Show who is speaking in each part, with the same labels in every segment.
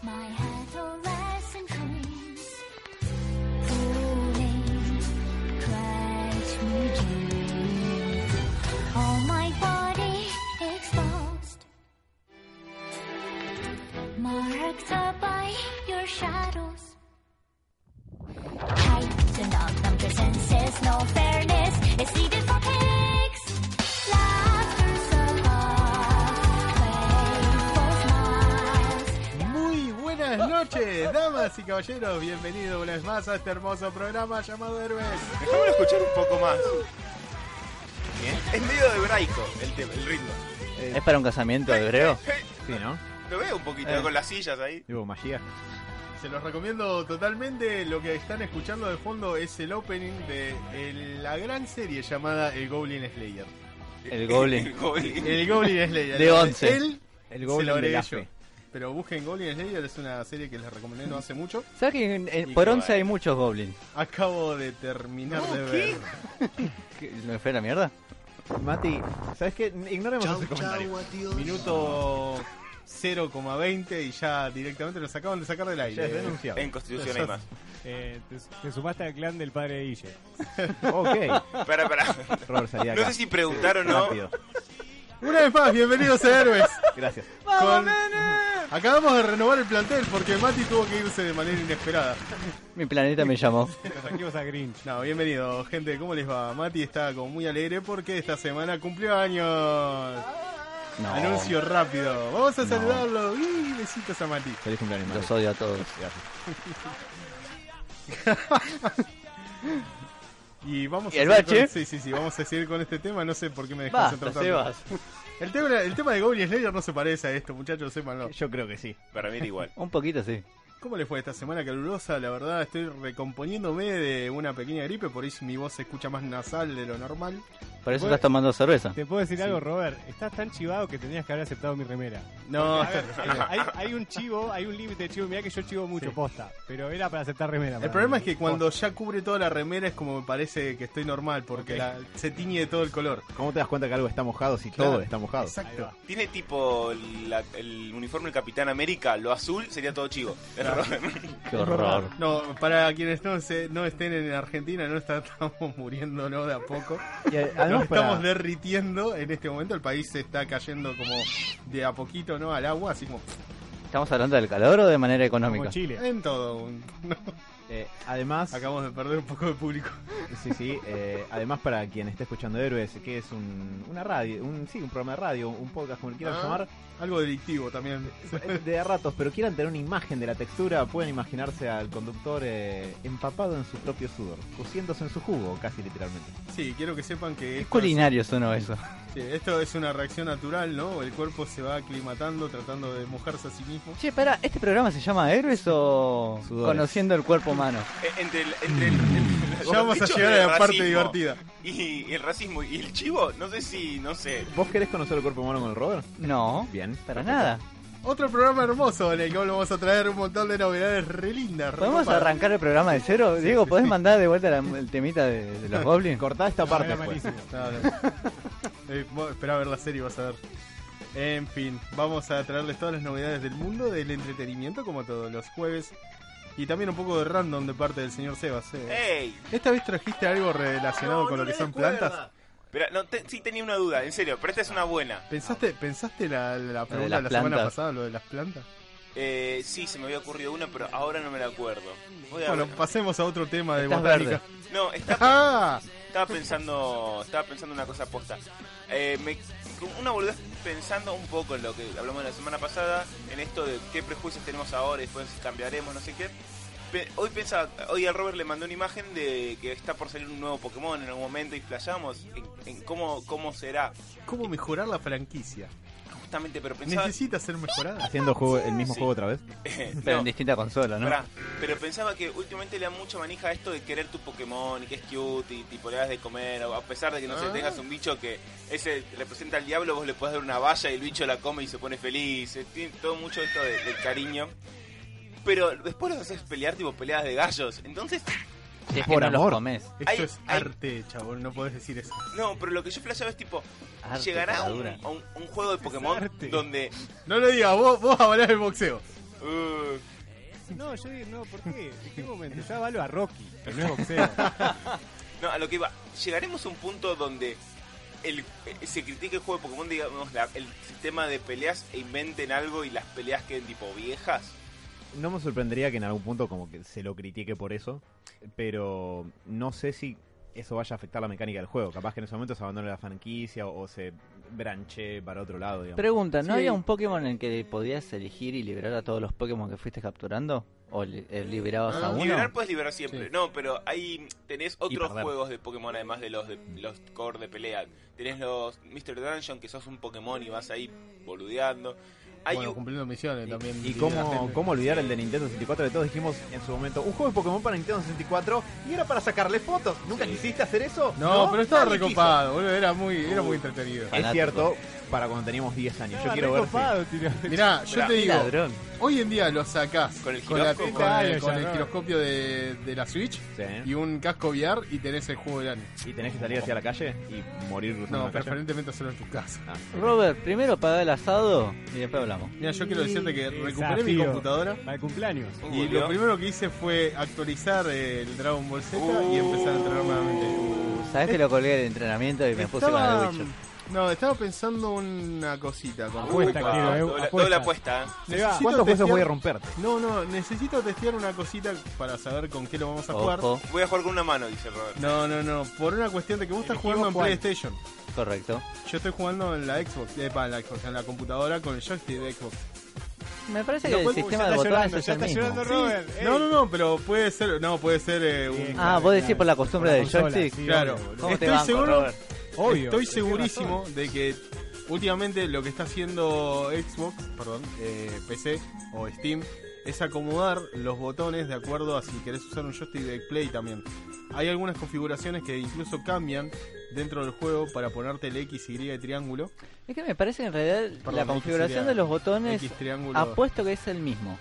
Speaker 1: My adolescent dreams Pulling Crash me dream All my body exposed Marked up by your shadows Tighten up number senses No fairness It's needed for pigs Laughter so hard Playful smiles
Speaker 2: Muy buenas noches, damas y caballeros. Bienvenidos una vez más a este hermoso programa llamado Héroes.
Speaker 3: Dejámoslo escuchar un poco más. Es medio de braico el tema, el ritmo.
Speaker 4: ¿Es para un casamiento de hebreo?
Speaker 2: Sí, ¿no?
Speaker 3: Lo veo un poquito
Speaker 4: Eh.
Speaker 3: con las sillas ahí.
Speaker 2: Digo, magia. Se los recomiendo totalmente. Lo que están escuchando de fondo es el opening de eh, la gran serie llamada El Goblin Slayer.
Speaker 4: El Goblin.
Speaker 3: Goblin.
Speaker 2: El Goblin Slayer.
Speaker 4: De once.
Speaker 2: Él
Speaker 4: El
Speaker 2: se
Speaker 4: Goblin
Speaker 2: lo
Speaker 4: de
Speaker 2: agregué
Speaker 4: la
Speaker 2: yo.
Speaker 4: fe.
Speaker 2: Pero busquen Goblin Slayer, es una serie que les recomendé no hace mucho.
Speaker 4: ¿Sabes que en- en-
Speaker 3: Y
Speaker 4: por
Speaker 3: no
Speaker 4: once
Speaker 3: hay.
Speaker 4: hay muchos goblins?
Speaker 2: Acabo de terminar de ver.
Speaker 4: ¿Qué? ¿Me fue a la mierda?
Speaker 5: Mati, ¿sabes qué? Ignoremos ese comentario.
Speaker 2: Minuto 0,20 y ya directamente nos acaban de sacar del
Speaker 5: Ya
Speaker 2: aire.
Speaker 5: es denunciado.
Speaker 3: En Constitución hay más.
Speaker 6: Eh, te, te sumaste al clan del padre de Guille.
Speaker 5: ok,
Speaker 3: Espera, espera.
Speaker 5: Robert, salí de
Speaker 3: No
Speaker 5: acá.
Speaker 3: sé si preguntar o no.
Speaker 5: Rápido.
Speaker 2: Una vez más, bienvenidos a Héroes.
Speaker 5: Gracias.
Speaker 2: Con- Acabamos de renovar el plantel porque Mati tuvo que irse de manera inesperada.
Speaker 4: Mi planeta me llamó.
Speaker 6: Los archivos a Grinch.
Speaker 2: No, bienvenido, gente. ¿Cómo les va? Mati está como muy alegre porque esta semana cumplió años.
Speaker 4: No.
Speaker 2: Anuncio rápido. Vamos a saludarlo. Y besitos a Mati.
Speaker 5: Feliz cumpleaños, Mati.
Speaker 4: Los odio a todos.
Speaker 2: Y vamos
Speaker 4: ¿Y el
Speaker 2: a seguir
Speaker 4: bache?
Speaker 2: con- Sí, sí, sí, vamos a seguir con este tema. No sé por qué me dejaste
Speaker 4: Basta,
Speaker 2: tratar.
Speaker 4: Sebas.
Speaker 2: El tema, el tema de Goblin Slayer no se parece a esto, muchachos, sépanlo.
Speaker 5: Yo creo que sí.
Speaker 3: Para mí era igual.
Speaker 4: Un poquito sí.
Speaker 2: ¿Cómo les fue esta semana calurosa? La verdad, estoy recomponiéndome de una pequeña gripe, por ahí mi voz se escucha más nasal de lo normal.
Speaker 4: Por eso
Speaker 6: Bueno.
Speaker 4: estás tomando cerveza.
Speaker 6: Te puedo decir algo, Robert. Estás tan chivado que tenías que haber aceptado mi remera.
Speaker 2: No,
Speaker 6: A ver, eh, hay, hay un chivo, hay un límite de chivo. Mirá que yo chivo mucho, posta. Pero era para aceptar remera.
Speaker 2: El
Speaker 6: para
Speaker 2: problema
Speaker 6: mí.
Speaker 2: es que cuando ya cubre toda la remera es como me parece que estoy normal, porque
Speaker 6: Ok.
Speaker 2: la- se tiñe de todo el color.
Speaker 5: ¿Cómo te das cuenta que algo está mojado si
Speaker 2: Claro.
Speaker 5: todo está mojado?
Speaker 2: Exacto.
Speaker 6: Ahí
Speaker 3: Tiene tipo la- el uniforme del Capitán América, lo azul sería todo chivo.
Speaker 4: Qué horror.
Speaker 2: No, para quienes no, se- no estén en Argentina, no está- estamos muriéndonos de a poco.
Speaker 5: Y eh,
Speaker 2: Nos
Speaker 5: además para-
Speaker 2: estamos derritiendo en este momento. El país se está cayendo como de a poquito, ¿no? Al agua, así como
Speaker 4: ¿Estamos hablando del calor o de manera
Speaker 6: va.
Speaker 4: económica?
Speaker 6: Como Chile.
Speaker 2: en todo. ¿no?
Speaker 5: eh, además,
Speaker 2: Acabamos de perder un poco de público.
Speaker 5: sí, sí, eh, además para quien esté escuchando Héroes, que es un, una radio, un, sí, un programa de radio, un podcast, como le quieran
Speaker 2: Ah.
Speaker 5: llamar,
Speaker 2: Algo delictivo también.
Speaker 5: eh, de a ratos, pero quieran tener una imagen de la textura, pueden imaginarse al conductor eh, empapado en su propio sudor, cociéndose en su jugo, casi literalmente.
Speaker 2: Sí, quiero que sepan que esto
Speaker 4: Es
Speaker 2: es,
Speaker 4: culinario suena eso.
Speaker 2: sí, esto es una reacción natural, ¿no? El cuerpo se va aclimatando, tratando de mojarse a sí mismo.
Speaker 4: Che, pará, ¿este programa se llama Héroes o
Speaker 5: Sudores.
Speaker 4: Conociendo el Cuerpo Humano?
Speaker 3: Eh, entre el, entre el- el-
Speaker 2: Ya vamos a
Speaker 3: los dichos
Speaker 2: llegar
Speaker 3: del
Speaker 2: a la parte
Speaker 3: racismo
Speaker 2: divertida.
Speaker 3: Y el racismo y el chivo, no sé si, no sé.
Speaker 5: ¿Vos querés conocer el cuerpo humano con el Robert?
Speaker 4: No,
Speaker 5: Bien.
Speaker 4: para nada.
Speaker 2: Otro programa hermoso en el que hoy vamos a traer un montón de novedades re lindas. re
Speaker 4: ¿Podemos
Speaker 2: copadas.
Speaker 4: arrancar el programa de cero? Diego, ¿podés mandar de vuelta la- el temita de, de los goblins?
Speaker 5: Cortá esta
Speaker 6: No,
Speaker 5: parte.
Speaker 6: era
Speaker 5: después.
Speaker 6: malísimo.
Speaker 2: No, no. Eh, vos esperá a ver la serie, vas a ver. En fin, vamos a traerles todas las novedades del mundo del entretenimiento, como todos los jueves. Y también un poco de random de parte del señor Sebas. eh.
Speaker 3: ¡Ey!
Speaker 2: ¿Esta vez trajiste algo relacionado con lo que son plantas?
Speaker 3: Pero no, te- sí tenía una duda, en serio, pero esta es una buena.
Speaker 2: ¿Pensaste, ¿pensaste la, la pregunta de la
Speaker 4: las
Speaker 2: semana
Speaker 4: plantas.
Speaker 2: pasada, lo de las plantas?
Speaker 3: Eh, sí, se me había ocurrido una, pero ahora no me la acuerdo. Voy a
Speaker 2: Bueno,
Speaker 3: ver.
Speaker 2: pasemos a otro tema de
Speaker 4: Estás
Speaker 2: botánica.
Speaker 4: verde.
Speaker 3: No, está-
Speaker 2: ¡Ah!
Speaker 3: estaba pensando estaba pensando una cosa posta. Eh, me, una boludez pensando un poco en lo que hablamos la semana pasada, en esto de qué prejuicios tenemos ahora y después cambiaremos, no sé qué. Pe- Hoy pensaba, hoy al Robert le mandó una imagen de que está por salir un nuevo Pokémon en algún momento y flashamos en, en cómo, cómo será.
Speaker 2: ¿Cómo mejorar la franquicia?
Speaker 3: Exactamente, pero pensaba.
Speaker 2: Necesita ser mejorada.
Speaker 5: Haciendo juego, el mismo
Speaker 3: Sí.
Speaker 5: juego otra vez.
Speaker 4: Pero en
Speaker 3: No,
Speaker 4: distinta consola, ¿no?
Speaker 3: pará, pero pensaba que últimamente le da mucha manija a esto de querer tu Pokémon y que es cute y tipo le das de comer. A pesar de que no sé,
Speaker 2: Ah.
Speaker 3: tengas un bicho que ese representa al diablo, vos le podés dar una valla y el bicho la come y se pone feliz. Eh, Tiene todo mucho esto de- del cariño. Pero después los haces pelear, tipo peleadas de gallos. Entonces,
Speaker 4: Si es que
Speaker 5: Por
Speaker 4: no los
Speaker 5: amor.
Speaker 4: comes.
Speaker 2: Esto
Speaker 3: Hay-
Speaker 2: es
Speaker 3: hay-
Speaker 2: arte, chabón, no podés decir eso.
Speaker 3: no, pero lo que yo flasheo es tipo:
Speaker 4: Arte,
Speaker 3: llegará un,
Speaker 4: caradura.
Speaker 3: a un, un juego de Pokémon
Speaker 6: arte.
Speaker 3: donde.
Speaker 2: No lo digas, vos, vos avalás el boxeo.
Speaker 3: uh,
Speaker 6: No, yo digo, no, ¿por qué? ¿En qué momento? Yo avalo a Rocky, que no es boxeo.
Speaker 3: No, a lo que iba. Llegaremos a un punto donde el, eh, se critique el juego de Pokémon, digamos, la- el sistema de peleas e inventen algo y las peleas queden tipo viejas.
Speaker 5: No me sorprendería que en algún punto como que se lo critique por eso, pero no sé si eso vaya a afectar la mecánica del juego. Capaz que en ese momento se abandone la franquicia o, o se branche para otro lado, digamos.
Speaker 4: Pregunta, ¿no
Speaker 2: Sí.
Speaker 4: había un Pokémon en el que podías elegir y liberar a todos los Pokémon que fuiste capturando? ¿O li- eh, liberabas
Speaker 2: Ah,
Speaker 4: a uno?
Speaker 3: Liberar puedes liberar siempre.
Speaker 2: Sí.
Speaker 3: No, pero ahí tenés otros
Speaker 5: perder.
Speaker 3: juegos de Pokémon además de los de los core de pelea. Tenés los Mr. Dungeon, que sos un Pokémon y vas ahí boludeando. Hay
Speaker 2: bueno,
Speaker 3: un-
Speaker 2: cumpliendo misiones también.
Speaker 5: ¿Y
Speaker 2: la
Speaker 5: cómo,
Speaker 2: gente.
Speaker 5: cómo olvidar el de Nintendo 64? De todos dijimos en su momento, un juego de Pokémon para Nintendo 64 y era para sacarle fotos. ¿Nunca quisiste hacer eso?
Speaker 2: No, pero estaba
Speaker 5: Nadie quiso.
Speaker 2: recopado, boludo, era muy, era muy entretenido.
Speaker 5: Es
Speaker 4: Fanático.
Speaker 5: cierto, para cuando teníamos 10 años.
Speaker 6: Estaba
Speaker 5: Yo quiero
Speaker 6: re
Speaker 5: ver si-
Speaker 6: copado, tío.
Speaker 2: Mirá, yo te
Speaker 4: Qué
Speaker 2: digo,
Speaker 4: ladrón.
Speaker 2: hoy en día lo sacás
Speaker 3: Con el
Speaker 2: la-
Speaker 3: giroscopio.
Speaker 2: con el-
Speaker 6: Ay,
Speaker 2: con el
Speaker 6: ya, no.
Speaker 2: giroscopio de, de la Switch
Speaker 5: Sí.
Speaker 2: y un casco VR y tenés el juego del año.
Speaker 5: y tenés que salir hacia la calle y morir cruzando
Speaker 2: No,
Speaker 5: la calle.
Speaker 2: preferentemente hacerlo en tu casa.
Speaker 5: Ah.
Speaker 4: Robert, primero paga el asado y después hablamos.
Speaker 2: Mira, yo quiero decirte que recuperé mi
Speaker 6: Desafío.
Speaker 2: computadora
Speaker 6: Para el cumpleaños.
Speaker 2: y lo primero que hice fue actualizar el Dragon Ball Z y empezar a entrenar nuevamente.
Speaker 4: ¿Sabes que lo colgué del entrenamiento y me puse con la de
Speaker 2: Estaba,
Speaker 4: bicho?
Speaker 2: no, estaba pensando una cosita con
Speaker 6: Apuesta,
Speaker 2: respecto a-
Speaker 6: quiero, eh.
Speaker 3: Ah, doble,
Speaker 6: apuesta.
Speaker 3: doble apuesta. ¿eh?
Speaker 6: Se va.
Speaker 2: Necesito
Speaker 5: ¿Cuántos huesos
Speaker 2: testear-
Speaker 5: voy a romper?
Speaker 2: No, no, necesito testear una cosita para saber con qué lo vamos a jugar.
Speaker 4: Ojo,
Speaker 3: Voy a jugar con una mano, dice Robert.
Speaker 2: No, no, no, por una cuestión de que vos estás
Speaker 6: Elegimos
Speaker 2: jugando en
Speaker 6: cuál.
Speaker 2: PlayStation.
Speaker 4: correcto.
Speaker 2: Yo estoy jugando en la Xbox, eh, pa, en la Xbox, en la computadora con el joystick de Xbox.
Speaker 4: Me parece
Speaker 2: Lo
Speaker 4: que el
Speaker 2: cual-
Speaker 4: sistema
Speaker 6: ya
Speaker 4: de
Speaker 6: está
Speaker 4: botones
Speaker 6: llorando,
Speaker 4: es
Speaker 6: ya
Speaker 4: el
Speaker 6: está
Speaker 4: mismo.
Speaker 6: llorando Robert.
Speaker 2: Sí,
Speaker 6: ey.
Speaker 2: no, no, no, pero puede ser, no, puede ser eh,
Speaker 6: Bien,
Speaker 2: un...
Speaker 4: Ah, vos decís por la costumbre
Speaker 6: Por la
Speaker 4: del
Speaker 6: consola,
Speaker 4: joystick.
Speaker 6: sí,
Speaker 2: Claro.
Speaker 6: obvio, boludo.
Speaker 4: ¿Cómo te
Speaker 2: Estoy
Speaker 4: banco,
Speaker 2: seguro-
Speaker 4: Robert?
Speaker 6: Obvio,
Speaker 2: Estoy
Speaker 6: tenés
Speaker 2: segurísimo
Speaker 6: razón.
Speaker 2: de que últimamente lo que está haciendo Xbox, perdón, eh, PC o Steam, es acomodar los botones de acuerdo a si querés usar un joystick de Play también. Hay algunas configuraciones que incluso cambian dentro del juego para ponerte el X, Y triángulo.
Speaker 4: Es que me parece que en realidad
Speaker 2: Perdón,
Speaker 4: la
Speaker 2: X
Speaker 4: configuración
Speaker 2: sería
Speaker 4: de los botones
Speaker 2: X triángulo.
Speaker 4: apuesto que es el mismo.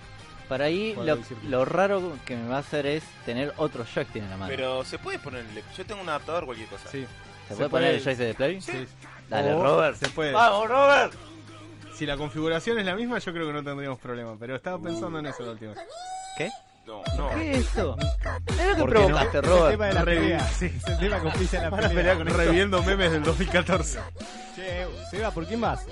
Speaker 4: Para ahí
Speaker 2: Cuadrado
Speaker 4: lo,
Speaker 2: y círculo.
Speaker 4: lo raro que me va a hacer es tener otro joystick en la mano.
Speaker 3: Pero se puede ponerle. Yo tengo un adaptador, cualquier cosa.
Speaker 2: Sí,
Speaker 4: ¿Se
Speaker 2: se
Speaker 4: puede
Speaker 2: puede-
Speaker 4: poner el joystick de play?
Speaker 2: sí. Oh.
Speaker 4: Dale,
Speaker 2: O
Speaker 4: Robert.
Speaker 2: Se puede.
Speaker 4: ¡Vamos, Robert!
Speaker 2: Si la configuración es la misma, yo creo que no tendríamos problema. Pero estaba pensando en eso la última. vez.
Speaker 4: ¿Qué?
Speaker 3: No, no.
Speaker 4: ¿Qué es eso? Mira lo que
Speaker 5: ¿Por qué no?
Speaker 4: provocaste,
Speaker 6: Es el tema
Speaker 4: Robert.
Speaker 6: de la
Speaker 2: Re-
Speaker 6: pelea.
Speaker 2: sí.
Speaker 6: Es el tema que oficia la pelea.
Speaker 2: Reviendo memes del 2014.
Speaker 6: Che, Seba, ¿por quién vas?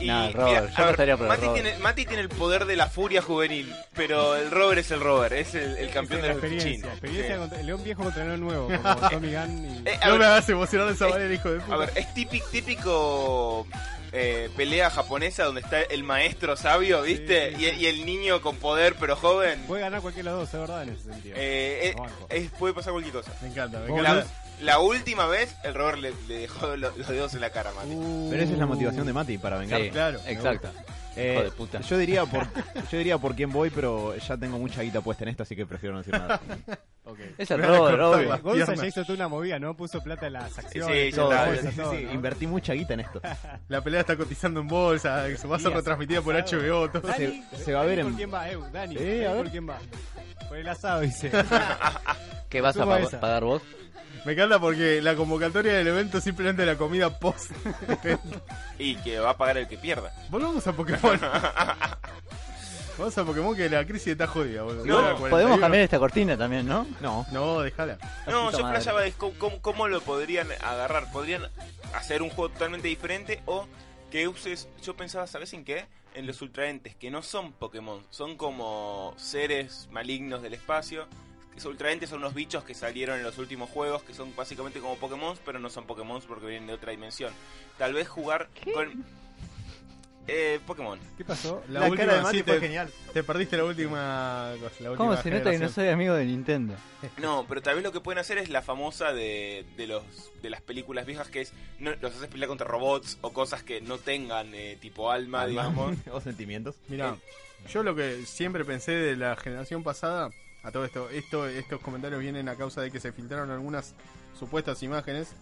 Speaker 3: Y,
Speaker 4: No, Robert, yo
Speaker 3: a
Speaker 4: votaría por el
Speaker 3: Mati,
Speaker 4: Robert.
Speaker 3: Tiene, Mati tiene el poder de la furia juvenil, pero el Robert es el Robert, es el, el campeón
Speaker 6: Esa
Speaker 3: de
Speaker 6: es la
Speaker 3: los
Speaker 6: experiencia.
Speaker 3: chinos.
Speaker 6: Experiencia
Speaker 3: Sí.
Speaker 6: contra- León viejo contra León nuevo, como Tommy Gunn y...
Speaker 3: Eh, a,
Speaker 2: No me
Speaker 3: ver,
Speaker 2: hagas emocionar esa manera, hijo de puta.
Speaker 3: a ver, es típico, típico eh, pelea japonesa donde está el maestro sabio, ¿viste?
Speaker 6: Sí,
Speaker 3: Y, y el niño con poder pero joven.
Speaker 6: Puede ganar cualquiera de los dos, es verdad, en ese sentido.
Speaker 3: Eh, eh,
Speaker 6: Lo banco.
Speaker 3: es- puede pasar cualquier cosa.
Speaker 2: Me encanta, me
Speaker 6: Hola.
Speaker 3: La,
Speaker 2: encanta.
Speaker 3: la última vez, el Robert le, le dejó lo- los dedos en la cara, Mati.
Speaker 2: Uh.
Speaker 6: Uh,
Speaker 5: Pero esa es la motivación de Mati para vengar.
Speaker 4: Sí,
Speaker 2: claro, me
Speaker 4: exacto.
Speaker 5: Eh,
Speaker 4: Hijo de puta.
Speaker 5: Yo diría por yo diría por quién voy, pero ya tengo mucha guita puesta en esto, así que prefiero no decir nada.
Speaker 4: Es el
Speaker 2: Me van a
Speaker 4: Robert,
Speaker 2: cortar
Speaker 4: obvio.
Speaker 2: las
Speaker 6: Gonza
Speaker 2: piernas.
Speaker 6: ya hizo toda una movida, ¿no? Puso plata en las acciones.
Speaker 3: Sí, sí,
Speaker 6: todo,
Speaker 3: ya
Speaker 6: todo,
Speaker 3: está,
Speaker 6: todo, ¿no?
Speaker 5: Invertí mucha guita en esto.
Speaker 2: La pelea está cotizando en bolsa, que se va a ser
Speaker 6: Días.
Speaker 2: retransmitida por HBO. Todo.
Speaker 6: Dani,
Speaker 5: Se- se va a ver
Speaker 6: Dani,
Speaker 5: en-
Speaker 6: ¿Por quién va, Eu? Dani,
Speaker 5: Eh,
Speaker 6: Dani,
Speaker 5: a ver.
Speaker 6: ¿por quién va? Por el asado, dice.
Speaker 4: ¿Qué vas a
Speaker 6: Suma
Speaker 4: pa-
Speaker 6: esa.
Speaker 4: pagar vos?
Speaker 2: Me encanta porque la convocatoria del evento es simplemente la comida post.
Speaker 3: Y que va a pagar el que pierda.
Speaker 2: Volvamos a Pokémon. Vamos a Pokémon que la crisis está jodida, boludo.
Speaker 3: No,
Speaker 2: La 41.
Speaker 4: Podemos cambiar esta cortina también, ¿no?
Speaker 5: No,
Speaker 2: No, déjala.
Speaker 3: No,
Speaker 4: puta
Speaker 3: yo
Speaker 4: madre.
Speaker 3: playaba de cómo, cómo- cómo lo podrían agarrar. Podrían hacer un juego totalmente diferente o que uses. Yo pensaba, ¿sabes en qué? En los ultraentes, que no son Pokémon, son como seres malignos del espacio. Los ultraentes son unos bichos que salieron en los últimos juegos, que son básicamente como Pokémon, pero no son Pokémon porque vienen de otra dimensión. Tal vez jugar con. Eh, Pokémon.
Speaker 6: ¿Qué pasó?
Speaker 2: La,
Speaker 5: La,
Speaker 2: última,
Speaker 5: cara de Mati
Speaker 2: sí,
Speaker 5: fue
Speaker 2: te,
Speaker 5: genial.
Speaker 2: te perdiste la última cosa. La última
Speaker 4: ¿Cómo se nota que no
Speaker 2: generación.
Speaker 4: soy amigo de Nintendo?
Speaker 3: No, pero tal vez lo que pueden hacer es la famosa de, de los de las películas viejas que es no, los haces pelear contra robots o cosas que no tengan eh, tipo alma, digamos.
Speaker 5: o sentimientos.
Speaker 2: Mirá, yo lo que siempre pensé de la generación pasada, a todo esto, esto, estos comentarios vienen a causa de que se filtraron algunas supuestas imágenes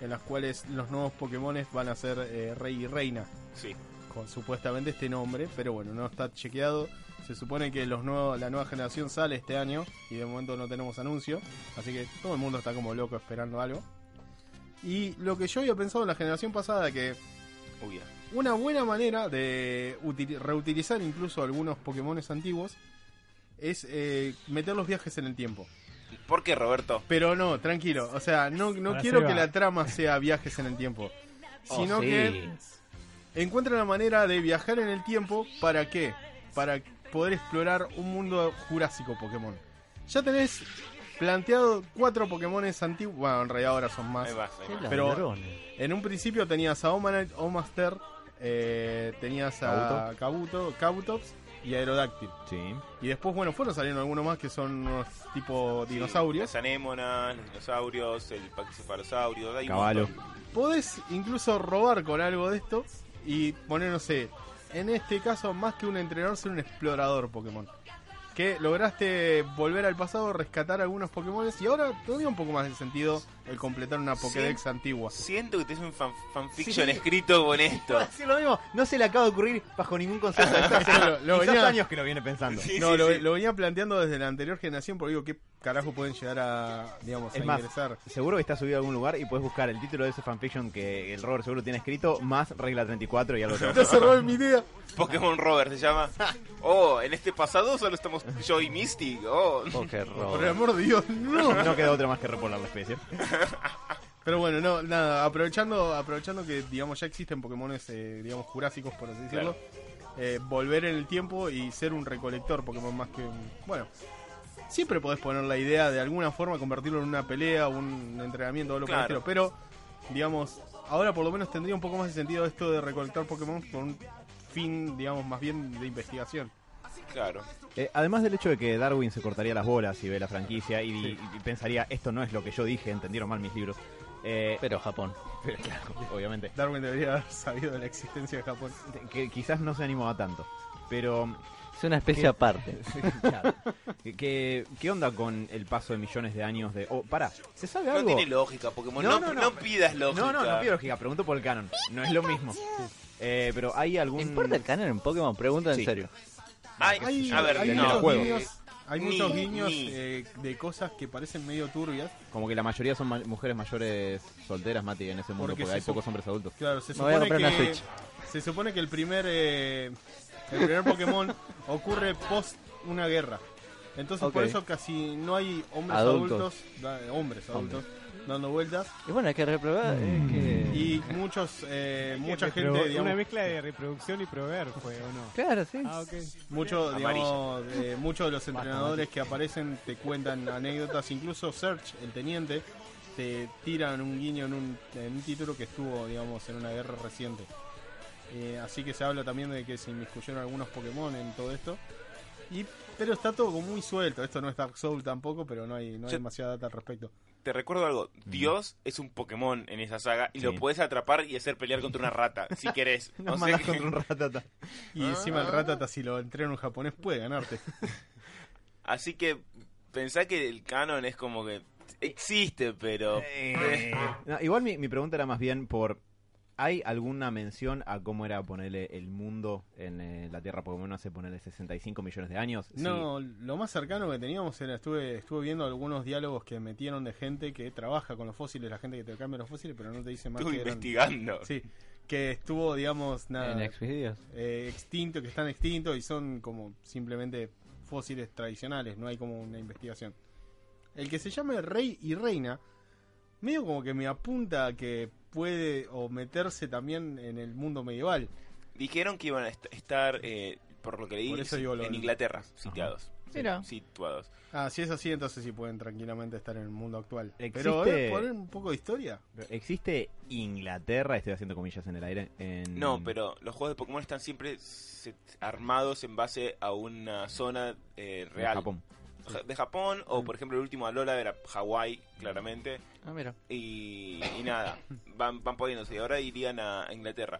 Speaker 2: en las cuales los nuevos Pokémon van a ser eh, rey y reina,
Speaker 3: Sí.
Speaker 2: con supuestamente este nombre, pero bueno, no está chequeado. Se supone que los nuevos, la nueva generación sale este año y de momento no tenemos anuncio, así que todo el mundo está como loco esperando algo. Y lo que yo había pensado en la generación pasada, que
Speaker 3: Uy, ya.
Speaker 2: una buena manera de util- reutilizar incluso algunos Pokémones antiguos es eh, meter los viajes en el tiempo.
Speaker 3: ¿Por qué, Roberto?
Speaker 2: Pero no, tranquilo. O sea, no, no
Speaker 6: Ahora
Speaker 2: quiero
Speaker 6: se va.
Speaker 2: que la trama sea viajes en el tiempo. Sino
Speaker 4: Oh, sí.
Speaker 2: que encuentra la manera de viajar en el tiempo para qué? Para poder explorar un mundo jurásico Pokémon. Ya tenés planteado cuatro Pokémones antiguos. Bueno, en realidad ahora son más.
Speaker 3: Ahí vas, ahí
Speaker 4: Qué
Speaker 3: vas.
Speaker 2: Pero-
Speaker 4: ladrones.
Speaker 2: En un principio tenías a Omanite, Omaster, eh, tenías a Kabuto, Kabutops y Aerodáctil.
Speaker 5: Sí.
Speaker 2: Y después, bueno, fueron saliendo algunos más que son unos tipo
Speaker 3: Sí,
Speaker 2: dinosaurios.
Speaker 3: Las anémonas, los dinosaurios, el pachycephalosaurios, hay un
Speaker 5: Caballo.
Speaker 3: montón.
Speaker 2: Podés incluso robar con algo de esto y poner, no sé, en este caso, más que un entrenador, ser un explorador Pokémon. Que lograste volver al pasado, rescatar algunos Pokémon y ahora todavía un poco más de sentido el completar una Pokédex antigua.
Speaker 3: Siento que tenés un fan- fanfiction
Speaker 5: Sí.
Speaker 3: escrito con esto.
Speaker 5: Decir lo mismo, no se le acaba de ocurrir bajo ningún concepto. Esto hace
Speaker 2: Lo- lo
Speaker 5: quizás
Speaker 2: venía-
Speaker 5: años que lo viene pensando.
Speaker 3: Sí,
Speaker 2: no,
Speaker 3: sí,
Speaker 2: lo,
Speaker 3: sí.
Speaker 2: lo venía planteando desde la anterior generación, porque digo, ¿qué carajo pueden llegar a, digamos, a
Speaker 5: Es más,
Speaker 2: ingresar?
Speaker 5: seguro que está subido a algún lugar y puedes buscar el título de ese fanfiction que el Robert seguro tiene escrito, más regla 34 y algo
Speaker 2: Te
Speaker 5: así.
Speaker 2: cerró mi idea.
Speaker 3: Pokémon Robert se llama. Oh, en este pasado solo estamos yo y Mystic. Oh.
Speaker 4: Oh, qué
Speaker 2: Por el
Speaker 4: robo.
Speaker 2: amor de Dios, no.
Speaker 5: No queda otra más que repolar la especie.
Speaker 2: Pero bueno, no, nada, aprovechando, aprovechando que, digamos, ya existen Pokémones, eh, digamos, jurásicos, por así decirlo, eh, volver en el tiempo y ser un recolector Pokémon más que un... Bueno, siempre podés poner la idea de alguna forma, convertirlo en una pelea, un entrenamiento o algo por el
Speaker 3: Claro.
Speaker 2: estilo, pero, digamos, ahora por lo menos tendría un poco más de sentido esto de recolectar Pokémon con un fin, digamos, más bien de investigación.
Speaker 3: Claro.
Speaker 5: Eh, además del hecho de que Darwin se cortaría las bolas si ve la franquicia y, y pensaría, esto no es lo que yo dije, entendieron mal mis libros. Eh,
Speaker 4: Pero Japón.
Speaker 5: pero claro, obviamente.
Speaker 2: Darwin debería haber sabido de la existencia de Japón.
Speaker 5: Que quizás no se animaba tanto. Pero
Speaker 4: Es una especie
Speaker 5: ¿Qué?
Speaker 4: aparte.
Speaker 5: Claro. ¿Qué, qué onda con el paso de millones de años de.? Oh, pará, ¿se sabe
Speaker 3: No
Speaker 5: algo?
Speaker 3: tiene lógica, Pokémon. No,
Speaker 5: No,
Speaker 3: no,
Speaker 5: no, no.
Speaker 3: pidas lógica.
Speaker 5: no, no, no pido lógica, pregunto por el canon. No es lo mismo. Eh, pero hay algún.
Speaker 4: ¿Importa el canon en Pokémon? Pregunta en
Speaker 5: Sí.
Speaker 4: serio.
Speaker 3: Ay,
Speaker 2: Hay,
Speaker 3: a ver,
Speaker 2: hay
Speaker 5: no.
Speaker 2: muchos
Speaker 5: Juego.
Speaker 2: guiños, hay
Speaker 3: Ni,
Speaker 2: muchos guiños,
Speaker 3: ni.
Speaker 2: eh, de cosas que parecen medio turbias.
Speaker 5: Como que la mayoría son ma- mujeres mayores solteras, Mati, en ese mundo, porque,
Speaker 2: Porque se
Speaker 5: hay
Speaker 2: supo-
Speaker 5: pocos hombres adultos.
Speaker 2: Claro, se
Speaker 4: Me voy a
Speaker 2: supone
Speaker 4: comprar una
Speaker 2: que
Speaker 4: Switch.
Speaker 2: se supone que el primer eh, el primer Pokémon ocurre post una guerra. Entonces por
Speaker 4: Ok.
Speaker 2: eso casi no hay hombres adultos,
Speaker 4: Adultos.
Speaker 2: da- eh, hombres adultos dando vueltas
Speaker 4: Y bueno, hay que reprobar. es que-
Speaker 2: y muchos eh, mucha
Speaker 6: Repro-
Speaker 2: gente
Speaker 6: Una
Speaker 2: digamos,
Speaker 6: mezcla de reproducción y proveer fue, ¿o no?
Speaker 4: Claro, sí.
Speaker 6: Ah, ok.
Speaker 2: mucho,
Speaker 3: Amarillo.
Speaker 2: digamos, eh, muchos de los entrenadores que aparecen te cuentan anécdotas, incluso Search, el teniente, te tiran un guiño en un, en un título que estuvo, digamos, en una guerra reciente. Eh, así que se habla también de que se inmiscuyeron algunos Pokémon en todo esto. Y, pero está todo como muy suelto. Esto no es Dark Soul tampoco, pero no hay, no hay
Speaker 3: Yo-
Speaker 2: demasiada data al respecto.
Speaker 3: Te recuerdo algo. Dios es un Pokémon en esa saga y lo
Speaker 5: Sí.
Speaker 3: puedes atrapar y hacer pelear contra una rata, si querés.
Speaker 5: Nos
Speaker 3: O sea
Speaker 5: mandas
Speaker 3: que-
Speaker 5: contra un ratata.
Speaker 2: Y encima el Ratata, si lo entrena un japonés, puede ganarte.
Speaker 3: Así que pensá que el canon es como que existe, pero...
Speaker 5: No, igual mi, mi pregunta era más bien por. ¿Hay alguna mención a cómo era ponerle el mundo en eh, la Tierra Pokémon hace ponerle 65 millones de años? Sí.
Speaker 2: No, lo más cercano que teníamos era, estuve, estuve viendo algunos diálogos que metieron de gente que trabaja con los fósiles, la gente que te cambia los fósiles, pero no te dice más
Speaker 3: Estuve
Speaker 2: que eran-
Speaker 3: investigando.
Speaker 2: Sí, que estuvo, digamos,
Speaker 4: En
Speaker 2: nada,
Speaker 4: Xvideos.
Speaker 2: eh, extinto, que están extintos y son como simplemente fósiles tradicionales, no hay como una investigación. El que se llame Rey y Reina, medio como que me apunta a que puede o meterse también en el mundo medieval.
Speaker 3: Dijeron que iban a est- estar, eh, por lo que leí,
Speaker 2: Por eso digo lo
Speaker 3: en
Speaker 2: del-
Speaker 3: Inglaterra, sitiados.
Speaker 7: Mira.
Speaker 3: situados.
Speaker 2: Ah, si es así, entonces sí pueden tranquilamente estar en el mundo actual. Pero
Speaker 5: Existe-
Speaker 2: eh, poner un poco de historia.
Speaker 5: ¿Existe Inglaterra? Estoy haciendo comillas en el aire. En...
Speaker 2: Mm.
Speaker 3: No, pero los juegos de Pokémon están siempre se- armados en base a una zona eh,
Speaker 5: en
Speaker 3: real.
Speaker 5: Japón.
Speaker 3: Ja- De Japón, o por ejemplo el último Alola era Hawái, claramente.
Speaker 7: Ah, mira.
Speaker 3: Y, y nada, van, van poniéndose. Y ahora irían a a Inglaterra.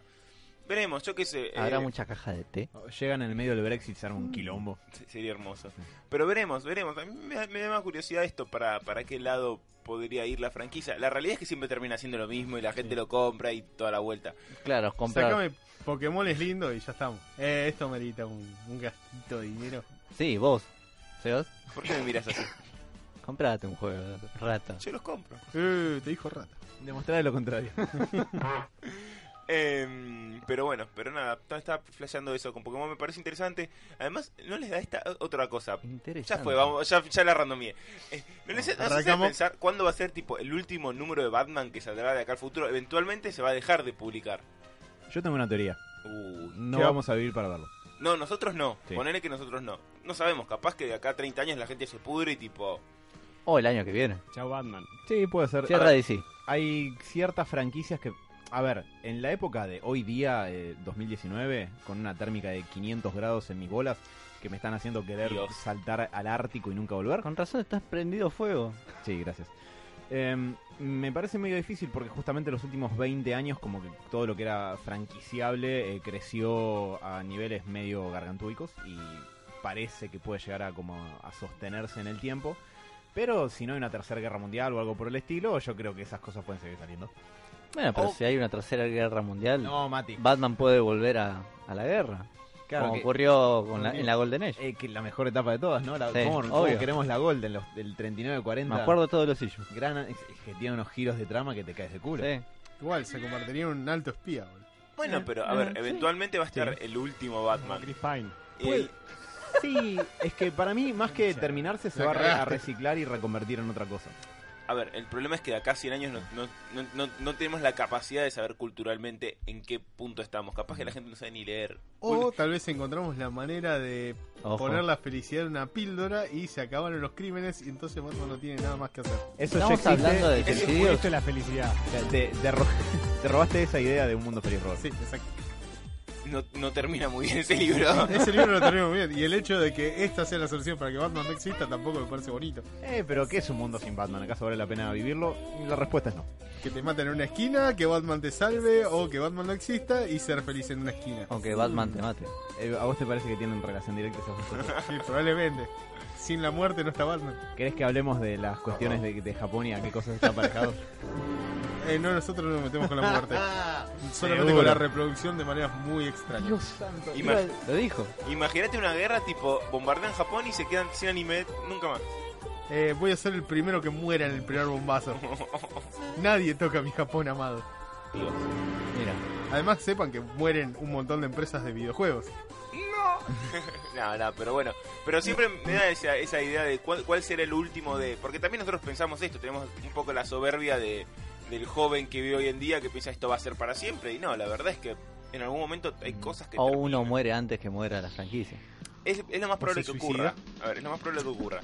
Speaker 3: Veremos, yo qué sé.
Speaker 4: Habrá
Speaker 3: eh,
Speaker 4: mucha caja de té.
Speaker 5: Llegan en el medio del Brexit y se arma un quilombo.
Speaker 3: Se- Sería hermoso. Pero veremos, veremos. A mí me, da- me da más curiosidad esto para, para qué lado podría ir la franquicia. La realidad es que siempre termina haciendo lo mismo y la gente lo compra y toda la vuelta.
Speaker 4: Claro, comprar.
Speaker 2: Sácame Pokémon es lindo y ya estamos. Eh, esto merita un, un gastito de dinero.
Speaker 4: Sí, vos. Feos,
Speaker 3: ¿Por qué me miras así?
Speaker 4: comprate un juego, rata.
Speaker 3: Yo los compro.
Speaker 2: Eh, te dijo rata.
Speaker 5: Demostrar lo contrario.
Speaker 3: Em, pero bueno, pero nada, está, está flasheando eso con Pokémon, me parece interesante. Además, no les da esta otra cosa. Ya
Speaker 4: Interesante.
Speaker 3: fue, vamos, ya, ya la randomié. Eh, no les no les hace
Speaker 2: Arrancamos.
Speaker 3: pensar cuándo va a ser tipo el último número de Batman que saldrá de acá al futuro. Eventualmente se va a dejar de publicar.
Speaker 5: Yo tengo una teoría.
Speaker 3: Uy,
Speaker 4: Uh.
Speaker 5: No
Speaker 2: ¿Qué va-
Speaker 5: vamos a vivir para verlo.
Speaker 3: No, nosotros no.
Speaker 5: Sí.
Speaker 3: Ponele que nosotros no. No sabemos, capaz que de acá a 30 años la gente se pudre y tipo...
Speaker 4: O el año que viene.
Speaker 6: Chao Batman.
Speaker 5: Sí, puede ser. Ah,
Speaker 4: Cierra DC.
Speaker 5: hay ciertas franquicias que, a ver, en la época de hoy día, eh, 2019, con una térmica de 500 grados en mis bolas, que me están haciendo querer
Speaker 3: Dios.
Speaker 5: saltar al Ártico y nunca volver.
Speaker 4: Con razón estás prendido fuego.
Speaker 5: Sí, gracias. Em, me parece medio difícil porque justamente los últimos 20 años como que todo lo que era franquiciable eh, creció a niveles medio gargantúicos y parece que puede llegar a como a sostenerse en el tiempo. Pero si no hay una tercera guerra mundial o algo por el estilo, yo creo que esas cosas pueden seguir saliendo.
Speaker 4: Bueno, pero
Speaker 3: Oh.
Speaker 4: si hay una tercera guerra mundial,
Speaker 5: No, Mati.
Speaker 4: Batman puede volver a, a la guerra.
Speaker 5: Claro
Speaker 4: como
Speaker 5: que-
Speaker 4: ocurrió con la- en la Golden Age.
Speaker 5: Eh, que la mejor etapa de todas, ¿no? La,
Speaker 4: Sí,
Speaker 5: ¿cómo, cómo
Speaker 4: obvio.
Speaker 5: queremos la Golden, los, el 39-40?
Speaker 4: Me acuerdo todos los issues.
Speaker 5: Gran, es, es que tiene unos giros de trama que te caes de culo.
Speaker 4: Sí.
Speaker 2: Igual, se convertiría en un alto espía, boludo.
Speaker 3: Bueno, pero a ver,
Speaker 4: sí.
Speaker 3: eventualmente va a estar el último
Speaker 6: Como
Speaker 3: Batman.
Speaker 6: Chris Pine.
Speaker 3: Y el-
Speaker 5: Eh, Sí, es que para mí, más que terminarse, se va a re- a reciclar y reconvertir en otra cosa.
Speaker 3: a ver, el problema es que de acá a 100 años no, no, no, no- no tenemos la capacidad de saber culturalmente en qué punto estamos. Capaz
Speaker 4: Mm.
Speaker 3: que la gente no sabe ni leer.
Speaker 2: O tal vez encontramos la manera de
Speaker 4: Ojo.
Speaker 2: poner la felicidad en una píldora y se acabaron los crímenes y entonces Batman no tiene nada más que hacer.
Speaker 5: Eso ya
Speaker 4: Estamos
Speaker 5: existe.
Speaker 4: hablando de
Speaker 3: Ese
Speaker 4: suicidios.
Speaker 6: Esto es la felicidad.
Speaker 5: Te, te ro- te robaste esa idea de un mundo feliz, Robert.
Speaker 2: Sí, exacto.
Speaker 3: No, no termina muy bien ese libro.
Speaker 2: Ese libro lo tenemos bien. Y el hecho de que esta sea la solución para que Batman no exista tampoco me parece bonito.
Speaker 5: Eh, pero ¿qué es un mundo sin Batman? ¿Acaso vale la pena vivirlo? La respuesta es no.
Speaker 2: Que te maten en una esquina, que Batman te salve o que Batman no exista y ser feliz en una esquina.
Speaker 4: Aunque Batman te mate.
Speaker 5: Eh, ¿A vos te parece que tienen relación directa esas dos cosas?
Speaker 2: Sí, probablemente. Sin la muerte no está Batman.
Speaker 5: ¿Querés que hablemos de las cuestiones de, de Japón y a qué cosas están aparejados?
Speaker 2: Eh, no, nosotros no nos metemos con la muerte. Solamente
Speaker 5: Seguro.
Speaker 2: con la reproducción de maneras muy extrañas.
Speaker 5: santo.
Speaker 3: Ima-
Speaker 4: Lo dijo.
Speaker 3: Imagínate una guerra tipo bombardean Japón y se quedan sin anime nunca más.
Speaker 2: Eh, voy a ser el primero que muera en el primer bombazo. Nadie toca mi Japón amado.
Speaker 3: Dios.
Speaker 4: Mira.
Speaker 2: Además, sepan que mueren un montón de empresas de videojuegos.
Speaker 3: No, no, pero bueno. Pero siempre me da esa, esa idea de cuál, cuál será el último de... Porque también nosotros pensamos esto, tenemos un poco la soberbia de, del joven que vive hoy en día que piensa esto va a ser para siempre. Y no, la verdad es que en algún momento hay cosas que...
Speaker 4: O
Speaker 3: terminan.
Speaker 4: uno muere antes que muera la franquicia.
Speaker 3: Es, es lo más probable que
Speaker 2: se
Speaker 3: ocurra. A ver, es lo más probable que ocurra.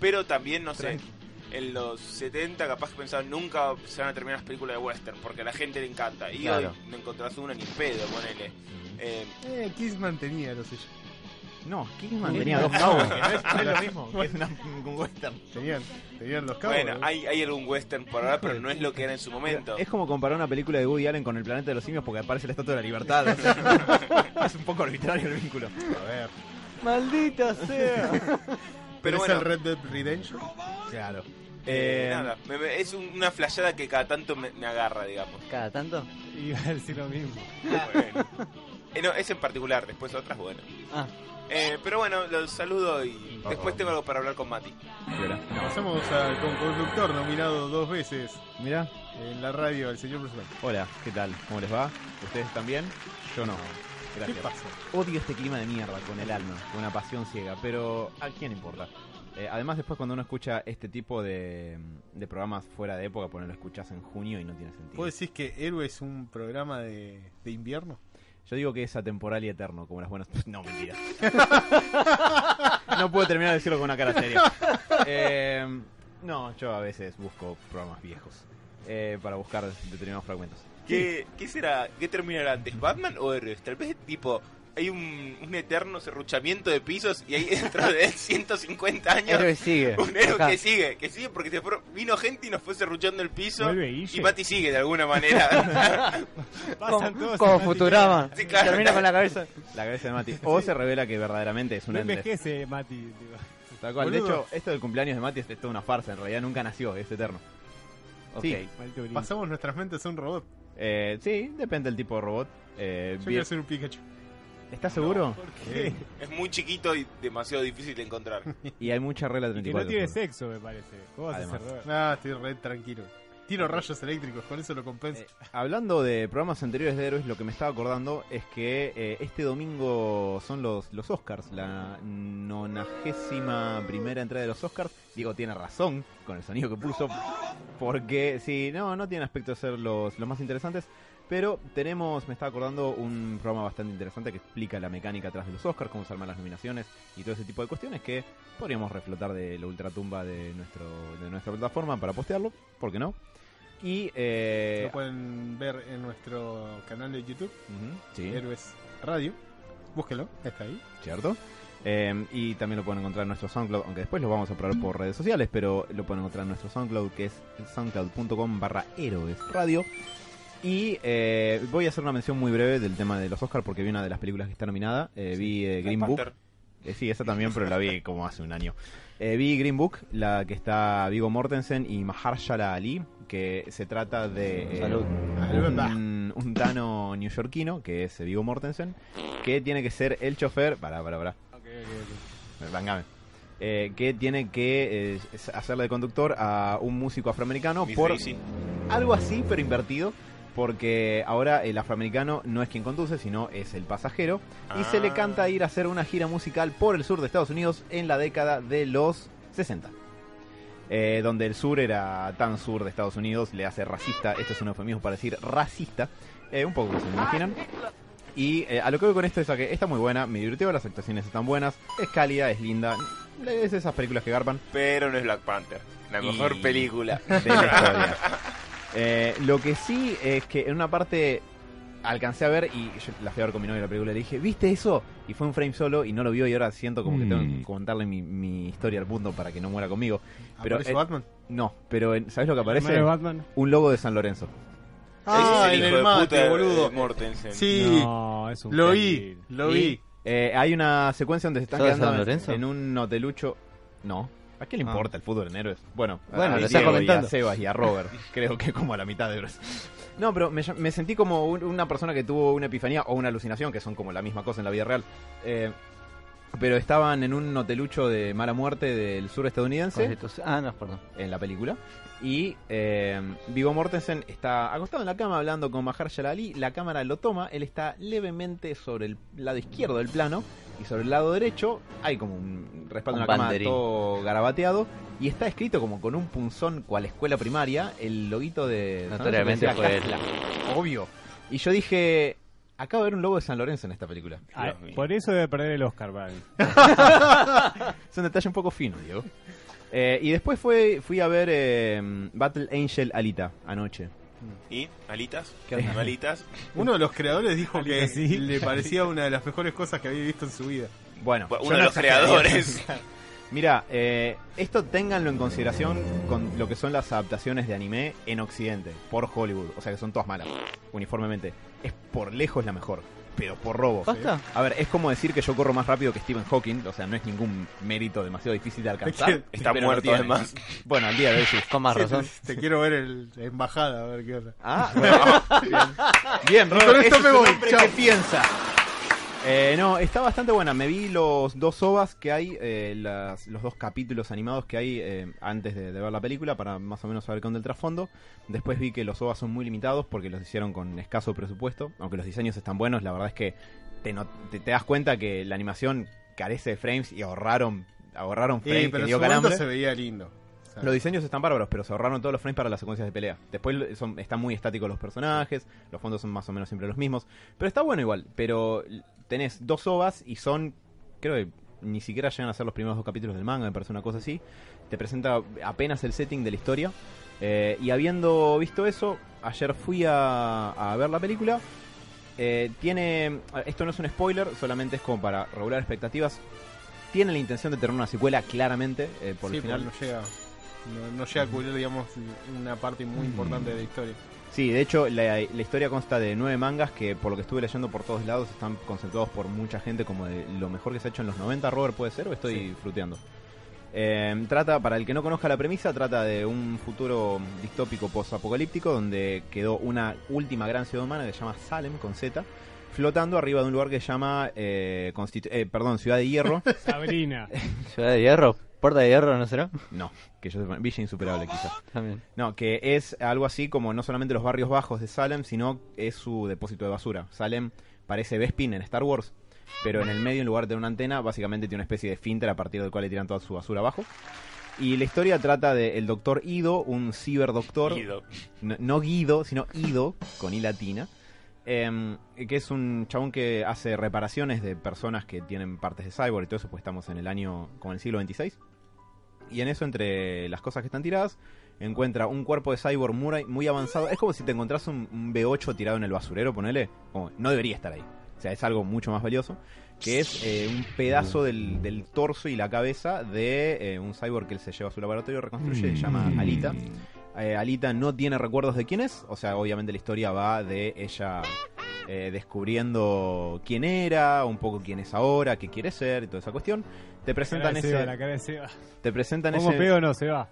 Speaker 3: Pero también, no sé, en los 70 capaz que pensaban nunca se van a terminar las películas de western, porque a la gente le encanta. Y
Speaker 4: Claro.
Speaker 3: hoy no encontrás una ni pedo, ponele. Eh,
Speaker 2: Eh, Kissman tenía, los sellos.
Speaker 5: No, Kingman tenía dos
Speaker 6: Oh, Ah,
Speaker 5: cabos. No es lo mismo que es una, un western.
Speaker 2: Tenían, tenían los cabos.
Speaker 3: bueno, hay, hay algún western por ahora, pero no es lo que era en su momento.
Speaker 5: Es como comparar una película de Woody Allen con El Planeta de los Simios porque aparece la Estatua de la Libertad. o sea, es un poco arbitrario el vínculo.
Speaker 2: A ver.
Speaker 4: ¡Maldita sea!
Speaker 2: Pero
Speaker 3: Pero bueno.
Speaker 2: el Red Dead Redemption.
Speaker 5: Claro.
Speaker 3: Eh,
Speaker 5: Eh,
Speaker 3: nada, me- me- es un- una flayada que cada tanto me, me agarra, digamos.
Speaker 4: Cada tanto.
Speaker 6: Iba a decir lo mismo.
Speaker 3: Eh, no, es en particular, después otras, bueno.
Speaker 4: Ah,
Speaker 3: Eh, pero bueno, los saludo y después tengo algo para hablar con Mati.
Speaker 2: Pasamos al conductor nominado dos veces
Speaker 5: Mira,
Speaker 2: en la radio, al señor Bruce Wayne.
Speaker 5: hola, ¿qué tal? ¿Cómo les va? ¿Ustedes están bien? Yo no.
Speaker 2: ¿Qué
Speaker 5: Gracias.
Speaker 2: pasa?
Speaker 5: Odio este clima de mierda con el alma, con una pasión ciega, pero ¿a quién importa? Eh, además, después cuando uno escucha este tipo de, de programas fuera de época, pues no lo escuchás en junio y no tiene sentido.
Speaker 2: ¿Vos decís que Héroe es un programa de, de invierno?
Speaker 5: Yo digo que es atemporal y eterno, como las buenas... No, mentira. no puedo terminar de decirlo con una cara seria. Eh, no, yo a veces busco programas viejos eh, para buscar determinados fragmentos.
Speaker 3: ¿Qué, ¿Qué será? ¿Qué terminará antes? ¿Batman o Heroes? Tal vez, tipo, hay un, un eterno serruchamiento de pisos y ahí dentro de 150 años.
Speaker 4: Héroe sigue.
Speaker 3: Un héroe
Speaker 4: Ajá.
Speaker 3: que sigue, que sigue porque se fueron- vino gente y nos fue serruchando el piso.
Speaker 6: Vuelve
Speaker 3: Y
Speaker 6: Guille.
Speaker 3: Mati sigue de alguna manera.
Speaker 6: Pasan
Speaker 4: Como,
Speaker 6: todos
Speaker 4: como
Speaker 6: en
Speaker 4: Futurama.
Speaker 3: Sí, claro.
Speaker 4: Termina con la cabeza.
Speaker 5: La cabeza de Mati. O se revela que verdaderamente es
Speaker 6: No
Speaker 5: un endless.
Speaker 6: envejece, Mati. digo.
Speaker 5: Tal cual. De
Speaker 2: Boludo.
Speaker 5: hecho, esto del cumpleaños de Mati es, es toda una farsa. En realidad nunca nació, es eterno. Sí.
Speaker 4: Ok.
Speaker 6: Maldito gringo.
Speaker 2: Pasamos nuestras mentes a un robot.
Speaker 5: Eh, sí, depende del tipo de robot. Eh,
Speaker 2: Yo
Speaker 5: bien-
Speaker 2: quiero ser un Pikachu.
Speaker 5: ¿Estás seguro?
Speaker 6: ¿Por qué?
Speaker 3: es muy chiquito y demasiado difícil de encontrar.
Speaker 5: Y hay mucha regla
Speaker 6: Que no
Speaker 5: 34.
Speaker 6: tiene
Speaker 5: seguro.
Speaker 6: sexo, me parece. ¿Cómo vas a
Speaker 5: Además.
Speaker 6: hacer Robert?
Speaker 2: Ah, estoy re tranquilo. Tiro rayos eléctricos, con eso lo compenso.
Speaker 5: Eh, hablando de programas anteriores de héroes, lo que me estaba acordando es que eh, este domingo son los, los Oscars, la nonagésima primera entrada de los Oscars. Digo, tiene razón con el sonido que puso, porque sí, no, no tiene aspecto de ser los, los más interesantes. Pero tenemos, me estaba acordando, un programa bastante interesante que explica la mecánica atrás de los Oscars, cómo se arman las nominaciones y todo ese tipo de cuestiones que podríamos reflotar de la ultratumba de, nuestro, de nuestra plataforma para postearlo, ¿por qué no? Y eh,
Speaker 2: lo pueden ver en nuestro canal de YouTube,
Speaker 5: Ujú, Sí,
Speaker 2: Héroes Radio. Búsquelo, está ahí.
Speaker 5: cierto. Eh, y también lo pueden encontrar en nuestro SoundCloud, aunque después lo vamos a probar por redes sociales, pero lo pueden encontrar en nuestro SoundCloud, que es soundcloud.com barra héroes radio. Y eh, voy a hacer una mención muy breve del tema de los Oscars, porque vi una de las películas que está nominada. Eh, vi eh, Green Book.
Speaker 3: Panther.
Speaker 5: Eh, sí, esa también, pero la vi como hace un año. Eh, vi Green Book, la que está Vigo Mortensen y Mahershala Ali, que se trata de... eh,
Speaker 4: Salud.
Speaker 6: Mm,
Speaker 5: un, un Tano neoyorquino, que es Vigo Mortensen, que tiene que ser el chofer. Pará, pará, pará. Vengame. Eh, que tiene que eh, es- hacerle de conductor a un músico afroamericano
Speaker 3: Miss
Speaker 5: por
Speaker 3: Daisy.
Speaker 5: algo así, pero invertido. Porque ahora el afroamericano no es quien conduce, sino es el pasajero. Y se le
Speaker 3: Ah.
Speaker 5: canta ir a hacer una gira musical por el sur de Estados Unidos en la década de los 60. Eh, donde el sur era tan sur de Estados Unidos, le hace racista, esto es un eufemismo para decir racista, eh, un poco se imaginan. Y eh, a lo que voy con esto es a que está muy buena, me divirtió, las actuaciones están buenas, es cálida, es linda, es de esas películas que garpan
Speaker 3: Pero no es Black Panther. La
Speaker 5: Y-
Speaker 3: mejor película.
Speaker 5: de la historia. Eh, lo que sí es que en una parte alcancé a ver y yo la fui a ver con mi novia la película y le dije, ¿viste eso? Y fue un frame solo y no lo vio y ahora siento como que tengo que contarle mi, mi historia al mundo para que no muera conmigo. Pero,
Speaker 2: ¿Aparece
Speaker 5: eh,
Speaker 2: Batman?
Speaker 5: No, pero en- ¿sabes lo que
Speaker 6: Hermano
Speaker 5: aparece?
Speaker 6: de Batman?
Speaker 5: Un logo de San Lorenzo.
Speaker 2: Ah,
Speaker 3: Ese es
Speaker 2: en
Speaker 3: el
Speaker 2: el
Speaker 3: hijo de
Speaker 2: mate,
Speaker 3: puta de-
Speaker 2: boludo.
Speaker 3: de Mortensen.
Speaker 2: Sí,
Speaker 6: No, es un
Speaker 2: lo vi,
Speaker 6: gentil.
Speaker 2: lo
Speaker 4: ¿Y?
Speaker 2: vi.
Speaker 5: Eh, hay una secuencia donde se están
Speaker 4: ¿Sos de San
Speaker 5: quedando en-
Speaker 4: Lorenzo?
Speaker 5: en un hotelucho. No. ¿A qué le
Speaker 4: Ah.
Speaker 5: importa el fútbol en héroes? Bueno, a-
Speaker 4: Bueno,
Speaker 5: a
Speaker 4: lo está
Speaker 5: Diego y a
Speaker 4: comentando.
Speaker 5: Sebas y a Robert. creo que como a la mitad de héroes. No, pero me, llam- me sentí como un- una persona que tuvo una epifanía o una alucinación, que son como la misma cosa en la vida real. Eh, pero estaban en un hotelucho de mala muerte del sur estadounidense
Speaker 4: Constitución- Ah, no, perdón.
Speaker 5: en la película. Y eh, Vigo Mortensen está acostado en la cama hablando con Mahershala Ali. La cámara lo toma, él está levemente sobre el lado izquierdo del plano y sobre el lado derecho hay como un respaldo
Speaker 4: Un
Speaker 5: de una cama
Speaker 4: banderín.
Speaker 5: todo garabateado y está escrito como con un punzón cual escuela primaria el loguito de San Lorenzo que
Speaker 4: Notoriamente
Speaker 5: decía
Speaker 4: fue
Speaker 5: Cazla. obvio. Y yo dije, acabo de ver un logo de San Lorenzo en esta película.
Speaker 6: Ah,
Speaker 3: Dios mío.
Speaker 6: por eso debe perder el Oscar, para mí.
Speaker 5: Es un detalle un poco fino, Diego. Eh, y después fue, fui a ver eh, Battle Angel Alita anoche.
Speaker 3: ¿Y? ¿Alitas?
Speaker 5: ¿Qué onda?
Speaker 3: ¿Alitas?
Speaker 2: Uno de los creadores dijo que
Speaker 6: Sí.
Speaker 2: le parecía una de las mejores cosas que había visto en su vida.
Speaker 5: Bueno,
Speaker 3: Bueno,
Speaker 5: yo
Speaker 3: uno de
Speaker 5: no
Speaker 3: los
Speaker 5: exageraría.
Speaker 3: creadores.
Speaker 5: Mira, eh, esto ténganlo en consideración con lo que son las adaptaciones de anime en Occidente, por Hollywood. O sea que son todas malas, uniformemente. Es por lejos la mejor, pero por robo.
Speaker 4: ¿Posta?
Speaker 5: A ver, es como decir que yo corro más rápido que Stephen Hawking, o sea, no es ningún mérito demasiado difícil de alcanzar.
Speaker 2: Es que
Speaker 3: está
Speaker 5: pero lo
Speaker 3: muerto,
Speaker 5: tiene.
Speaker 3: además.
Speaker 5: Bueno, al día de hoy sí.
Speaker 4: Con más razón.
Speaker 2: Te, te quiero ver el, la embajada, a ver qué onda.
Speaker 5: Ah, bueno. bien. bien, Robert,
Speaker 2: Con esto
Speaker 5: ese es
Speaker 2: me
Speaker 5: un
Speaker 2: voy,
Speaker 5: hombre
Speaker 2: chao.
Speaker 5: que piensa. Eh, no, está bastante buena. Me vi los dos ovas que hay, eh, las- los dos capítulos animados que hay eh, antes de, de ver la película para más o menos saber qué onda el trasfondo. Después vi que los ovas son muy limitados porque los hicieron con escaso presupuesto. Aunque los diseños están buenos, la verdad es que te, no- te, te das cuenta que la animación carece de frames y ahorraron, ahorraron frames.
Speaker 2: Eh, pero
Speaker 5: que
Speaker 2: en
Speaker 5: dio
Speaker 2: su momento
Speaker 5: calambre.
Speaker 2: se veía lindo. O sea,
Speaker 5: Los diseños están bárbaros, pero se ahorraron todos los frames para las secuencias de pelea. Después son, están muy estáticos los personajes, los fondos son más o menos siempre los mismos. Pero está bueno igual, pero tenés dos ovas y son, creo que ni siquiera llegan a ser los primeros dos capítulos del manga, me parece una cosa así. Te presenta apenas el setting de la historia. Eh, y habiendo visto eso, ayer fui a, a ver la película. Eh, tiene. Esto no es un spoiler, solamente es como para regular expectativas. Tiene la intención de tener una secuela, claramente, eh, por
Speaker 2: Sí,
Speaker 5: el final.
Speaker 2: porque no llega, no, no llega a cubrir, digamos, una parte muy
Speaker 5: Mm.
Speaker 2: importante de la historia.
Speaker 5: Sí, de hecho, la, la historia consta de nueve mangas que, por lo que estuve leyendo por todos lados, están concentrados por mucha gente como de lo mejor que se ha hecho en los 90. Robert, ¿puede ser o estoy fruteando? Eh, trata, para el que no conozca la premisa, trata de un futuro distópico post-apocalíptico donde quedó una última gran ciudad humana que se llama Salem, con Z, flotando arriba de un lugar que se llama, eh, Constitu- eh, perdón, Ciudad de Hierro.
Speaker 6: Sabrina.
Speaker 4: Ciudad de Hierro, Puerta de Hierro, ¿no será?
Speaker 5: no, que yo sepa, Villa Insuperable quizás.
Speaker 4: También.
Speaker 5: No, que es algo así como no solamente los barrios bajos de Salem, sino es su depósito de basura. Salem parece Bespin en Star Wars, pero en el medio, en lugar de tener una antena, básicamente tiene una especie de finter a partir del cual le tiran toda su basura abajo. Y la historia trata del doctor Ido, un ciberdoctor
Speaker 3: Guido.
Speaker 5: no, no Guido, sino Ido, con I latina, em, que es un chabón que hace reparaciones de personas que tienen partes de cyborg y todo eso, pues estamos en el año, como en el siglo XXVI. Y en eso, entre las cosas que están tiradas, encuentra un cuerpo de cyborg muy, muy avanzado. Es como si te encontrás un, un B8 tirado en el basurero, ponele. Como, no debería estar ahí. O sea, es algo mucho más valioso. Que es eh, un pedazo del, del torso y la cabeza de eh, un cyborg que él se lleva a su laboratorio, reconstruye, se llama
Speaker 6: Mm.
Speaker 5: Alita. Eh, Alita no tiene recuerdos de quién es, o sea, obviamente la historia va de ella eh, descubriendo quién era, un poco quién es ahora, qué quiere ser y toda esa cuestión. Te presentan
Speaker 6: La cara de Seba,
Speaker 5: ese,
Speaker 6: la cara de Seba.
Speaker 5: te presentan
Speaker 6: ¿Cómo
Speaker 5: ese,
Speaker 6: pego o no, Seba?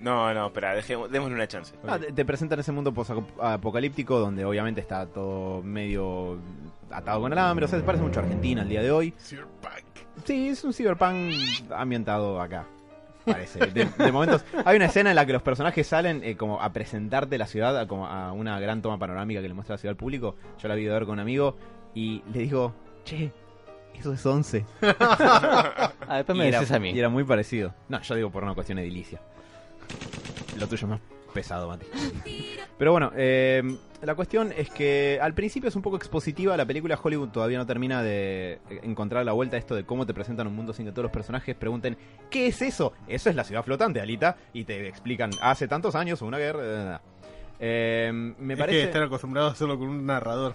Speaker 3: No, no, espera, dejemos- démosle una chance.
Speaker 5: Ah, te, te presentan ese mundo apocalíptico donde obviamente está todo medio atado con alambre, o sea, se parece mucho a Argentina al día de hoy. Sí, es un cyberpunk ambientado acá. Parece. De, de momentos. Hay una escena en la que los personajes salen eh, como a presentarte la ciudad, a, como a una gran toma panorámica que le muestra la ciudad al público. Yo la vi de ver con un amigo y le digo, che, eso es 11.
Speaker 4: Ah, después
Speaker 5: Y
Speaker 4: me
Speaker 5: era-
Speaker 4: decís a mí.
Speaker 5: Y era muy parecido. No, yo digo por una cuestión edilicia. Lo tuyo es más pesado, Mati. Pero bueno, eh, la cuestión es que al principio es un poco expositiva. La película Hollywood todavía no termina de encontrar la vuelta a esto de cómo te presentan un mundo sin que todos los personajes pregunten ¿Qué es eso? Eso es la ciudad flotante, Alita. Y te explican, hace tantos años una guerra... da, da, da. Eh, me
Speaker 2: es
Speaker 5: parece...
Speaker 2: que están acostumbrados a hacerlo con un narrador.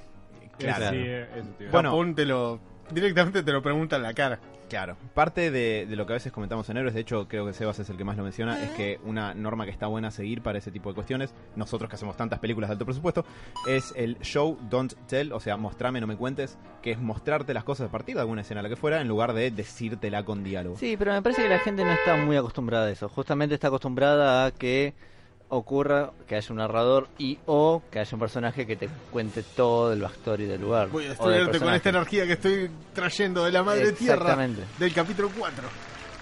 Speaker 5: Claro.
Speaker 6: Sí, eh, eso te iba a
Speaker 5: Bueno.
Speaker 2: Japón te lo, directamente te lo pregunta en la cara.
Speaker 5: Claro, parte de, de lo que a veces comentamos en héroes, de hecho creo que Sebas es el que más lo menciona, es que una norma que está buena a seguir para ese tipo de cuestiones, nosotros que hacemos tantas películas de alto presupuesto, es el show, don't tell, o sea, mostrame, no me cuentes, que es mostrarte las cosas a partir de alguna escena, la que fuera, en lugar de decírtela con diálogo.
Speaker 4: Sí, pero me parece que la gente no está muy acostumbrada a eso. Justamente está acostumbrada a que ocurra que haya un narrador y o que haya un personaje que te cuente todo el backstory del lugar.
Speaker 2: Voy a
Speaker 4: o
Speaker 2: destruirte
Speaker 4: del
Speaker 2: con
Speaker 4: personaje.
Speaker 2: esta energía que estoy trayendo de la madre tierra
Speaker 4: Exactamente.
Speaker 2: del capítulo 4.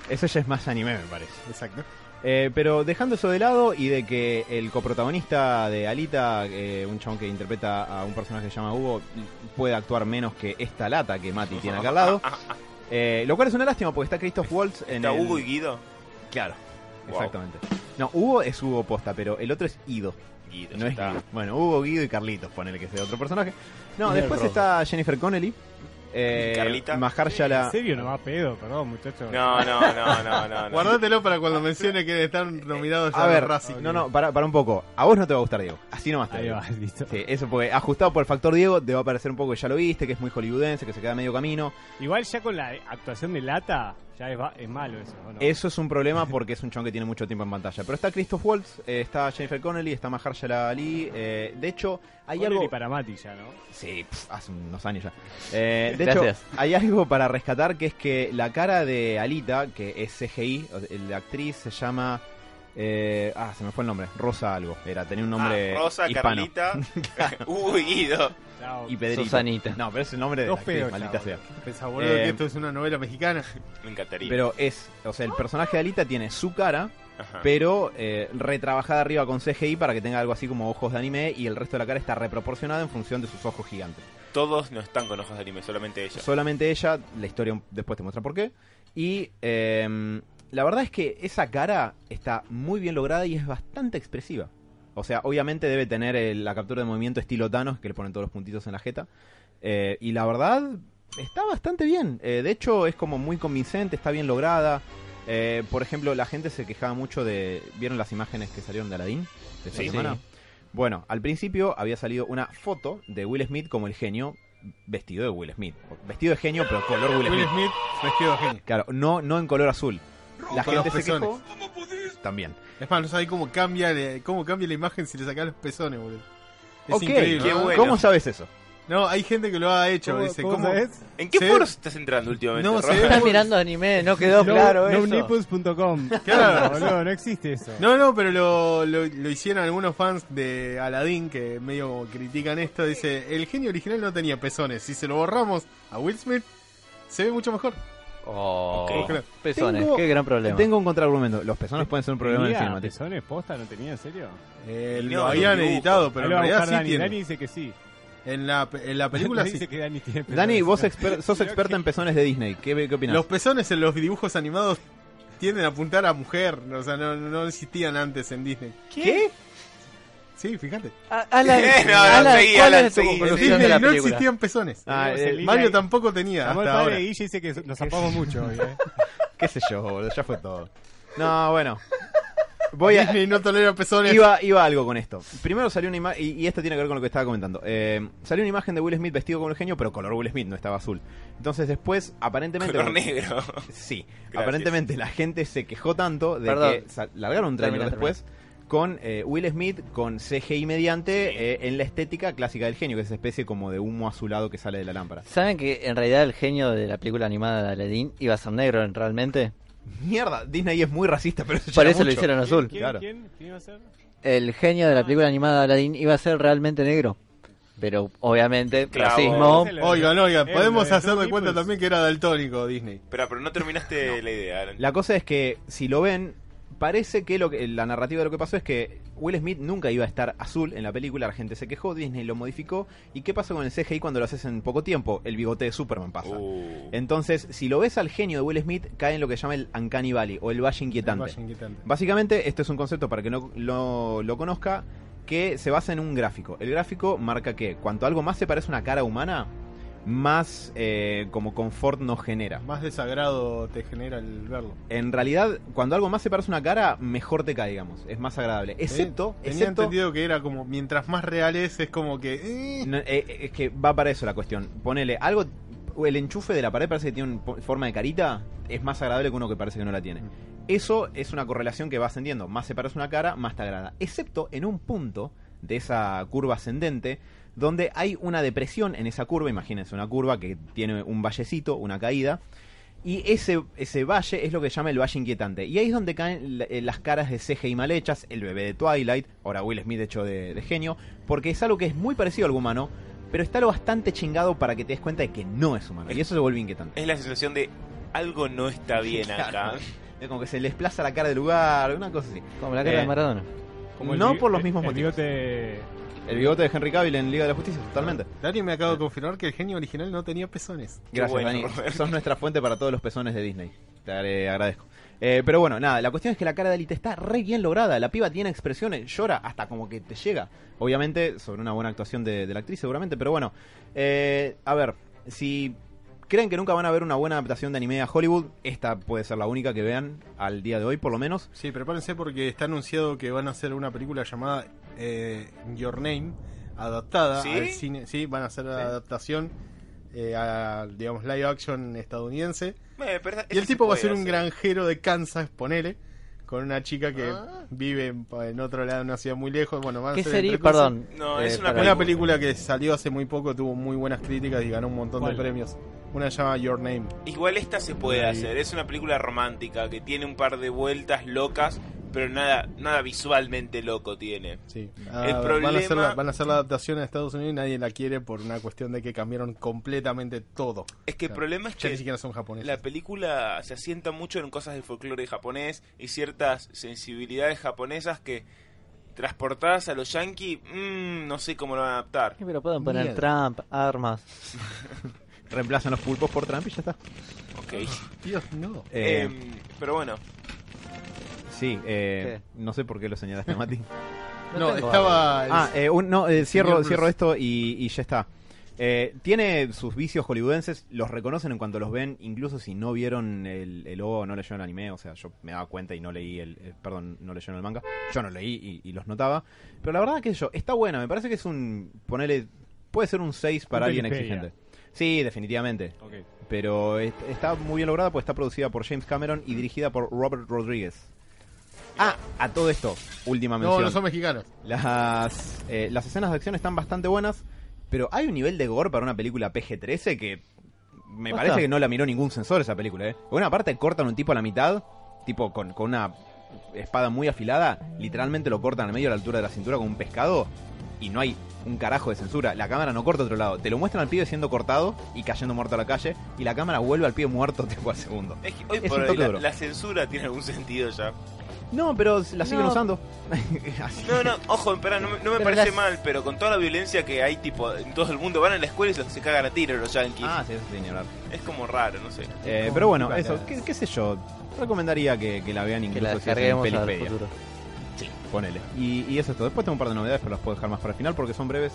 Speaker 5: Eso ya es más anime, me parece.
Speaker 2: Exacto.
Speaker 5: Eh, pero dejando eso de lado y de que el coprotagonista de Alita, eh, un chabón que interpreta a un personaje que se llama Hugo, puede actuar menos que esta lata que Mati tiene acá al lado. Eh, lo cual es una lástima porque está Christoph Waltz en
Speaker 3: Está
Speaker 5: el-
Speaker 3: Hugo y Guido.
Speaker 5: Claro,
Speaker 3: Wow.
Speaker 5: exactamente. No, Hugo es Hugo Posta, pero el otro es Ido.
Speaker 3: Guido,
Speaker 5: No
Speaker 3: ya
Speaker 5: es
Speaker 3: está.
Speaker 5: Guido. Bueno, Hugo, Guido y Carlitos, ponele que sea otro personaje. No,
Speaker 4: Y el
Speaker 5: después
Speaker 4: Rodo.
Speaker 5: está Jennifer Connelly. Eh,
Speaker 3: Y Carlita.
Speaker 5: Mahershala-
Speaker 6: ¿En serio no va pedo? Perdón, muchachos.
Speaker 3: No, no, no, no, no. no.
Speaker 2: Guardátelo para cuando mencione que están nominados ya
Speaker 5: A ver,
Speaker 2: Racing.
Speaker 5: no, no, para, para un poco. A vos no te va a gustar, Diego. Así nomás te
Speaker 6: Ahí
Speaker 5: digo.
Speaker 6: va, listo.
Speaker 5: Sí, eso porque ajustado por el factor Diego te va a parecer un poco que ya lo viste, que es muy hollywoodense, que se queda a medio camino.
Speaker 6: Igual ya con la actuación de Lata, ya es, va- es malo eso, ¿o no?
Speaker 5: Eso es un problema porque es un chon que tiene mucho tiempo en pantalla. Pero está Christoph Waltz, eh, está Jennifer Connelly, está Mahershala Ali. eh, de hecho, hay
Speaker 6: Connery
Speaker 5: algo...
Speaker 6: para Mati ya, ¿no?
Speaker 5: Sí, pf, hace unos años ya. Eh, de hecho,
Speaker 4: Gracias.
Speaker 5: hay algo para rescatar que es que la cara de Alita, que es CGI, o de- la actriz se llama... eh, ah, se me fue el nombre. Rosa algo. Era, tenía un nombre
Speaker 3: Ah, Rosa,
Speaker 5: hispano.
Speaker 3: Carlita, Hugo y Guido.
Speaker 6: Chao.
Speaker 5: Y Pedrito.
Speaker 4: Susanita.
Speaker 5: No, pero es el nombre de la
Speaker 6: Dos
Speaker 5: actriz,
Speaker 6: pedos,
Speaker 5: maldita
Speaker 6: chabón.
Speaker 5: sea.
Speaker 2: Pensá, boludo,
Speaker 5: Eh,
Speaker 2: que esto es una novela mexicana.
Speaker 3: Me encantaría.
Speaker 5: Pero es, o sea, el personaje de Alita tiene su cara,
Speaker 3: Ajá.
Speaker 5: pero eh, retrabajada arriba con CGI para que tenga algo así como ojos de anime y el resto de la cara está reproporcionada en función de sus ojos gigantes.
Speaker 3: Todos no están con ojos de anime, solamente ella.
Speaker 5: Solamente ella, la historia después te muestra por qué. Y eh, la verdad es que esa cara está muy bien lograda y es bastante expresiva. O sea, obviamente debe tener eh, la captura de movimiento estilo Thanos, que le ponen todos los puntitos en la jeta. Eh, y la verdad, está bastante bien. Eh, de hecho, es como muy convincente, está bien lograda. Eh, por ejemplo, la gente se quejaba mucho de. ¿Vieron las imágenes que salieron de Aladdin? De esta
Speaker 4: Sí.
Speaker 5: semana.
Speaker 4: Sí.
Speaker 5: Bueno, al principio había salido una foto de Will Smith como el genio vestido de Will Smith. Vestido de genio, pero color Will,
Speaker 2: Will
Speaker 5: Smith.
Speaker 2: Smith vestido de genio.
Speaker 5: Claro, no, no en color azul. La
Speaker 2: Con
Speaker 5: gente
Speaker 2: los
Speaker 5: se
Speaker 2: pezones.
Speaker 5: quejó. También.
Speaker 2: Es más, no sabés cómo cambia, eh, cómo cambia la imagen si le sacás los pezones, boludo. Es
Speaker 5: ok,
Speaker 2: increíble. Ah,
Speaker 3: qué
Speaker 2: ¿no?
Speaker 3: bueno.
Speaker 5: ¿cómo sabes eso?
Speaker 2: No, hay gente que lo ha hecho.
Speaker 6: ¿Cómo-
Speaker 2: dice,
Speaker 6: cómo
Speaker 2: ¿cómo?
Speaker 6: sabés?
Speaker 3: ¿En qué
Speaker 2: Se-
Speaker 3: foros estás entrando últimamente?
Speaker 2: No,
Speaker 3: Rafa?
Speaker 2: se ve-
Speaker 4: Estás mirando anime, no quedó
Speaker 6: No-
Speaker 4: claro eso.
Speaker 6: nonipples.com.
Speaker 2: Claro.
Speaker 6: No, boludo, no existe eso.
Speaker 2: No, no, pero lo, lo, lo hicieron algunos fans de Aladdin que medio critican esto. Dice, el genio original no tenía pezones. Si se lo borramos a Will Smith, se ve mucho mejor.
Speaker 4: Oh,
Speaker 3: Ok.
Speaker 2: Claro.
Speaker 4: pezones,
Speaker 5: Tengo-
Speaker 4: qué gran problema.
Speaker 5: Tengo un contraargumento. Los personas pueden ser un problema en el
Speaker 6: ¿Tenía
Speaker 5: cinema.
Speaker 6: pezones posta? ¿No tenía, en serio?
Speaker 2: Eh,
Speaker 3: Y
Speaker 2: lo
Speaker 3: no,
Speaker 2: habían
Speaker 3: los dibujos.
Speaker 2: editado, pero
Speaker 6: Ahí
Speaker 2: en
Speaker 6: lo va a
Speaker 2: realidad
Speaker 6: buscar
Speaker 2: sí
Speaker 6: Dani.
Speaker 2: tiene.
Speaker 6: Dani dice que sí.
Speaker 2: En la, pe- en la película
Speaker 6: Dani
Speaker 2: sí.
Speaker 6: dice que Dani tiene pezones.
Speaker 5: Dani, vos, exper- sos experta en pezones de Disney. ¿Qué, qué opinas?
Speaker 2: Los pezones en los dibujos animados tienden a apuntar a mujer. O sea, no, no existían antes en Disney.
Speaker 5: ¿Qué?
Speaker 2: Sí, fíjate.
Speaker 4: A- Alan,
Speaker 3: Eh, no, no,
Speaker 4: Alan,
Speaker 3: seguí,
Speaker 4: ¿cuál
Speaker 3: Alan,
Speaker 4: es tu
Speaker 3: seguí.
Speaker 2: En
Speaker 4: conclusión de
Speaker 2: Disney
Speaker 4: la
Speaker 2: no
Speaker 4: película?
Speaker 2: existían pezones.
Speaker 5: Ah,
Speaker 6: Tenemos
Speaker 5: eh,
Speaker 6: el link
Speaker 2: Mario
Speaker 6: ahí.
Speaker 2: tampoco tenía
Speaker 6: Llamó el
Speaker 2: hasta
Speaker 6: padre
Speaker 2: ahora.
Speaker 6: de Guille y dice que nos zapamos mucho hoy, eh.
Speaker 5: qué sé yo, boludo, ya fue todo. No, bueno. Voy a,
Speaker 2: Disney no tolera pezones.
Speaker 5: iba, iba algo con esto. Primero salió una imagen, y, y esto tiene que ver con lo que estaba comentando. Eh, salió una imagen de Will Smith vestido como el genio, pero color Will Smith, no estaba azul. Entonces después, aparentemente...
Speaker 3: Color negro.
Speaker 5: Sí,
Speaker 3: Gracias.
Speaker 5: aparentemente la gente se quejó tanto de
Speaker 4: Perdón.
Speaker 5: que sal- largaron un trailer
Speaker 4: Termina,
Speaker 5: después con eh, Will Smith con CGI mediante eh, en la estética clásica del genio, que es esa especie como de humo azulado que sale de la lámpara.
Speaker 4: ¿Saben que en realidad el genio de la película animada de Aladdin iba a ser negro en- realmente?
Speaker 5: Mierda, Disney es muy racista, pero eso
Speaker 4: Por
Speaker 5: ya
Speaker 4: eso lo
Speaker 5: mucho.
Speaker 4: hicieron azul.
Speaker 6: ¿Quién,
Speaker 5: Claro.
Speaker 6: quién, quién iba a ser?
Speaker 4: El genio de la película animada de Aladdin iba a ser realmente negro. Pero obviamente,
Speaker 3: Claro.
Speaker 4: racismo.
Speaker 6: Ese lo-
Speaker 2: Oigan, oigan,
Speaker 6: Eh,
Speaker 2: podemos
Speaker 6: lo de
Speaker 2: hacer de
Speaker 6: Snoopy,
Speaker 2: cuenta
Speaker 6: pues.
Speaker 2: también que era daltónico Disney.
Speaker 3: Pero, pero no terminaste la idea, Alan.
Speaker 5: La cosa es que, si lo ven, parece que, lo que la narrativa de lo que pasó es que Will Smith nunca iba a estar azul en la película, la gente se quejó, Disney lo modificó. ¿Y qué pasa con el CGI cuando lo haces en poco tiempo? El bigote de Superman pasa.
Speaker 3: Uh.
Speaker 5: Entonces, si lo ves al genio de Will Smith, cae en lo que llama el Uncanny Valley o el Valle Inquietante.
Speaker 2: Vaya inquietante.
Speaker 5: Básicamente, este es un concepto para que no lo, lo conozca, que se basa en un gráfico. El gráfico marca que cuanto algo más se parece a una cara humana, más eh, como confort nos genera.
Speaker 2: Más desagrado te genera el verlo.
Speaker 5: En realidad, cuando algo más se parece a una cara, mejor te cae, digamos. Es más agradable. Excepto,
Speaker 2: Eh, Tenía
Speaker 5: excepto-
Speaker 2: entendido que era como mientras más real es, es como que. eh,
Speaker 5: No, eh, eh, es que va para eso la cuestión. Ponele algo. El enchufe de la pared parece que tiene un po- forma de carita. Es más agradable que uno que parece que no la tiene.
Speaker 2: Mm.
Speaker 5: Eso es una correlación que va ascendiendo. Más se parece una cara, más te agrada. Excepto en un punto de esa curva ascendente donde hay una depresión en esa curva. Imagínense una curva que tiene un vallecito, una caída. Y ese, ese valle es lo que se llama el valle inquietante. Y ahí es donde caen la- eh, las caras de CGI mal hechas, el bebé de Twilight, ahora Will Smith hecho de, de genio, porque es algo que es muy parecido al humano, pero está lo bastante chingado para que te des cuenta de que no es humano. Y eso se vuelve inquietante.
Speaker 3: Es la sensación de algo no está bien acá.
Speaker 5: Claro. Es como que se les plaza la cara del lugar, una cosa así.
Speaker 4: Como la cara
Speaker 5: Eh,
Speaker 4: de Maradona.
Speaker 6: Como el
Speaker 5: no
Speaker 6: bi-
Speaker 5: por los
Speaker 6: el-
Speaker 5: mismos
Speaker 6: el
Speaker 5: motivos.
Speaker 6: bigote-
Speaker 5: El bigote de Henry Cavill en Liga de la Justicia, totalmente.
Speaker 2: Dani me acaba de confirmar que el genio original no tenía pezones.
Speaker 3: Qué
Speaker 5: Gracias,
Speaker 3: bueno,
Speaker 5: Dani.
Speaker 3: Robert.
Speaker 5: Sos nuestra fuente para todos los pezones de Disney. Te agre- agradezco. Eh, pero bueno, nada, la cuestión es que la cara de Alita está re bien lograda. La piba tiene expresiones, llora hasta como que te llega. Obviamente, sobre una buena actuación de, de la actriz, seguramente. Pero bueno, eh, a ver, si creen que nunca van a ver una buena adaptación de anime a Hollywood, esta puede ser la única que vean al día de hoy, por lo menos.
Speaker 2: Sí, prepárense porque está anunciado que van a hacer una película llamada eh, Your Name, adaptada
Speaker 3: ¿Sí?
Speaker 2: al cine. Sí, van a hacer la adaptación eh, a, digamos, live action estadounidense.
Speaker 3: Eh, pero esa-
Speaker 2: Y el
Speaker 3: esa se
Speaker 2: tipo va a
Speaker 3: puede
Speaker 2: ser un
Speaker 3: hacer.
Speaker 2: granjero de Kansas, ponele, con una chica que
Speaker 3: Ah.
Speaker 2: vive en, en otro lado, en una ciudad muy lejos. Bueno, van a
Speaker 4: ¿Qué
Speaker 2: ser
Speaker 4: sería?
Speaker 2: entre cosas.
Speaker 4: Perdón.
Speaker 3: No, es una
Speaker 4: para-
Speaker 2: Una película que salió hace muy poco, tuvo muy buenas críticas y ganó un montón
Speaker 6: ¿Cuál?
Speaker 2: de premios. Una llamada Your Name.
Speaker 3: Igual esta se puede hacer. Es una película romántica que tiene un par de vueltas locas, pero nada, nada visualmente loco tiene.
Speaker 2: Sí.
Speaker 3: El
Speaker 2: Ah, van, a hacer
Speaker 3: problema-
Speaker 2: la, van a hacer la adaptación a Estados Unidos y nadie la quiere por una cuestión de que cambiaron completamente todo.
Speaker 3: Es que el
Speaker 2: Claro.
Speaker 3: problema es
Speaker 2: Ya ni
Speaker 3: que
Speaker 2: siquiera son japoneses.
Speaker 3: la película se asienta mucho en cosas del folclore japonés y ciertas sensibilidades japonesas que transportadas a los yankees, mm, no sé cómo lo van a adaptar.
Speaker 4: Sí, Pero pueden poner
Speaker 2: Miedo.
Speaker 4: Trump, armas.
Speaker 5: Reemplazan los pulpos por Trump y ya está.
Speaker 3: Ok.
Speaker 2: Dios, no.
Speaker 5: Eh,
Speaker 3: Em, pero bueno,
Speaker 5: sí, eh, no sé por qué lo señalaste, Mati.
Speaker 2: No,
Speaker 4: tengo
Speaker 2: estaba.
Speaker 5: Ah, eh, un- no, eh,
Speaker 2: Señor
Speaker 5: cierro,
Speaker 2: Bruce.
Speaker 5: cierro esto y, y ya está. Eh, tiene sus vicios hollywoodenses, los reconocen en cuanto los ven, incluso si no vieron el, el OVA o no leyeron el anime, o sea, yo me daba cuenta y no leí el, eh, perdón, no leyeron el manga, yo no leí y, y los notaba, pero la verdad que yo, está buena, me parece que es un, ponele, puede ser un 6 para
Speaker 6: Un
Speaker 5: alguien
Speaker 6: Wikipedia.
Speaker 5: exigente. Sí, definitivamente, pero est- está muy bien lograda pues está producida por James Cameron y dirigida por Robert Rodríguez. Ah, a todo esto, última mención.
Speaker 2: No, no son mexicanos.
Speaker 5: Las, eh, las escenas de acción están bastante buenas, pero hay un nivel de gore para una película PG-13 que me
Speaker 4: Posta.
Speaker 5: parece que no la miró ningún sensor esa película, ¿eh? Una parte cortan un tipo a la mitad, tipo con, con una espada muy afilada, literalmente lo cortan al medio a la altura de la cintura con un pescado y no hay un carajo de censura. La cámara no corta a otro lado. Te lo muestran al pibe siendo cortado y cayendo muerto a la calle y la cámara vuelve al pibe muerto tipo al segundo.
Speaker 3: Es que hoy
Speaker 5: Es
Speaker 3: por
Speaker 5: un
Speaker 3: hoy
Speaker 5: toque
Speaker 3: la,
Speaker 5: duro.
Speaker 3: la censura tiene algún sentido ya.
Speaker 5: No, pero la siguen
Speaker 4: No.
Speaker 5: usando. Así.
Speaker 3: No, no, ojo, espera, no, me- no me
Speaker 4: Pero
Speaker 3: parece
Speaker 4: las-
Speaker 3: mal, pero con toda la violencia que hay, tipo, en todo el mundo van a la escuela y se, se cagan a tiro los yankees.
Speaker 5: Ah, sí, eso sí, ni hablar.
Speaker 3: Es como raro, no sé.
Speaker 5: Eh,
Speaker 2: Con
Speaker 5: pero bueno,
Speaker 2: pibas.
Speaker 5: eso, qué, qué sé yo. Recomendaría que, que la vean
Speaker 4: Que
Speaker 5: incluso
Speaker 4: la
Speaker 5: si es en
Speaker 4: descarguemos al
Speaker 5: Pelipedia.
Speaker 4: futuro.
Speaker 5: Ponele. Y, y eso es todo. Después tengo un par de novedades, pero las puedo dejar más para el final porque son breves.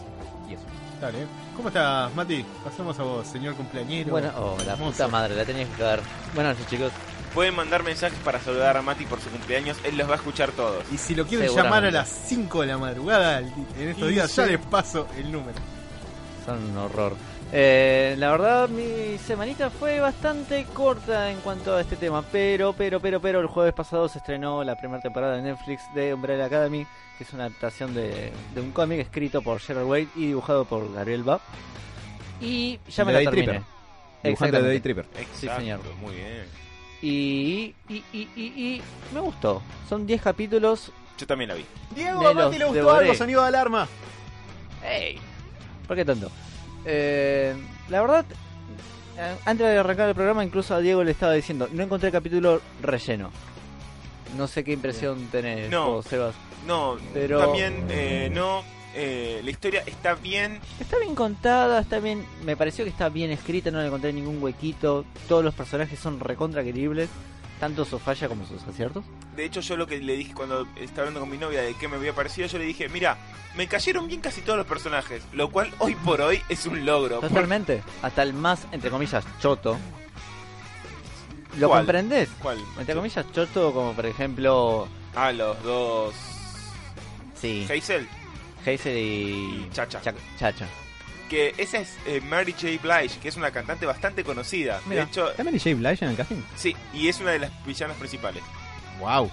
Speaker 5: Y eso.
Speaker 2: Dale. ¿Cómo estás, Mati? Pasemos a vos, señor cumpleañero.
Speaker 4: Bueno, oh, la
Speaker 2: Hermoso.
Speaker 4: puta madre, la tenía que cagar. Buenas noches, chicos.
Speaker 3: Pueden mandar mensajes para saludar a Mati por su cumpleaños, él los va a escuchar todos.
Speaker 2: Y si lo quieren
Speaker 4: Seguramente.
Speaker 2: llamar a las 5 de la madrugada, en estos días ya les paso el número.
Speaker 4: Son un horror. Eh, la verdad, mi semanita fue bastante corta en cuanto a este tema, pero, pero, pero, pero el jueves pasado se estrenó la primera temporada de Netflix de Umbrella Academy, que es una adaptación de, de un cómic escrito por Gerard Way y dibujado por Gabriel Bab. Y ya me
Speaker 5: De
Speaker 4: la
Speaker 5: Day
Speaker 4: terminé.
Speaker 5: Tripper. Dibujante de Day Tripper.
Speaker 4: Sí, señor.
Speaker 3: Muy bien.
Speaker 4: Y, y, y, y, y me gustó. Son 10 capítulos.
Speaker 3: Yo también la vi.
Speaker 5: Diego,
Speaker 4: Me
Speaker 5: a Mati
Speaker 4: los
Speaker 5: le gustó
Speaker 4: devoré.
Speaker 5: algo, sonido de alarma.
Speaker 4: ¡Ey! ¿Por qué tanto? Eh, la verdad, eh, antes de arrancar el programa, incluso a Diego le estaba diciendo: No encontré capítulo relleno. No sé qué impresión tenés,
Speaker 3: No.
Speaker 4: vos, Sebas.
Speaker 3: No,
Speaker 4: Pero-
Speaker 3: también eh, no. eh, la historia está bien.
Speaker 4: Está bien contada, está bien. Me pareció que está bien escrita, no le encontré ningún huequito. Todos los personajes son recontra queribles, tanto sus fallas como sus aciertos.
Speaker 3: De hecho, yo lo que le dije cuando estaba hablando con mi novia de qué me había parecido, yo le dije, mira, me cayeron bien casi todos los personajes, lo cual hoy por hoy es un logro.
Speaker 4: Totalmente. Hasta el más, entre comillas, choto. ¿Lo
Speaker 3: ¿Cuál?
Speaker 4: comprendés?
Speaker 3: ¿Cuál?
Speaker 4: Entre comillas, choto, como por ejemplo.
Speaker 3: A los dos.
Speaker 4: Sí,
Speaker 3: Hazel,
Speaker 4: Hazel y.
Speaker 3: Y Chacha.
Speaker 4: Cha- Chacha.
Speaker 3: que esa es eh, Mary J. Blige, que es una cantante bastante conocida.
Speaker 4: Mira.
Speaker 3: De hecho,
Speaker 5: ¿Está Mary J. Blige en el casting?
Speaker 3: sí, y es una de las villanas principales.
Speaker 5: Wow.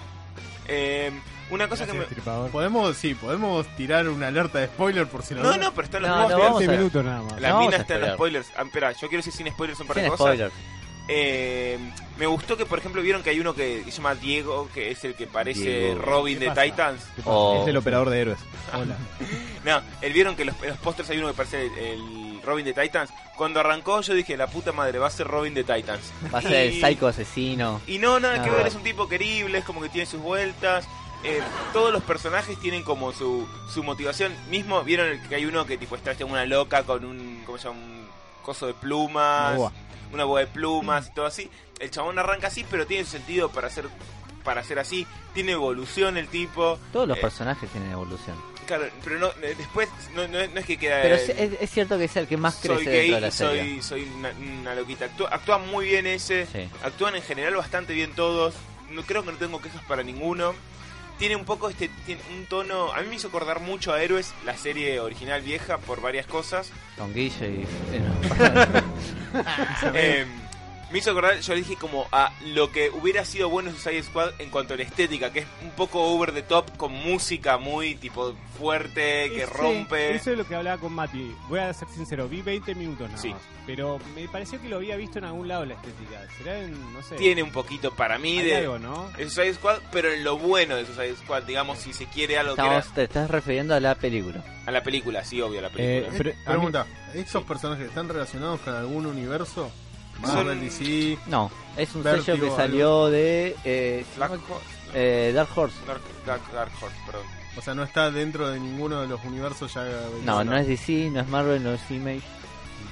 Speaker 3: Eh, una cosa que me.
Speaker 2: Podemos, sí, podemos tirar una alerta de spoiler por si lo
Speaker 3: No,
Speaker 2: dudas.
Speaker 3: no, pero están los
Speaker 4: No,
Speaker 3: dos
Speaker 4: no,
Speaker 3: bien.
Speaker 4: vamos a
Speaker 6: 10
Speaker 4: ver.
Speaker 6: minutos nada más.
Speaker 3: La
Speaker 4: No vamos
Speaker 3: mina
Speaker 4: a
Speaker 3: está en los
Speaker 4: spoiler.
Speaker 3: spoilers. Ah, espera, yo quiero decir sin spoilers un par de
Speaker 4: Sin
Speaker 3: cosas.
Speaker 4: spoiler.
Speaker 3: Eh, me gustó que, por ejemplo, vieron que hay uno que se llama Diego, que es el que parece
Speaker 4: Diego.
Speaker 3: Robin
Speaker 6: ¿Qué
Speaker 3: de
Speaker 6: pasa?
Speaker 3: Titans.
Speaker 2: Oh.
Speaker 4: O-
Speaker 5: Es el operador de héroes.
Speaker 6: Hola.
Speaker 3: No, el vieron que los, en los pósters hay uno que parece el, el Robin de Titans. Cuando arrancó, yo dije, la puta madre, va a ser Robin de Titans.
Speaker 4: Va a ser el
Speaker 3: Y-
Speaker 4: psycho asesino.
Speaker 3: Y no, nada que
Speaker 4: Nada.
Speaker 3: ver, es un tipo querible, es como que tiene sus vueltas. eh, todos los personajes tienen como su, su motivación. Mismo, vieron el- que hay uno que tipo está este, una loca con un, ¿cómo se llama? Un coso de plumas,
Speaker 5: Una boa.
Speaker 3: una boa de plumas y todo así. El chabón arranca así, pero tiene su sentido para hacer para hacer así. Tiene evolución el tipo.
Speaker 4: Todos los
Speaker 3: Eh,
Speaker 4: personajes tienen evolución.
Speaker 3: Claro, pero no, eh, después no, no- no es que queda...
Speaker 4: Pero
Speaker 3: eh,
Speaker 4: es, es- es cierto que es el que más
Speaker 3: soy
Speaker 4: crece
Speaker 3: gay,
Speaker 4: dentro de la
Speaker 3: soy,
Speaker 4: serie.
Speaker 3: soy una, una loquita. Actúa, actúa muy bien ese.
Speaker 4: Sí.
Speaker 3: Actúan en general bastante bien todos. No creo que no tengo quejas para ninguno. Tiene un poco este tiene un tono, a mí me hizo acordar mucho a Héroes, la serie original vieja por varias cosas.
Speaker 4: Con Guille y.
Speaker 6: Ah,
Speaker 3: Eh, me hizo acordar, yo le dije como a lo que hubiera sido bueno en Suicide Squad en cuanto a la estética, que es un poco over the top con música muy tipo fuerte, que
Speaker 6: Ese-
Speaker 3: rompe.
Speaker 6: Eso es lo que hablaba con Mati. Voy a ser sincero, vi 20 minutos nada
Speaker 3: Sí.
Speaker 6: más. Pero me pareció que lo había visto en algún lado la estética. Será en, no sé.
Speaker 3: Tiene un poquito para mí
Speaker 6: hay
Speaker 3: de
Speaker 6: algo, ¿no?
Speaker 3: El Suicide Squad, pero en lo bueno de Suicide Squad, digamos, si se quiere algo que
Speaker 4: Estamos, te estás refiriendo a la película.
Speaker 3: era a la película, sí, obvio, a la película.
Speaker 5: Eh, pero-
Speaker 2: Eh, pregunta, ¿esos personajes están relacionados con algún universo? Marvel,
Speaker 3: Son-
Speaker 2: DC,
Speaker 4: No, es un
Speaker 2: Vértigo,
Speaker 4: sello que
Speaker 2: algo.
Speaker 4: salió de. eh,
Speaker 3: Black Horse.
Speaker 4: eh, Dark Horse.
Speaker 3: Dark, Dark- Dark Horse, perdón.
Speaker 2: o sea, no está dentro de ninguno de los universos ya...
Speaker 4: No, no es DC, no es Marvel, no es Image.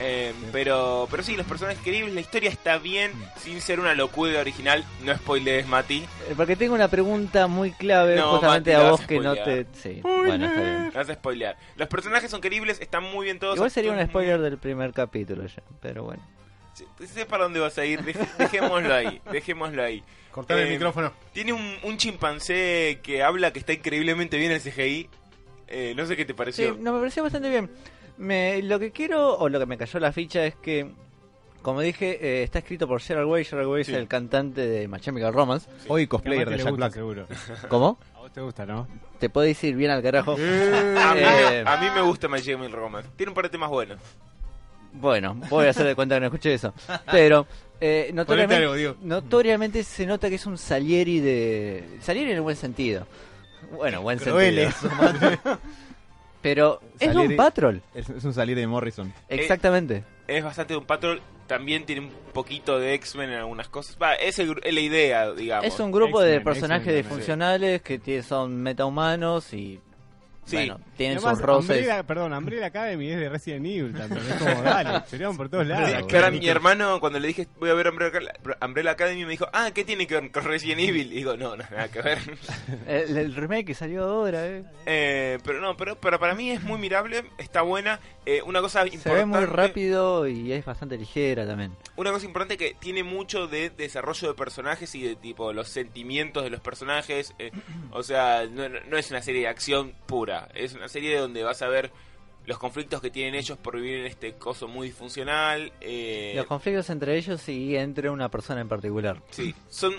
Speaker 3: Eh, pero, pero sí, los personajes queribles, la historia está bien, sin ser una locura original. No spoilees, Mati.
Speaker 4: Eh, Porque tengo una pregunta muy clave
Speaker 3: No,
Speaker 4: justamente
Speaker 3: Mati,
Speaker 4: a
Speaker 3: la
Speaker 4: vos
Speaker 3: vas a
Speaker 4: que no te...
Speaker 3: spoilear.
Speaker 4: Sí, bueno, está bien.
Speaker 3: Me vas a spoilear. Los personajes son queribles, están muy bien todos.
Speaker 4: Igual sería un
Speaker 3: actúan
Speaker 4: spoiler
Speaker 3: muy
Speaker 4: del primer capítulo ya, pero bueno.
Speaker 3: bien. Sé para dónde vas a ir, dej- dejémoslo ahí, dejémoslo ahí.
Speaker 2: Cortar el
Speaker 3: Eh,
Speaker 2: micrófono.
Speaker 3: Tiene un, un chimpancé que habla que está increíblemente bien el CGI. Eh, no sé qué te
Speaker 4: Sí,
Speaker 3: pareció.
Speaker 4: no, me pareció bastante bien. Me, lo que quiero, o lo que me cayó la ficha es que, como dije, eh, está escrito por Gerard Way. Gerard Way
Speaker 3: Sí.
Speaker 4: es el cantante de My Chemical Romance.
Speaker 5: Hoy
Speaker 6: Que a
Speaker 5: cosplayer
Speaker 6: Mati
Speaker 5: de
Speaker 6: le
Speaker 5: Jack
Speaker 6: gusta,
Speaker 5: Black.
Speaker 6: seguro.
Speaker 4: ¿Cómo?
Speaker 6: A vos te gusta, ¿no?
Speaker 4: Te podéis ir bien al carajo.
Speaker 3: a, mí,
Speaker 4: Eh.
Speaker 3: a mí me gusta My Chemical Romance. Tiene un par de temas buenos.
Speaker 4: Bueno, voy a hacer de cuenta que no escuché eso. Pero eh, notoriamente,
Speaker 2: algo, Diego.
Speaker 4: notoriamente se nota que es un Salieri de... Salieri en el buen sentido. Bueno, buen
Speaker 5: Cruel
Speaker 4: sentido. Pero es
Speaker 5: Salieri- Eh.
Speaker 4: un patrol.
Speaker 5: Es, es un salir de Morrison.
Speaker 4: Exactamente.
Speaker 3: Es bastante de un patrol. También tiene un poquito de X-Men en algunas cosas. Va, es, el gru- es la idea, digamos.
Speaker 4: es un grupo de
Speaker 6: X-Men,
Speaker 4: personajes
Speaker 6: X-Men,
Speaker 4: disfuncionales que tie- son metahumanos y...
Speaker 3: Sí.
Speaker 4: Bueno, tienen
Speaker 6: Además,
Speaker 4: sus roces.
Speaker 6: Umbrella- perdón, Umbrella Academy es de Resident Evil también. Es como, dale, pelearon por todos lados.
Speaker 3: Que ahora mi hermano, cuando le dije voy a ver Umbrella Umbrella Academy, me dijo, ah, ¿qué tiene que ver con Resident Evil? Y digo, no, no, nada que ver.
Speaker 4: eh, El, el remake que salió ahora, eh.
Speaker 3: Eh, pero no, pero, pero para mí es muy mirable, está buena. Eh, una cosa
Speaker 4: Se ve muy
Speaker 3: importante-
Speaker 4: rápido y es bastante ligera también.
Speaker 3: Una cosa importante que tiene mucho de desarrollo de personajes y de tipo los sentimientos de los personajes. eh, o sea, no, no- no es una serie de acción pura. Es una serie donde vas a ver los conflictos que tienen ellos por vivir en este coso muy disfuncional. eh,
Speaker 4: Los conflictos entre ellos y entre una persona en particular.
Speaker 3: sí, son.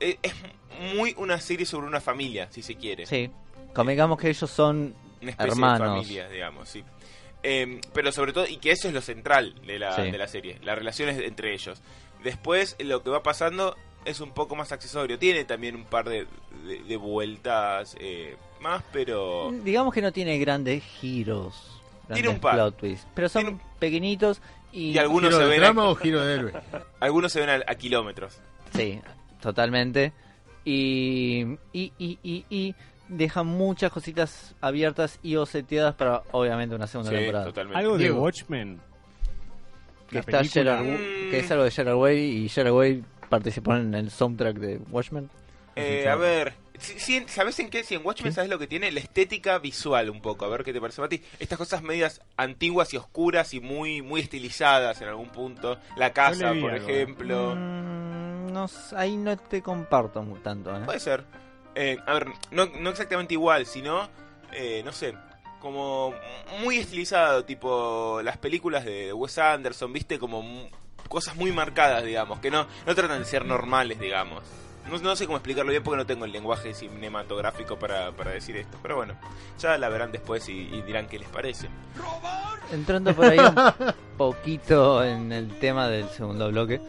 Speaker 3: eh, es muy una serie sobre una familia, si se quiere.
Speaker 4: Sí. Convengamos que ellos son
Speaker 3: una especie de
Speaker 4: Hermanos.
Speaker 3: familia, digamos, sí. Eh, pero sobre todo, y que eso es lo central de la,
Speaker 4: Sí.
Speaker 3: de la serie, las relaciones entre ellos. Después, lo que va pasando es un poco más accesorio. Tiene también un par de, de- de vueltas eh, más, pero...
Speaker 4: Eh, Digamos que no tiene grandes giros.
Speaker 3: Tiene
Speaker 4: grandes
Speaker 3: un par.
Speaker 4: plot twists, pero son
Speaker 3: Tiene
Speaker 4: pequeñitos y...
Speaker 3: Y algunos
Speaker 2: ¿Giro
Speaker 3: se,
Speaker 2: de
Speaker 3: ven
Speaker 2: drama
Speaker 3: a,
Speaker 2: o giro de héroe?
Speaker 3: algunos se ven a, a kilómetros.
Speaker 4: Sí, totalmente. Y, y, y, y, y deja muchas cositas abiertas y o seteadas para, obviamente, una segunda
Speaker 3: Sí,
Speaker 4: temporada.
Speaker 3: totalmente.
Speaker 6: Algo de
Speaker 2: Diego.
Speaker 6: Watchmen.
Speaker 4: Que,
Speaker 6: La
Speaker 4: está
Speaker 6: película.
Speaker 4: Gerard-
Speaker 3: Mm.
Speaker 4: que es algo de Gerard Way y Gerard Way participó en el soundtrack de Watchmen.
Speaker 3: Eh, a ver, si, si- ¿sabes en qué? Si en Watchmen sabes lo que tiene, la estética visual un poco, a ver qué te parece, Mati. Estas cosas medias antiguas y oscuras y muy muy estilizadas en algún punto. La casa,
Speaker 6: vi
Speaker 3: por
Speaker 6: algo. ¿eh?
Speaker 3: ejemplo.
Speaker 4: Mm, no, s- ahí no te comparto mu- tanto. ¿eh?
Speaker 3: Puede ser. Eh, a ver, no, no exactamente igual, sino, eh, no sé, como muy estilizado, tipo las películas de Wes Anderson, viste, como mu- cosas muy marcadas, digamos, que no, no tratan de ser normales, digamos. No, no sé cómo explicarlo bien porque no tengo el lenguaje cinematográfico para, para decir esto, pero bueno, ya la verán después y, y dirán qué les parece.
Speaker 4: Entrando por ahí un poquito en el tema del segundo bloque.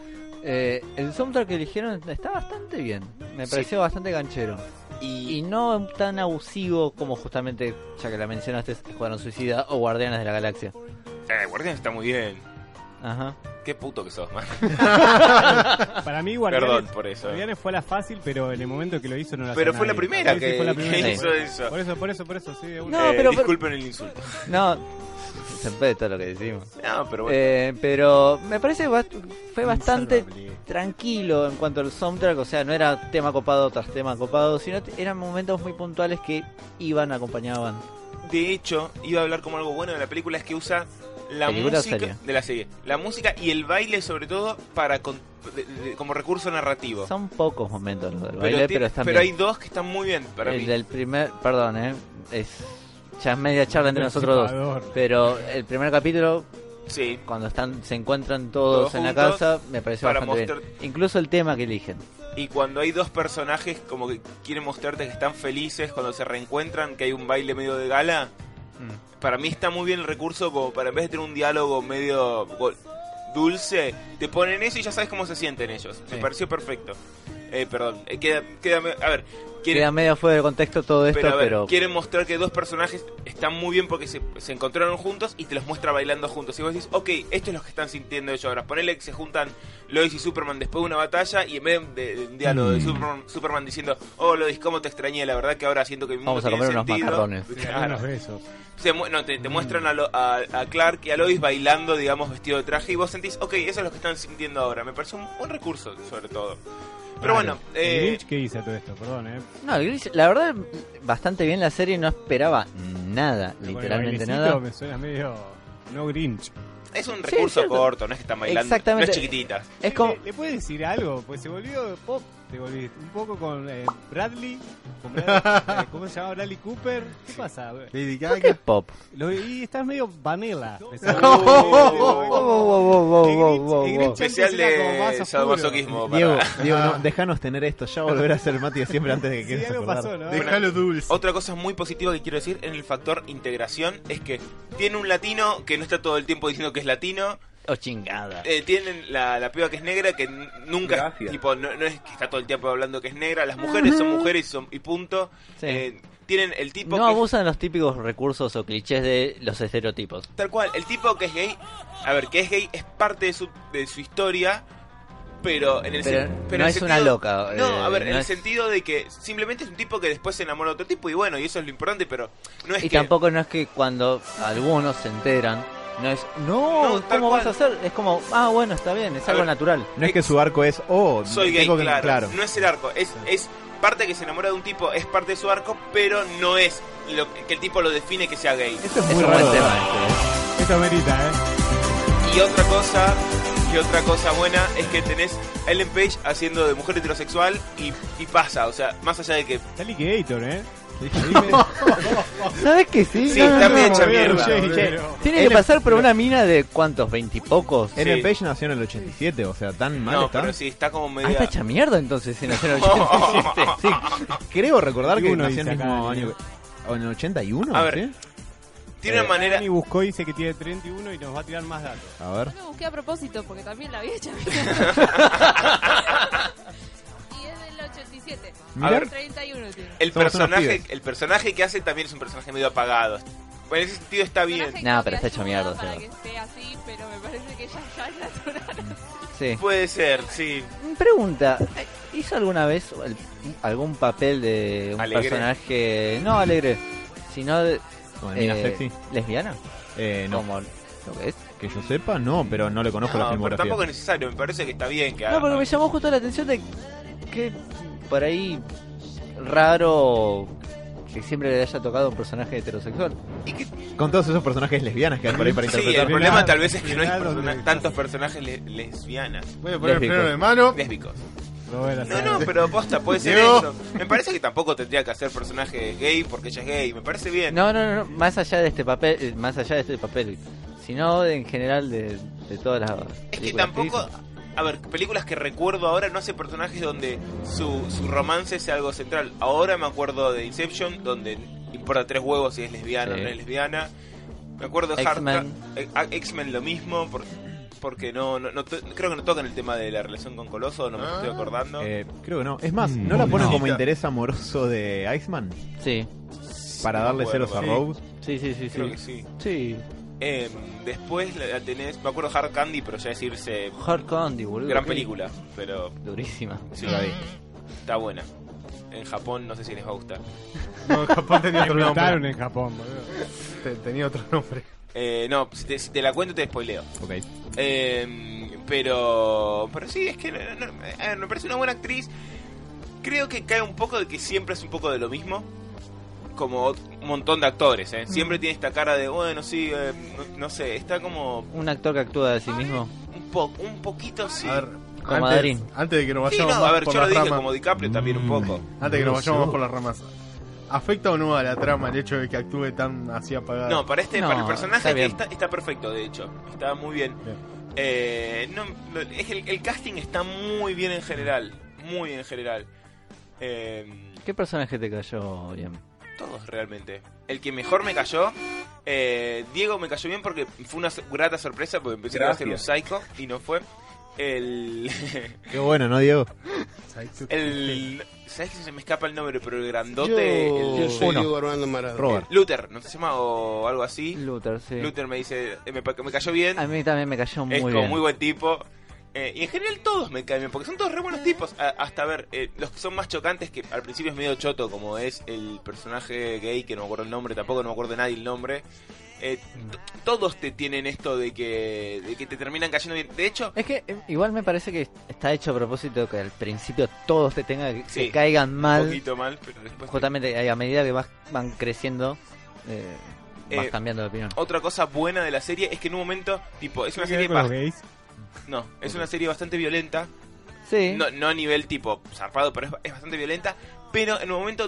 Speaker 4: eh, el soundtrack que eligieron está bastante bien. Me
Speaker 3: Sí.
Speaker 4: pareció bastante ganchero. Y no tan abusivo como justamente, ya que la mencionaste, Escuadrón Suicida o Guardianes de la Galaxia.
Speaker 3: Eh, Guardián está muy bien.
Speaker 4: Ajá.
Speaker 3: Qué puto que sos, man.
Speaker 6: Para mí,
Speaker 3: Perdón
Speaker 6: Guardianes,
Speaker 3: por eso. eh.
Speaker 6: Guardianes fue la fácil, pero en el momento que lo hizo no la
Speaker 3: Pero
Speaker 6: hizo
Speaker 3: fue la
Speaker 6: nadie.
Speaker 3: primera
Speaker 6: Sí,
Speaker 3: que-
Speaker 6: fue la
Speaker 3: que
Speaker 6: primera.
Speaker 3: hizo eso.
Speaker 6: Por eso, por eso, por eso, sí, de una.
Speaker 4: No,
Speaker 3: Eh,
Speaker 4: pero-
Speaker 3: disculpen el insulto.
Speaker 4: No, siempre todo lo que decimos.
Speaker 3: No, pero bueno.
Speaker 4: Eh, pero me parece bast- fue bastante tranquilo en cuanto al soundtrack, o sea, no era tema copado tras tema copado, sino t- eran momentos muy puntuales que iban, acompañaban.
Speaker 3: De hecho, iba a hablar como algo bueno de la película, es que usa la
Speaker 4: ¿Película o
Speaker 3: música
Speaker 4: serie?
Speaker 3: de la serie, la música y el baile sobre todo para con- de- de- como recurso narrativo.
Speaker 4: Son pocos momentos los del baile,
Speaker 3: tiene-
Speaker 4: pero están
Speaker 3: pero hay
Speaker 4: bien.
Speaker 3: dos que están muy bien para
Speaker 4: el
Speaker 3: mí.
Speaker 4: del primer, perdón, eh, es ya es media charla entre nosotros dos.
Speaker 6: Usurpador.
Speaker 4: Pero el primer capítulo,
Speaker 3: Sí.
Speaker 4: cuando están, se encuentran todos,
Speaker 3: Todos
Speaker 4: en la
Speaker 3: juntos
Speaker 4: casa, me pareció
Speaker 3: para
Speaker 4: bastante bien.
Speaker 3: mostrar-
Speaker 4: Incluso el tema que eligen.
Speaker 3: Y cuando hay dos personajes como que quieren mostrarte que están felices cuando se reencuentran, que hay un baile medio de gala, para mí está muy bien el recurso como para en vez de tener un diálogo medio go- dulce, te ponen eso y ya sabes cómo se sienten ellos. Me
Speaker 4: Sí.
Speaker 3: pareció perfecto. Eh, perdón, eh, queda, queda, a ver, quiere-
Speaker 4: Queda medio fuera de contexto todo esto,
Speaker 3: pero, a ver,
Speaker 4: pero.
Speaker 3: quieren mostrar que dos personajes están muy bien porque se, se encontraron juntos y te los muestra bailando juntos. Y vos decís, ok, esto es lo que están sintiendo ellos ahora. Ponele que se juntan Lois y Superman después de una batalla y en vez de, de un diálogo
Speaker 4: Mm.
Speaker 3: de Superman, Superman diciendo, oh Lois, cómo te extrañé, la verdad que ahora siento que mi mundo
Speaker 4: Vamos a
Speaker 3: tiene
Speaker 4: comer unos
Speaker 3: sentido".
Speaker 4: macarrones.
Speaker 3: Claro.
Speaker 7: Unos besos.
Speaker 3: Se mu- no, te, te muestran a, lo- a- a Clark y a Lois bailando, digamos, vestido de traje y vos sentís, ok, eso es lo que están sintiendo ahora. Me parece un, un recurso, sobre todo. Pero bueno, eh,
Speaker 6: ¿El Grinch qué dice a todo esto? Perdón, ¿eh?
Speaker 4: No, el Grinch, la verdad, bastante bien la serie, no esperaba nada,
Speaker 6: Con el
Speaker 4: literalmente
Speaker 6: bailecito
Speaker 4: nada.
Speaker 6: Me suena medio. No Grinch.
Speaker 3: es un
Speaker 4: Sí,
Speaker 3: recurso
Speaker 4: cierto.
Speaker 3: corto, no es que están bailando, no
Speaker 4: Exactamente.
Speaker 3: es chiquitita.
Speaker 4: Es como.
Speaker 6: ¿Le, le puedes decir algo? Pues se volvió pop. Te volviste un poco con eh, Bradley. Con Bradley eh, ¿Cómo se llama? Bradley Cooper. ¿Qué pasa?
Speaker 2: Lady
Speaker 4: ¿Por qué
Speaker 2: Gaga.
Speaker 4: pop?
Speaker 6: Lo- y estás medio vanilla.
Speaker 4: Wow, wow, wow, wow, wow, wow,
Speaker 6: El
Speaker 4: wow.
Speaker 6: Grinch antes
Speaker 3: especial
Speaker 6: era como más
Speaker 3: de
Speaker 6: oscuro.
Speaker 3: sadomasoquismo. para-
Speaker 5: Diego, Diego, no, déjanos tener esto, ya volver a ser Mati de siempre antes de que
Speaker 6: Sí,
Speaker 5: quieras
Speaker 6: algo
Speaker 5: acordar.
Speaker 6: pasó, ¿no?
Speaker 2: Déjalo dulce.
Speaker 3: Otra cosa muy positiva que quiero decir en el factor integración es que tiene un latino que no está todo el tiempo diciendo que es latino.
Speaker 4: Oh, chingada.
Speaker 3: Eh, tienen la, la piba que es negra que n- nunca
Speaker 8: Gracias.
Speaker 3: tipo no, no es que está todo el tiempo hablando que es negra. Las mujeres son mujeres y, son- y punto.
Speaker 4: Sí.
Speaker 3: Eh, tienen el tipo
Speaker 4: No
Speaker 3: que
Speaker 4: abusan los típicos recursos o clichés de los estereotipos.
Speaker 3: Tal cual, el tipo que es gay, a ver, que es gay es parte de su, de su historia, pero en el
Speaker 4: Pero
Speaker 3: sen-
Speaker 4: no
Speaker 3: en
Speaker 4: es una loca,
Speaker 3: No,
Speaker 4: eh,
Speaker 3: a ver,
Speaker 4: no
Speaker 3: en el
Speaker 4: es-
Speaker 3: sentido de que simplemente es un tipo que después se enamora de otro tipo y bueno, y eso es lo importante, pero no es
Speaker 4: Y
Speaker 3: que...
Speaker 4: tampoco no es que cuando algunos se enteran, no es. No,
Speaker 3: No, tal
Speaker 4: ¿cómo vas a
Speaker 3: cual.
Speaker 4: hacer? Es como, ah, bueno, está bien, es
Speaker 3: A
Speaker 4: algo
Speaker 3: ver,
Speaker 4: natural.
Speaker 5: No es que su arco es, oh,
Speaker 3: Soy gay,
Speaker 5: tengo que-
Speaker 3: claro, No es el arco, es, es parte que se enamora de un tipo, es parte de su arco, pero no es lo que el tipo lo define que sea gay.
Speaker 6: Esto es
Speaker 4: Es
Speaker 6: muy
Speaker 4: un
Speaker 6: raro.
Speaker 4: buen tema este.
Speaker 6: Esto amerita, ¿eh?
Speaker 3: Y otra cosa, y otra cosa buena es que tenés a Ellen Page haciendo de mujer heterosexual y, y pasa, o sea, más allá de que
Speaker 6: Está Liquidator, ¿eh?
Speaker 4: ¿Sabes que sí?
Speaker 3: Sí,
Speaker 4: No, no,
Speaker 3: está
Speaker 4: no.
Speaker 3: bien hecha
Speaker 6: Pero
Speaker 3: mierda.
Speaker 6: Jay,
Speaker 5: Che,
Speaker 4: Tiene que pasar por una mina de cuántos, veintipocos.
Speaker 3: Eh,
Speaker 5: Ellen
Speaker 3: Sí.
Speaker 5: Page nació en el 87, o sea, tan mal
Speaker 3: no,
Speaker 5: está.
Speaker 3: pero sí, está como media...
Speaker 4: Ah, está hecha mierda entonces en el 87.
Speaker 5: Sí, creo recordar que
Speaker 6: Uno
Speaker 5: nació en
Speaker 6: dice
Speaker 5: el mismo
Speaker 6: acá,
Speaker 5: año. ¿O en el 81?
Speaker 3: A ver.
Speaker 5: ¿sí?
Speaker 3: Tiene
Speaker 5: Eh,
Speaker 3: una manera...
Speaker 6: Dani buscó y dice que tiene 31 y nos va a tirar más datos.
Speaker 5: A ver.
Speaker 9: Yo lo busqué a propósito porque también la había hecho. y es del 87.
Speaker 5: Mira.
Speaker 3: ver.
Speaker 9: 31 tiene.
Speaker 3: El
Speaker 5: Somos unos
Speaker 3: personaje,
Speaker 5: pibes.
Speaker 3: el personaje que hace también es un personaje medio apagado. Bueno, en ese sentido está bien.
Speaker 9: Personaje
Speaker 4: Nah,
Speaker 9: creo
Speaker 4: pero está
Speaker 9: que
Speaker 4: hecho
Speaker 9: ayuda
Speaker 4: mierda,
Speaker 9: Para
Speaker 4: o
Speaker 9: que
Speaker 4: sea.
Speaker 9: esté así, pero me parece que ya, ya es natural.
Speaker 4: Sí.
Speaker 3: Puede ser, sí.
Speaker 4: Pregunta, ¿hizo alguna vez el- algún papel de un
Speaker 3: Alegre.
Speaker 4: personaje, no alegre, sino de,
Speaker 5: Como de mina
Speaker 4: eh,
Speaker 5: sexy.
Speaker 4: lesbiana?
Speaker 5: Eh, no,
Speaker 4: Como lo que es.
Speaker 5: que yo sepa, no, pero no le conozco la
Speaker 3: No, pero tampoco es
Speaker 5: filmografía.
Speaker 3: necesario, me parece que está bien que
Speaker 4: No,
Speaker 3: haga.
Speaker 4: porque me llamó justo la atención de que por ahí raro que siempre le haya tocado un personaje heterosexual.
Speaker 5: Con todos esos personajes lesbianas que hay por ahí para
Speaker 3: Sí, el
Speaker 5: interpretar.
Speaker 3: problema tal vez es que no hay
Speaker 6: Mirá donde-
Speaker 3: persona- tantos personajes le- lesbianas,
Speaker 2: Voy a poner el
Speaker 4: Lésbico.
Speaker 2: freno de mano.
Speaker 3: lésbicos.
Speaker 6: Robert,
Speaker 3: No,
Speaker 6: así.
Speaker 3: no, pero posta, puede ser
Speaker 2: Diego.
Speaker 3: eso. Me parece que tampoco tendría que hacer personaje gay porque ella es gay, me parece bien.
Speaker 4: No, no, no, más allá de este papel, eh, más allá de este papel, sino en general de, de todas las
Speaker 3: Es que
Speaker 4: películas
Speaker 3: tampoco.
Speaker 4: hizo.
Speaker 3: A ver, películas que recuerdo ahora no hace personajes donde su, su romance sea algo central. Ahora me acuerdo de Inception, donde importa tres huevos si es lesbiana o
Speaker 4: Sí.
Speaker 3: no es lesbiana. Me acuerdo de Hard
Speaker 4: X-Men.
Speaker 3: Tra- a- a- X-Men lo mismo, por- porque no, no, no to- creo que no tocan el tema de la relación con Coloso, no me
Speaker 2: Ah.
Speaker 3: estoy acordando.
Speaker 5: Eh, creo que no. Es más, ¿no la ponen
Speaker 2: no.
Speaker 5: como interés amoroso de Iceman?
Speaker 4: Sí,
Speaker 5: Para
Speaker 3: No
Speaker 5: darle
Speaker 3: me
Speaker 5: celos
Speaker 3: acuerdo.
Speaker 5: a
Speaker 2: Sí.
Speaker 5: Rose.
Speaker 4: sí, sí, sí,
Speaker 3: Creo
Speaker 4: sí.
Speaker 3: que sí.
Speaker 4: Sí,
Speaker 3: Eh, después la, la tenés, me acuerdo Hard Candy, pero ya decirse
Speaker 4: Hard Candy, boludo.
Speaker 3: gran
Speaker 4: qué
Speaker 3: película, pero
Speaker 4: Durísima.
Speaker 3: sí,
Speaker 5: La vi.
Speaker 3: está buena. En Japón no sé si les va a gustar.
Speaker 2: Ah, No, Japón tenía
Speaker 6: Me
Speaker 2: otro
Speaker 6: mataron
Speaker 2: nombre.
Speaker 6: en Japón, boludo.
Speaker 2: Te- Tenía otro nombre.
Speaker 3: Eh, no, si te, si te la cuento te spoileo.
Speaker 5: Ok.
Speaker 3: Eh, pero, pero sí, es que no- no- no, eh, me parece una buena actriz. Creo que cae un poco de que siempre es un poco de lo mismo. Como ot- un montón de actores, ¿eh? Siempre tiene esta cara de, bueno, sí, eh, no, no sé, está como
Speaker 4: Un actor que actúa de sí mismo.
Speaker 3: un, po- un poquito, sí.
Speaker 2: A ver,
Speaker 4: Como
Speaker 2: antes,
Speaker 4: Adrín.
Speaker 2: antes de que nos
Speaker 3: Sí, no,
Speaker 2: vayamos
Speaker 3: a
Speaker 2: más
Speaker 3: ver,
Speaker 2: por Mm.
Speaker 3: yo lo
Speaker 2: las
Speaker 3: dije
Speaker 2: ramas,
Speaker 3: como DiCaprio también un poco.
Speaker 2: antes de que nos vayamos más por las ramas, ¿afecta o no a la trama el hecho de que actúe tan así apagado?
Speaker 7: Ah.
Speaker 3: No, para este,
Speaker 4: No,
Speaker 3: para el
Speaker 4: está
Speaker 3: personaje que
Speaker 4: bien.
Speaker 3: está, está perfecto, de hecho. Está muy bien.
Speaker 2: Bien.
Speaker 3: Eh, no, no, es el, el casting está muy bien en general. Muy bien en general. Eh,
Speaker 4: ¿Qué personaje te cayó bien?
Speaker 3: todos realmente. El que mejor me cayó, eh, Diego me cayó bien porque fue una so- grata sorpresa porque empecé a hacer un
Speaker 8: Gracias.
Speaker 3: psycho y no fue. El.
Speaker 5: Qué bueno, ¿no, Diego?
Speaker 3: el ¿Sabes que se me escapa el nombre? Pero el grandote.
Speaker 7: Yo
Speaker 3: el-
Speaker 7: soy
Speaker 5: Uno.
Speaker 7: Diego Armando Maradona.
Speaker 5: Robert.
Speaker 3: Luther, ¿no se llama? O algo así.
Speaker 4: Luther, sí.
Speaker 3: Luther me dice. eh, Me, pa- me cayó bien.
Speaker 4: A mí también me cayó muy
Speaker 3: es como
Speaker 4: bien.
Speaker 3: muy buen tipo. Eh, y en general todos me caen bien, porque son todos re buenos tipos. A- hasta a ver, eh, los que son más chocantes, que al principio es medio choto, como es el personaje gay, que no me acuerdo el nombre, tampoco no me acuerdo de nadie el nombre. Eh, t-
Speaker 4: Mm.
Speaker 3: todos te tienen esto de que, de que te terminan cayendo bien. De hecho,
Speaker 4: Es que eh, igual me parece que está hecho a propósito que al principio todos te tengan que
Speaker 3: Sí.
Speaker 4: te caigan
Speaker 3: un
Speaker 4: mal.
Speaker 3: poquito mal, pero después... te-
Speaker 4: Justamente eh, a medida que vas, van creciendo, eh, vas
Speaker 3: Eh,
Speaker 4: cambiando de opinión.
Speaker 3: Otra cosa buena de la serie es que en un momento, tipo, es una serie...
Speaker 6: con los
Speaker 3: ba-
Speaker 6: gays?
Speaker 3: No, es una serie bastante violenta,
Speaker 4: Sí.
Speaker 3: No, no a nivel tipo zarpado, pero es, es bastante violenta. Pero en un momento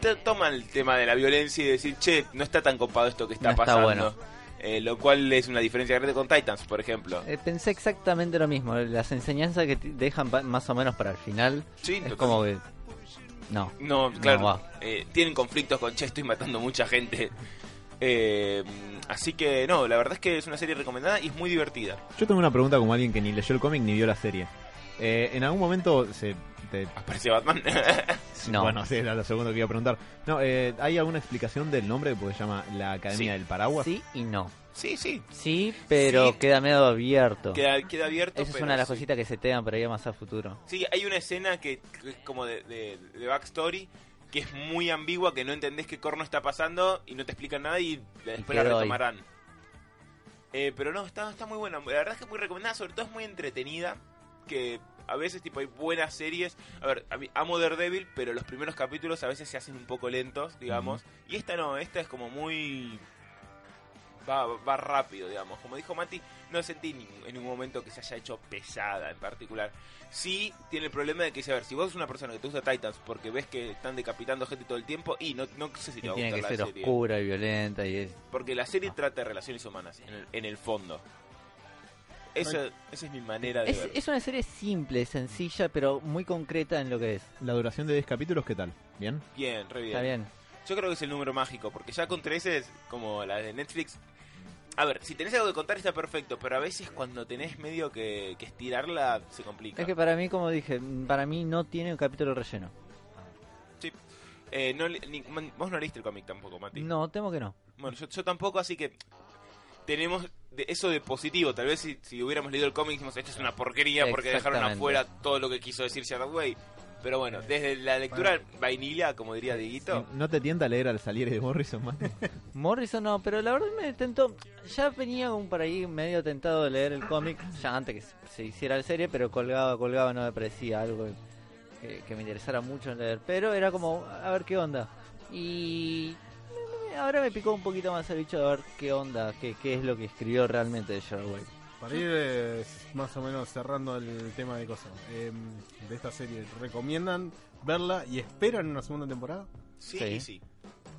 Speaker 3: te toma el tema de la violencia y decir, che, no está tan copado esto que está
Speaker 4: No está
Speaker 3: pasando.
Speaker 4: bueno.
Speaker 3: Eh, lo cual es una diferencia grande con Titans, por ejemplo.
Speaker 4: Eh, pensé exactamente lo mismo. Las enseñanzas que te dejan pa- más o menos para el final
Speaker 3: Sí,
Speaker 4: es
Speaker 3: total.
Speaker 4: como que. No.
Speaker 3: No, claro.
Speaker 4: No, va.
Speaker 3: eh, tienen conflictos con Che, estoy matando mucha gente. Eh, así que no, la verdad es que es una serie recomendada y es muy divertida.
Speaker 5: Yo tengo una pregunta como alguien que ni leyó el cómic ni vio la serie. Eh, en algún momento se te-
Speaker 3: Aparece Batman.
Speaker 4: No.
Speaker 5: Bueno, sí, era lo segundo que iba a preguntar. No, eh, ¿hay alguna explicación del nombre? Porque se llama la Academia
Speaker 3: Sí.
Speaker 5: del Paraguas.
Speaker 4: Sí y no.
Speaker 3: sí, sí.
Speaker 4: Sí, pero
Speaker 3: Sí.
Speaker 4: queda medio abierto.
Speaker 3: Queda, queda abierto.
Speaker 4: Esa es
Speaker 3: pero
Speaker 4: una de las
Speaker 3: sí.
Speaker 4: cositas que se te dan para ir más a futuro.
Speaker 3: Sí, hay una escena que, que es como de, de- de backstory que es muy ambigua, que no entendés qué corno está pasando y no te explican nada y la- después la
Speaker 4: quedó ahí.
Speaker 3: retomarán. Eh, pero no, está, está muy buena. La verdad es que es muy recomendada, sobre todo es muy entretenida, que a veces tipo hay buenas series. A ver, a mí- amo Daredevil, pero los primeros capítulos a veces se hacen un poco lentos, digamos. Y esta no, esta es como muy... Va, va rápido, digamos. Como dijo Mati, no sentí ningún- en ningún momento que se haya hecho pesada en particular sí tiene el problema de que, a ver, si vos sos una persona que te gusta Titans porque ves que están decapitando gente todo el tiempo y no, no sé si te
Speaker 4: Y
Speaker 3: va a
Speaker 4: tiene
Speaker 3: gustar
Speaker 4: que
Speaker 3: la
Speaker 4: ser
Speaker 3: serie.
Speaker 4: oscura y violenta y es-
Speaker 3: Porque la serie trata de relaciones humanas en el, en el fondo. Esa, esa es mi manera de
Speaker 4: Es,
Speaker 3: ver.
Speaker 4: es una serie simple, sencilla, pero muy concreta en lo que es.
Speaker 5: La duración de 10 capítulos, ¿qué tal? ¿Bien?
Speaker 3: Bien, re bien.
Speaker 4: Está bien.
Speaker 3: Yo creo que es el número mágico, porque ya con 13 es como la de Netflix. A ver, si tenés algo que contar está perfecto, pero a veces cuando tenés medio que, que estirarla se complica.
Speaker 4: Es que para mí, como dije, para mí no tiene un capítulo relleno.
Speaker 3: Eh, no le- ni- man- vos no leíste el cómic tampoco, Mati.
Speaker 4: No, temo que no.
Speaker 3: Bueno, yo, yo tampoco, así que tenemos de eso de positivo. Tal vez si, si hubiéramos leído el cómic, decimos, esto es una porquería porque dejaron
Speaker 4: Exactamente. Eh,
Speaker 3: afuera todo lo que quiso decir Shadow Way. Pero bueno, desde la lectura vainilla, como diría Dieguito,
Speaker 5: Eh, ¿No te tienta a leer al salir de Morrison, Mati?
Speaker 4: Morrison no, pero la verdad me tentó. Ya venía un por ahí medio tentado de leer el cómic, ya antes que se- se hiciera la serie, pero colgaba, colgaba, no me parecía algo que, que me interesara mucho en leer. Pero era como, a ver qué onda. Y me- me- ahora me picó un poquito más el bicho de ver qué onda, qué, qué es lo que escribió realmente de Sherwood.
Speaker 2: Para ir eh, más o menos cerrando el tema de cosas eh, de esta serie, ¿recomiendan verla y esperan una segunda temporada?
Speaker 3: sí,
Speaker 4: Sí.
Speaker 3: y sí.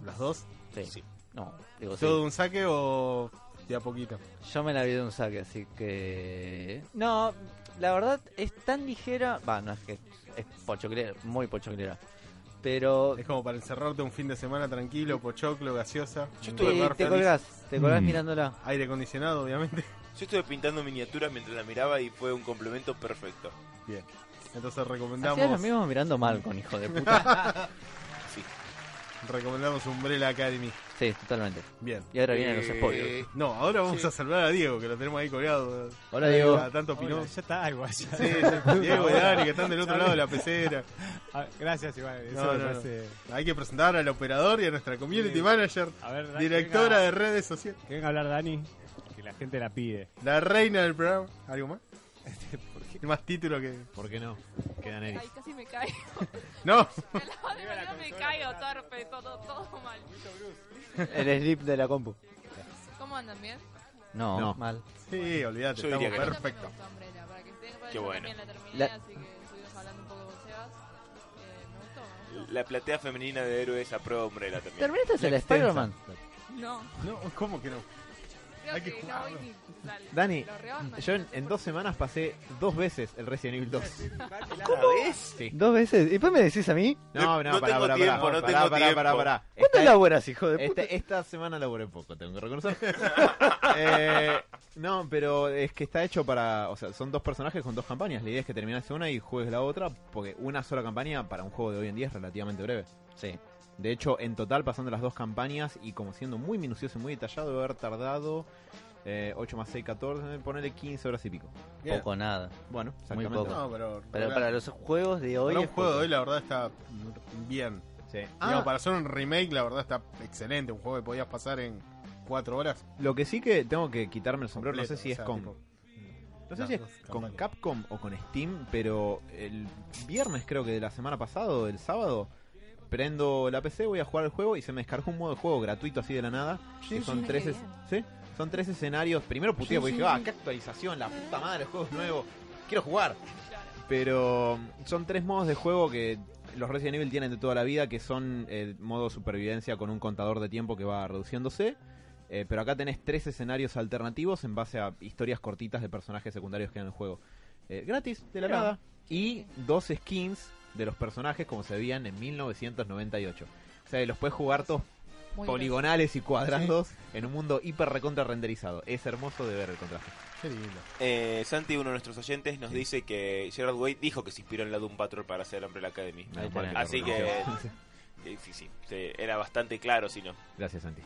Speaker 2: ¿Las dos?
Speaker 4: Sí.
Speaker 3: Sí.
Speaker 4: No, digo sí.
Speaker 2: ¿Todo de un saque o de a poquito?
Speaker 4: Yo me la vi de un saque, así que... ¿eh? No, la verdad es tan ligera... Va, no es que es pochoclera, muy pochoclera. Pero
Speaker 2: Es como para encerrarte un fin de semana tranquilo, pochoclo, gaseosa.
Speaker 3: Yo
Speaker 2: un
Speaker 3: tuve-
Speaker 4: Y
Speaker 2: lugar
Speaker 4: te
Speaker 2: feliz,
Speaker 4: colgás, te colgás
Speaker 5: Mm.
Speaker 4: mirándola.
Speaker 2: Aire acondicionado, obviamente.
Speaker 3: Yo estuve pintando miniaturas mientras la miraba y fue un complemento perfecto.
Speaker 2: Bien. Entonces
Speaker 4: Hacías lo
Speaker 2: recomendamos
Speaker 4: mismo mirando mal con hijo de puta.
Speaker 3: Sí.
Speaker 2: recomendamos Umbrella Academy.
Speaker 4: sí, totalmente.
Speaker 2: Bien.
Speaker 4: Y ahora vienen los
Speaker 3: Eh,
Speaker 4: spoilers.
Speaker 2: No, ahora vamos a salvar a Diego, que lo tenemos ahí colgado.
Speaker 5: Hola, Diego.
Speaker 2: A tanto
Speaker 6: Hola,
Speaker 2: opinó.
Speaker 6: ya está, igual. ya.
Speaker 2: Sí, sí, Diego y Dani, que están del otro lado de la pecera.
Speaker 6: Ah, Gracias, igual. Eso
Speaker 2: No,
Speaker 6: me
Speaker 2: no, no.
Speaker 6: parece-
Speaker 2: Hay que presentar al operador y a nuestra community
Speaker 6: Sí.
Speaker 2: manager,
Speaker 6: A ver, Dani,
Speaker 2: directora
Speaker 6: venga.
Speaker 2: de redes sociales,
Speaker 6: Que venga a hablar Dani, que la gente la pide.
Speaker 2: la reina del programa. ¿Algo más? Más título que.
Speaker 5: ¿Por qué no? Quedan
Speaker 9: Ay,
Speaker 5: Eris.
Speaker 9: casi me caigo.
Speaker 2: ¡No!
Speaker 9: Me lavo de manos, me caigo, torpe, todo, todo mal.
Speaker 4: El slip de la compu.
Speaker 9: ¿Cómo andan bien?
Speaker 4: No,
Speaker 5: No.
Speaker 4: mal.
Speaker 2: Sí, olvídate,
Speaker 3: Yo diría
Speaker 2: estamos
Speaker 3: que no.
Speaker 9: A
Speaker 2: perfecto.
Speaker 9: mí también me gusta Umbrella, para que estén-
Speaker 3: Qué
Speaker 9: yo
Speaker 3: bueno.
Speaker 9: también la terminé,
Speaker 4: La-
Speaker 9: así que estuvimos hablando un poco con Sebas. Eh, me gustó, me gustó.
Speaker 3: La platea femenina de héroes a pro hombrera también.
Speaker 4: ¿Terminaste el Spider-Man?
Speaker 9: No,
Speaker 2: No, ¿cómo que no?
Speaker 9: creo
Speaker 2: Hay que
Speaker 9: que, no
Speaker 2: jugarlo.
Speaker 9: voy ni. o sea,
Speaker 5: Dani,
Speaker 9: lo rebandan,
Speaker 5: Yo en,
Speaker 9: no sé
Speaker 5: en
Speaker 9: por
Speaker 5: dos
Speaker 9: qué.
Speaker 5: semanas pasé dos veces el Resident Evil 2.
Speaker 3: ¿Otra vez?
Speaker 5: Sí.
Speaker 4: Dos veces. ¿Y después me decís a mí?
Speaker 5: No, no,
Speaker 3: No
Speaker 5: pará,
Speaker 3: tengo
Speaker 5: pará,
Speaker 3: tiempo,
Speaker 5: pará,
Speaker 3: no
Speaker 5: pará,
Speaker 3: tengo
Speaker 5: pará,
Speaker 3: tiempo.
Speaker 5: pará, pará.
Speaker 4: ¿Cuándo
Speaker 5: Esta-
Speaker 4: laburas, hijo de puta?
Speaker 5: Esta, esta semana laburé poco, tengo que reconocer. Eh, no, pero es que está hecho para. O sea, son dos personajes con dos campañas. La idea es que terminas una y juegues la otra, porque una sola campaña para un juego de hoy en día es relativamente breve.
Speaker 4: Sí.
Speaker 5: De hecho, en total, pasando las dos campañas y como siendo muy minucioso y muy detallado, debe haber tardado eh, 8 más 6, 14, ponerle 15 horas y pico.
Speaker 2: Bien.
Speaker 4: Poco nada.
Speaker 5: Bueno,
Speaker 4: Muy poco.
Speaker 5: exactamente.
Speaker 2: No, pero.
Speaker 4: Pero
Speaker 2: para-
Speaker 4: para los juegos de hoy.
Speaker 2: para un
Speaker 4: es
Speaker 2: juego de
Speaker 4: poco.
Speaker 2: hoy, la verdad está bien.
Speaker 5: Sí.
Speaker 2: Digamos, para hacer un remake, la verdad está excelente. Un juego que podías pasar en 4 horas.
Speaker 5: Lo que sí que tengo que quitarme el sombrero,
Speaker 2: completo,
Speaker 5: no sé si
Speaker 2: o
Speaker 5: es
Speaker 2: sea,
Speaker 5: con.
Speaker 2: tipo,
Speaker 5: No sé
Speaker 2: Las
Speaker 5: si es
Speaker 2: dos
Speaker 5: con
Speaker 2: campañas.
Speaker 5: Capcom o con Steam, pero el viernes creo que de la semana pasado, el sábado, prendo la PC, voy a jugar el juego y se me descargó un modo de juego gratuito así de la nada. que son tres, es- ¿sí? son tres escenarios. Primero puteé porque dije, ah, qué actualización, la puta madre, el juego es nuevo, quiero jugar. Pero mm, son tres modos de juego que los Resident Evil tienen de toda la vida, que son el modo supervivencia con un contador de tiempo que va reduciéndose. Eh, pero acá tenés tres escenarios alternativos en base a historias cortitas de personajes secundarios que hay en el juego. Eh, gratis, de la nada. Y dos skins de los personajes como se veían en 1998. O sea, que los puedes jugar todos
Speaker 9: Muy
Speaker 5: poligonales y cuadrados en un mundo hiper recontra renderizado. Es hermoso de ver el contraste.
Speaker 2: Qué lindo.
Speaker 3: Eh, Santi, uno de nuestros oyentes, nos dice que Gerard Way dijo que se inspiró en la Doom Patrol para hacer Umbrella Academy.
Speaker 4: Ahí tenés.
Speaker 3: Así que. eh, Sí, sí, sí, era bastante claro, si no.
Speaker 5: Gracias, Santi.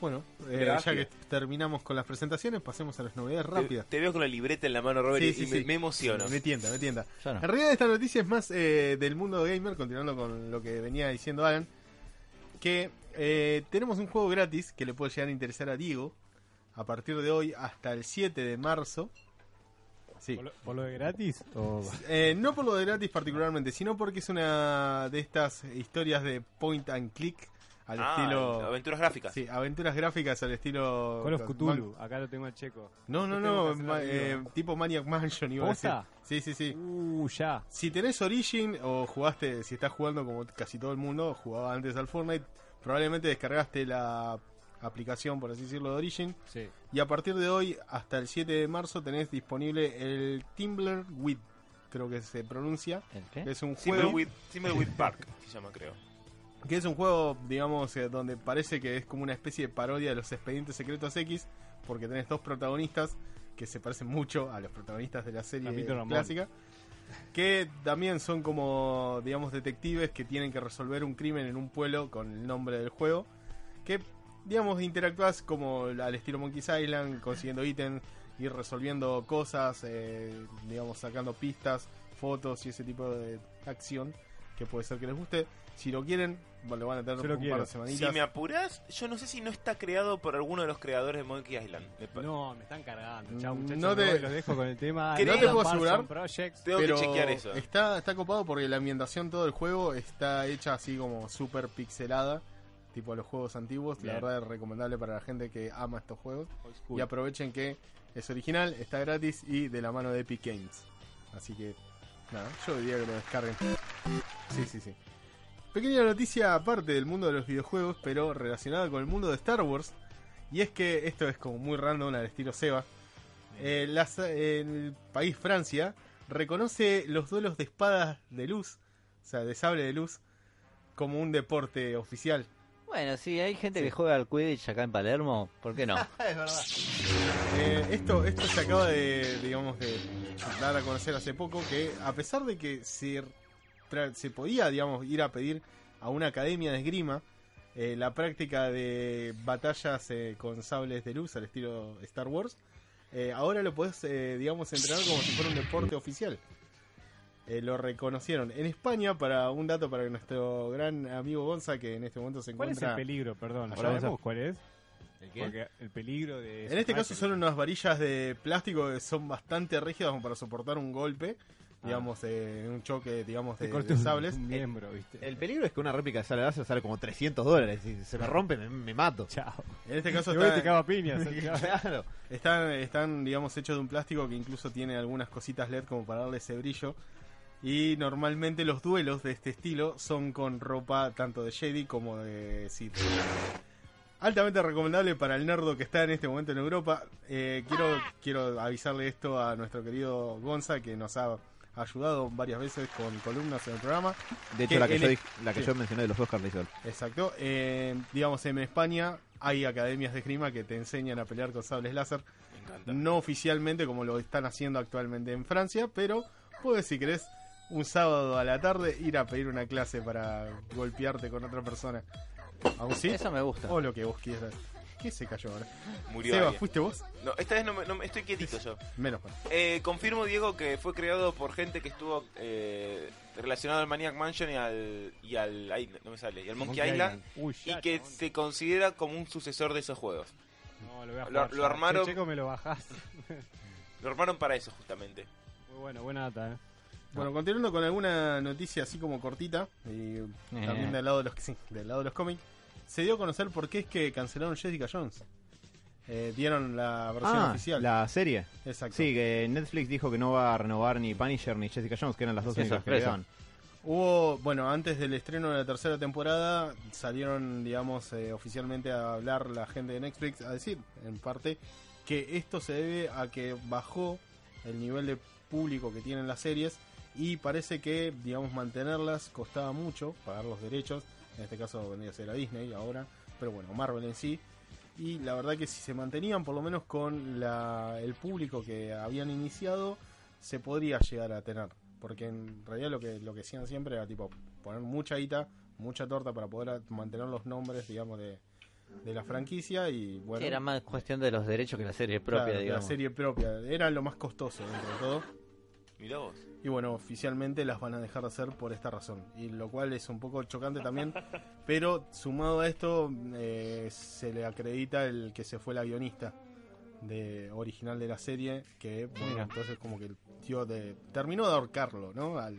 Speaker 2: Bueno, eh, ya
Speaker 3: Gracias.
Speaker 2: que terminamos con las presentaciones, pasemos a las novedades
Speaker 3: Eh,
Speaker 2: rápidas.
Speaker 3: Te, te veo con la libreta en la mano, Robert,
Speaker 2: Sí,
Speaker 3: y
Speaker 2: sí,
Speaker 3: me,
Speaker 2: sí.
Speaker 3: me emociono.
Speaker 2: Me tienta, me tienta.
Speaker 4: Yo
Speaker 6: Ah.
Speaker 4: no.
Speaker 2: En realidad esta noticia es más eh, del mundo gamer, continuando con lo que venía diciendo Alan, que eh, tenemos un juego gratis que le puede llegar a interesar a Diego a partir de hoy hasta el 7 de marzo. Sí.
Speaker 6: ¿Por lo, por lo de gratis? O...
Speaker 2: Eh, no por lo de gratis particularmente, sino porque es una de estas historias de point and click al
Speaker 3: Ah,
Speaker 2: estilo...
Speaker 3: aventuras gráficas.
Speaker 2: Sí, aventuras gráficas al estilo...
Speaker 6: Call of Cthulhu, acá lo tengo al checo.
Speaker 2: No, no,
Speaker 6: Lo
Speaker 2: no,
Speaker 6: tengo
Speaker 2: ma-
Speaker 6: que hacer
Speaker 2: eh,
Speaker 6: arriba.
Speaker 2: tipo Maniac Mansion iba a decir.
Speaker 6: ¿Posta?
Speaker 2: Sí, sí, sí.
Speaker 6: Uh, ya.
Speaker 2: Si tenés Origin o jugaste, si estás jugando como casi todo el mundo, jugaba antes al Fortnite, probablemente descargaste la aplicación, por así decirlo, de Origin.
Speaker 6: Sí.
Speaker 2: Y a partir de hoy, hasta el 7 de marzo, tenés disponible el Timbler With, creo que se pronuncia.
Speaker 4: ¿El
Speaker 2: que
Speaker 4: qué?
Speaker 2: Es un juego
Speaker 3: Simmerweed Simmerweed Park se llama, creo.
Speaker 2: que es un juego, digamos, eh, donde parece que es como una especie de parodia de los expedientes secretos X, porque tenés dos protagonistas que se parecen mucho a los protagonistas de la serie
Speaker 6: Capítulo Ramón.
Speaker 2: clásica, que también son como, digamos, detectives que tienen que resolver un crimen en un pueblo con el nombre del juego, que, digamos, interactúas como al estilo Monkey's Island, consiguiendo ítems, ir resolviendo cosas, eh, digamos, sacando pistas, fotos y ese tipo de acción que puede ser que les guste. Si lo quieren, bueno, lo van a tener
Speaker 6: Yo lo
Speaker 2: un par
Speaker 6: quiero.
Speaker 2: de
Speaker 3: Si
Speaker 2: semanitas.
Speaker 3: me apuras, yo no sé si no está creado por alguno de los creadores de Monkey Island. Me pa-
Speaker 6: No, me están cargando. Chao,
Speaker 2: No
Speaker 6: muchachos.
Speaker 2: te-
Speaker 6: me voy, los dejo con el tema.
Speaker 3: Que no
Speaker 6: Alan
Speaker 3: te puedo
Speaker 6: Parsons
Speaker 2: asegurar.
Speaker 6: Project.
Speaker 3: Tengo
Speaker 2: Pero
Speaker 3: que chequear eso.
Speaker 2: Está, está copado porque la ambientación todo el juego está hecha así como super pixelada, tipo los juegos antiguos. La
Speaker 6: Bien.
Speaker 2: verdad es recomendable para la gente que ama estos juegos.
Speaker 6: Old
Speaker 2: Y
Speaker 6: school.
Speaker 2: aprovechen que es original, está gratis y de la mano de Epic Games. Así que, nada, yo diría que lo descarguen. Sí, sí, sí. Pequeña noticia aparte del mundo de los videojuegos, pero relacionada con el mundo de Star Wars. Y es que esto es como muy random al estilo Seba. Eh, las- el país Francia reconoce los duelos de espadas de luz, o sea, de sable de luz, como un deporte oficial.
Speaker 4: Bueno, sí, hay gente que juega al Quidditch acá en Palermo. ¿Por qué no?
Speaker 2: Eh, esto, esto se acaba de, digamos, de dar a conocer hace poco que a pesar de que se, tra- se podía, digamos, ir a pedir a una academia de esgrima, eh, la práctica de batallas eh, con sables de luz al estilo Star Wars, eh, ahora lo podés, eh, digamos, entrenar como si fuera un deporte oficial. Eh, lo reconocieron. En España, para un dato para nuestro gran amigo Gonza, que en este momento se
Speaker 6: ¿Cuál es
Speaker 2: encuentra...
Speaker 6: el peligro? Perdón,
Speaker 5: Hola, Gonzalo.
Speaker 6: ¿sabemos cuál es?
Speaker 5: ¿El
Speaker 6: Porque el peligro de...
Speaker 2: En este
Speaker 6: Ah,
Speaker 2: caso
Speaker 6: eso.
Speaker 2: son unas varillas de plástico que son bastante rígidas como para soportar un golpe,
Speaker 5: Ah.
Speaker 2: digamos, eh, un choque, digamos, de,
Speaker 6: Te corté
Speaker 2: de
Speaker 6: un-
Speaker 2: sables.
Speaker 6: un miembro, ¿viste?
Speaker 5: El peligro es que una réplica de sale láser sale como 300 dólares. Si se me rompe, me, me mato.
Speaker 6: Chao.
Speaker 2: En este caso
Speaker 6: Te voy y te cago
Speaker 2: está-
Speaker 6: a piñas. chao.
Speaker 5: claro.
Speaker 2: están, están, digamos, hechos de un plástico que incluso tiene algunas cositas LED como para darle ese brillo. Y normalmente los duelos de este estilo son con ropa tanto de Jedi como de Sith. Altamente recomendable para el nerdo que está en este momento en Europa. Eh, quiero, quiero avisarle esto a nuestro querido Gonza, que nos ha ayudado varias veces con columnas en el programa.
Speaker 5: De
Speaker 2: Que
Speaker 5: hecho, la que,
Speaker 2: en
Speaker 5: yo,
Speaker 2: el- e-
Speaker 5: dij- la que
Speaker 2: sí.
Speaker 5: yo mencioné de los Oscars le hizo él.
Speaker 2: Exacto. Eh, digamos, en España hay academias de esgrima que te enseñan a pelear con sables láser.
Speaker 3: Me encanta.
Speaker 2: No oficialmente como lo están haciendo actualmente en Francia, pero puedes, si querés, un sábado a la tarde ir a pedir una clase para golpearte con otra persona. ¿Aún sí?
Speaker 4: Eso me gusta.
Speaker 2: O lo que vos quieras. ¿Qué se cayó ahora?
Speaker 3: Murió
Speaker 2: Seba,
Speaker 3: alguien.
Speaker 2: ¿fuiste vos?
Speaker 3: No, esta vez no me, no me- estoy quietito yo.
Speaker 2: Menos mal.
Speaker 3: Eh, confirmo, Diego, que fue creado por gente que estuvo eh, relacionado al Maniac Mansion y al. y al. ay, no me sale. y al Monkey, Island.
Speaker 6: Uy,
Speaker 3: Y
Speaker 6: ya,
Speaker 3: que
Speaker 6: chabón.
Speaker 3: se considera como un sucesor de esos juegos.
Speaker 6: No, lo voy a
Speaker 3: lo-
Speaker 6: jugar
Speaker 3: lo
Speaker 6: ya.
Speaker 3: armaron-
Speaker 6: Che, Checo, me lo bajás.
Speaker 3: Lo armaron para eso, justamente.
Speaker 6: Muy bueno, buena data, eh.
Speaker 2: Bueno, continuando con alguna noticia así como cortita, y
Speaker 5: Eh.
Speaker 2: también del lado de los sí, del lado de los cómics, se dio a conocer por qué es que cancelaron Jessica Jones. Eh, dieron la versión
Speaker 5: Ah,
Speaker 2: oficial.
Speaker 5: la serie.
Speaker 2: Exacto.
Speaker 5: Sí, que Netflix dijo que no va a renovar ni Punisher ni Jessica Jones, que eran las dos
Speaker 4: Qué
Speaker 5: únicas que
Speaker 4: sorpresa.
Speaker 5: quedaban.
Speaker 2: Hubo, bueno, antes del estreno de la tercera temporada, salieron, digamos, eh, oficialmente a hablar la gente de Netflix, a decir, en parte, que esto se debe a que bajó el nivel de público que tienen las series y parece que, digamos, mantenerlas costaba mucho, pagar los derechos, en este caso vendría a ser a Disney ahora, pero bueno, Marvel en sí. Y la verdad que si se mantenían por lo menos con la, el público que habían iniciado, se podría llegar a tener. Porque en realidad lo que, lo que hacían siempre era tipo poner mucha guita, mucha torta para poder a- mantener los nombres, digamos, de, de la franquicia y bueno.
Speaker 4: Sí, era más cuestión de los derechos que la serie propia,
Speaker 2: claro,
Speaker 4: digamos.
Speaker 2: La serie propia. Era lo más costoso dentro de todo.
Speaker 3: Mirá vos.
Speaker 2: Y bueno, oficialmente las van a dejar de hacer por esta razón. Y lo cual es un poco chocante también. Pero sumado a esto, eh, se le acredita el que se fue la guionista de, original de la serie. Que bueno, entonces como que el tío de, terminó de ahorcarlo, ¿no? Al,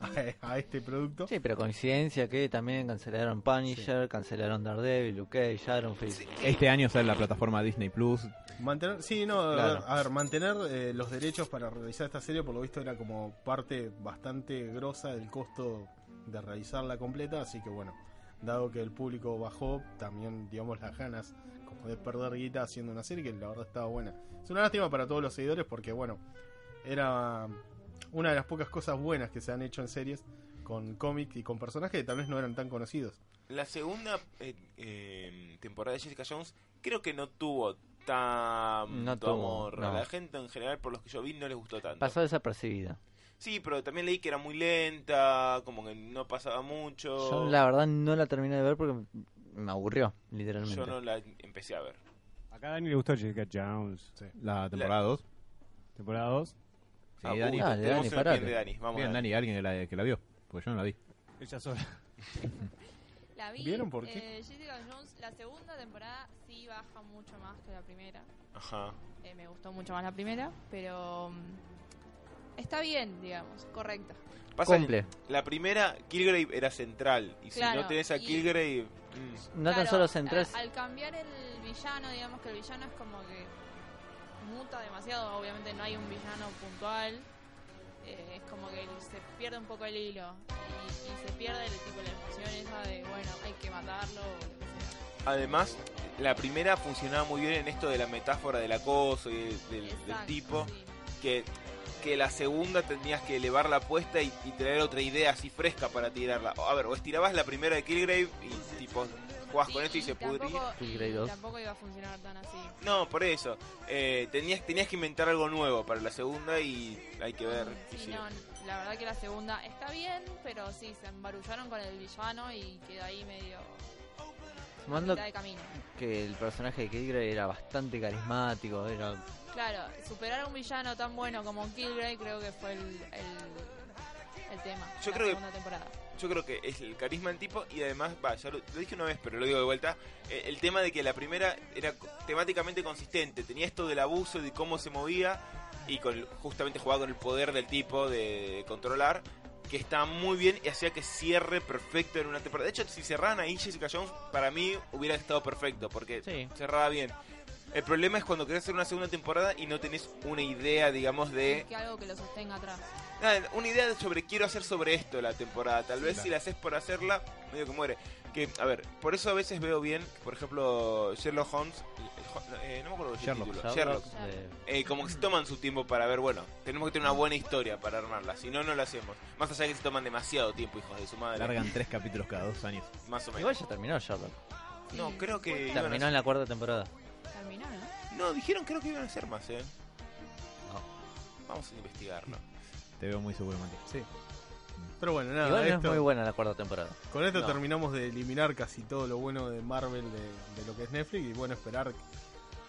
Speaker 2: a, a este producto.
Speaker 4: Sí, pero coincidencia que también cancelaron Punisher, cancelaron Daredevil, Luke, Shadowfield.
Speaker 5: Este año sale la plataforma Disney Plus.
Speaker 2: Mantener, sí, no, a
Speaker 4: Claro.
Speaker 2: ver- a ver, mantener eh, los derechos para realizar esta serie, por lo visto, era como parte bastante grosa del costo de realizarla completa. Así que bueno, dado que el público bajó, también, digamos, las ganas como de perder guita haciendo una serie que la verdad estaba buena. Es una lástima para todos los seguidores porque, bueno, era una de las pocas cosas buenas que se han hecho en series con cómics y con personajes que tal vez no eran tan conocidos.
Speaker 3: La segunda eh, eh, temporada de Jessica Jones creo que no tuvo tan
Speaker 4: No tuvo,
Speaker 3: amor. A
Speaker 4: no.
Speaker 3: la gente en general, por los que yo vi, no les gustó tanto.
Speaker 4: Pasó desapercibida.
Speaker 3: Sí, pero también leí que era muy lenta, como que no pasaba mucho.
Speaker 4: Yo la verdad no la terminé de ver porque me aburrió, literalmente.
Speaker 3: Yo no la empecé a ver.
Speaker 6: Acá a Dani le gustó Jessica Jones.
Speaker 5: La temporada 2.
Speaker 6: Temporada 2.
Speaker 5: Sí,
Speaker 3: Ah,
Speaker 5: Dani.
Speaker 3: uy,
Speaker 4: Dale,
Speaker 3: tenemos
Speaker 4: Dani,
Speaker 3: una
Speaker 4: parate.
Speaker 3: opinión de Dani. Vamos
Speaker 5: Bien,
Speaker 3: Dani.
Speaker 5: Dani, alguien que la, que la vio. Porque yo no la vi.
Speaker 6: Ella sola.
Speaker 9: La vi.
Speaker 2: ¿Vieron por qué?
Speaker 9: eh, Jessica Jones, la segunda temporada sí baja mucho más que la primera.
Speaker 3: Ajá.
Speaker 9: Eh, me gustó mucho más la primera, pero mm, está bien, digamos, correcta.
Speaker 3: Pasa que
Speaker 4: Cumple.
Speaker 3: La primera, Kilgrave era central. Y si
Speaker 9: Claro,
Speaker 3: no tenés a
Speaker 9: y-
Speaker 3: Kilgrave. mm,
Speaker 4: No tan
Speaker 9: Claro,
Speaker 4: solo central,
Speaker 9: a- Al, cambiar el villano, digamos que el villano es como que muta demasiado. Obviamente no hay un villano puntual. eh, es como que se pierde un poco el hilo. Y, y se pierde el tipo la emoción esa de, bueno, hay que matarlo o lo que sea.
Speaker 3: Además, la primera funcionaba muy bien en esto de la metáfora del acoso y del, del- del
Speaker 9: Exacto,
Speaker 3: tipo.
Speaker 9: sí.
Speaker 3: Que, que la segunda tendrías que elevar la apuesta y, y traer otra idea así fresca para tirarla. O, A ver, o estirabas la primera de Kilgrave y tipo jugás
Speaker 9: Sí,
Speaker 3: Ah, con esto y se
Speaker 9: tampoco-
Speaker 3: pudría.
Speaker 4: Sí,
Speaker 9: y
Speaker 4: Grey dos.
Speaker 9: Tampoco iba a funcionar tan así.
Speaker 3: No, por eso. Eh, tenías, tenías que inventar algo nuevo para la segunda y hay que ver.
Speaker 9: Sí,
Speaker 3: si-
Speaker 9: no, la verdad que la segunda está bien, pero sí, se embarullaron con el villano y quedó ahí medio a
Speaker 4: sumando
Speaker 9: mitad de camino.
Speaker 4: que el personaje de Kilgrave era bastante carismático, era
Speaker 9: Claro, superar a un villano tan bueno como Kilgrave creo que fue el, el, el tema.
Speaker 3: Yo
Speaker 9: la
Speaker 3: creo que-
Speaker 9: segunda temporada.
Speaker 3: Yo creo que es el carisma del tipo y además, va, ya lo, lo dije una vez, pero lo digo de vuelta, eh, el tema de que la primera era co- temáticamente consistente, tenía esto del abuso, de cómo se movía y con justamente jugaba con el poder del tipo de controlar, que está muy bien y hacía que cierre perfecto en una temporada. De hecho, si cerraran ahí Jessica Jones, para mí hubiera estado perfecto, porque
Speaker 4: Sí.
Speaker 3: cerraba bien. El problema es cuando querés hacer una segunda temporada y no tenés una idea, digamos, de...
Speaker 9: que algo que lo sostenga atrás.
Speaker 3: nada, una idea de sobre quiero hacer sobre esto la temporada. Tal vez si la haces por hacerla, medio que muere. Que, a ver, por eso a veces veo bien, por ejemplo, Sherlock Holmes... eh, no me acuerdo del
Speaker 5: Sherlock,
Speaker 3: título.
Speaker 4: Sherlock,
Speaker 3: Sherlock.
Speaker 4: eh,
Speaker 3: Eh, como que se toman su tiempo para ver, bueno, tenemos que tener una buena historia para armarla, si no, no lo hacemos. Más allá de que se toman demasiado tiempo, hijos de su madre.
Speaker 5: Largan tres capítulos cada dos años.
Speaker 3: Más o
Speaker 4: Igual
Speaker 3: menos.
Speaker 4: ya terminó Sherlock.
Speaker 3: No, creo que iban a
Speaker 4: Terminó en la cuarta temporada.
Speaker 9: Terminó, ¿no?
Speaker 3: No, dijeron creo que iban a ser más, ¿eh?
Speaker 4: No.
Speaker 3: Vamos a investigarlo.
Speaker 5: Te veo muy seguro, Mati. Sí.
Speaker 2: Pero bueno, nada,
Speaker 4: Igual no es
Speaker 2: esto-
Speaker 4: muy buena la cuarta temporada.
Speaker 2: con esto
Speaker 3: no.
Speaker 2: terminamos de eliminar casi todo lo bueno de Marvel de, de lo que es Netflix. Y bueno, esperar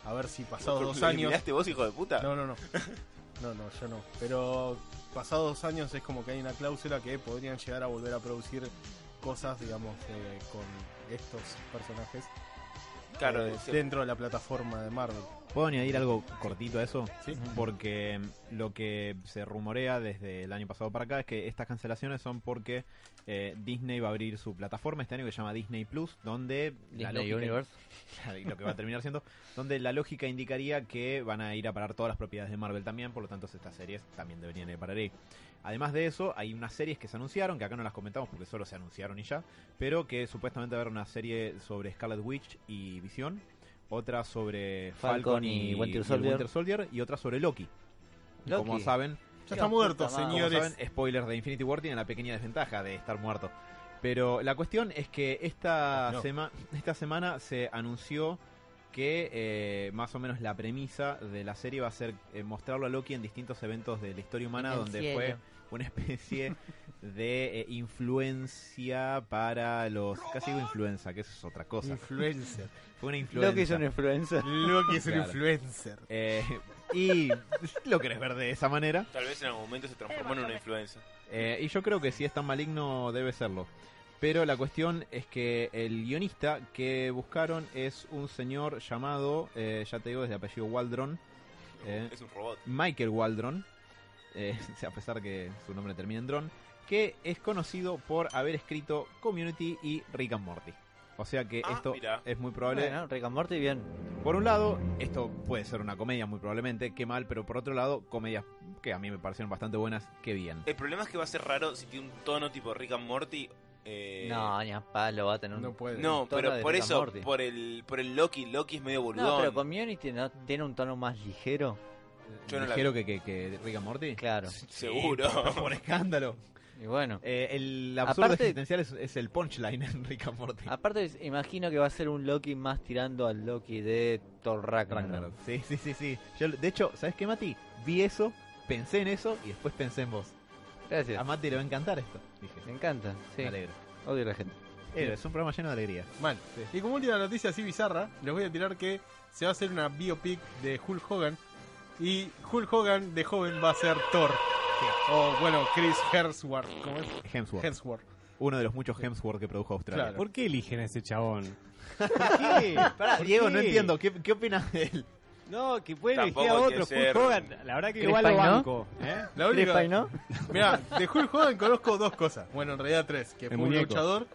Speaker 2: a ver si pasados
Speaker 3: ¿Lo
Speaker 2: dos años.
Speaker 3: eliminaste vos, hijo de puta?
Speaker 2: No, no, no. No, no, yo no. Pero pasados dos años es como que hay una cláusula que podrían llegar a volver a producir cosas, digamos, eh, con estos personajes
Speaker 3: claro,
Speaker 2: eh,
Speaker 3: se-
Speaker 2: dentro de la plataforma de Marvel.
Speaker 5: ¿Puedo añadir algo cortito a eso?
Speaker 2: Sí.
Speaker 5: Porque lo que se rumorea desde el año pasado para acá es que estas cancelaciones son porque eh, Disney va a abrir su plataforma este año que se llama Disney Plus, donde la
Speaker 4: Disney
Speaker 5: lógica-
Speaker 4: Universe.
Speaker 5: y lo que va a terminar siendo, donde la lógica indicaría que van a ir a parar todas las propiedades de Marvel también, por lo tanto estas series también deberían ir a parar ahí. Además de eso, hay unas series que se anunciaron, que acá no las comentamos porque solo se anunciaron y ya, pero que supuestamente va a haber una serie sobre Scarlet Witch y Visión, otra sobre Falcon,
Speaker 4: Falcon y
Speaker 5: y,
Speaker 4: Winter
Speaker 5: y el
Speaker 4: Soldier.
Speaker 5: Winter Soldier y otra sobre Loki.
Speaker 4: Loki.
Speaker 5: Como saben,
Speaker 2: Ya está muerto,
Speaker 4: puta madre.
Speaker 5: como
Speaker 2: señores.
Speaker 5: saben, spoilers de Infinity War tienen la pequeña desventaja de estar muerto. Pero la cuestión es que esta,
Speaker 2: No.
Speaker 5: sema- esta semana se anunció que eh, más o menos la premisa de la serie va a ser eh, mostrarlo a Loki en distintos eventos de la historia humana,
Speaker 4: En el
Speaker 5: donde
Speaker 4: cielo.
Speaker 5: fue una especie de eh, influencia para los... Casi digo influenza, que eso es otra cosa.
Speaker 2: Influencer.
Speaker 5: Fue una influencia.
Speaker 4: Loki es un influencer.
Speaker 2: Loki es un
Speaker 5: Claro.
Speaker 2: influencer.
Speaker 5: Eh, y lo querés ver de esa manera.
Speaker 3: Tal vez en algún momento se transformó en una influenza.
Speaker 5: Eh, y yo creo que si es tan maligno debe serlo. Pero la cuestión es que el guionista que buscaron es un señor llamado, eh, ya te digo, desde apellido Waldron, Eh.
Speaker 3: Es un robot.
Speaker 5: Michael Waldron, eh, a pesar que su nombre termina en Dron, que es conocido por haber escrito Community y Rick and Morty. O sea que
Speaker 3: Ah,
Speaker 5: esto
Speaker 3: mirá.
Speaker 5: es muy probable.
Speaker 4: Bueno, Rick and Morty, bien.
Speaker 5: Por un lado, esto puede ser una comedia muy probablemente, qué mal, pero por otro lado, comedias que a mí me parecieron bastante buenas, qué bien.
Speaker 3: El problema es que va a ser raro si tiene un tono tipo Rick and Morty. eh,
Speaker 4: No, ni a palo va a tener un...
Speaker 2: No puede.
Speaker 3: no,
Speaker 4: el tono
Speaker 3: pero
Speaker 4: de
Speaker 3: por
Speaker 4: Rick and
Speaker 3: eso,
Speaker 4: Morty.
Speaker 3: por el, por el Loki, Loki es medio burlón.
Speaker 4: No, pero Community no tiene un tono más ligero.
Speaker 3: yo no la
Speaker 5: Ligero que, que, que Rick and Morty.
Speaker 4: Claro.
Speaker 3: Seguro.
Speaker 5: por, por escándalo.
Speaker 4: Y bueno.
Speaker 5: Eh, el absurdo
Speaker 4: Aparte- Ah,
Speaker 5: existencial es, es el punchline en Rick and Morty.
Speaker 4: Aparte, es- imagino que va a ser un Loki más tirando al Loki de Thor Ragnarok.
Speaker 5: Ragnarok. Sí, sí, sí, sí. Yo, de hecho, ¿sabes qué, Mati? Vi eso, pensé en eso y después pensé en vos. A
Speaker 4: Gracias.
Speaker 5: Mati le va a encantar esto. Dije,
Speaker 4: Me encanta. Sí.
Speaker 5: me alegro.
Speaker 4: Odio a la gente.
Speaker 5: Eh, es un programa lleno de alegría.
Speaker 2: Mal. Y como última noticia así bizarra, les voy a tirar que se va a hacer una biopic de Hulk Hogan. Y Hulk Hogan de joven va a ser Thor. O bueno, Chris Hemsworth. ¿Cómo es?
Speaker 5: Hemsworth.
Speaker 2: Hemsworth.
Speaker 5: Uno de los muchos Hemsworth que produjo Australia.
Speaker 2: Claro.
Speaker 6: ¿Por qué eligen a ese chabón?
Speaker 5: Pará,
Speaker 6: ¿Por
Speaker 5: Diego,
Speaker 6: qué?
Speaker 5: no entiendo. ¿Qué, qué opinas de él?
Speaker 6: No, que puede elegir a
Speaker 3: Tampoco hay que
Speaker 6: otro.
Speaker 3: ser-
Speaker 6: Hulk Hogan, la verdad que
Speaker 4: Chris
Speaker 6: igual lo
Speaker 4: Pine, ¿no?
Speaker 6: banco. ¿eh?
Speaker 2: La
Speaker 4: Chris
Speaker 2: única.
Speaker 4: Pine, ¿no?
Speaker 2: Mirá, de Hulk Hogan conozco dos cosas. Bueno, en realidad tres. Que
Speaker 6: El
Speaker 2: fue un
Speaker 6: muñeco.
Speaker 2: luchador,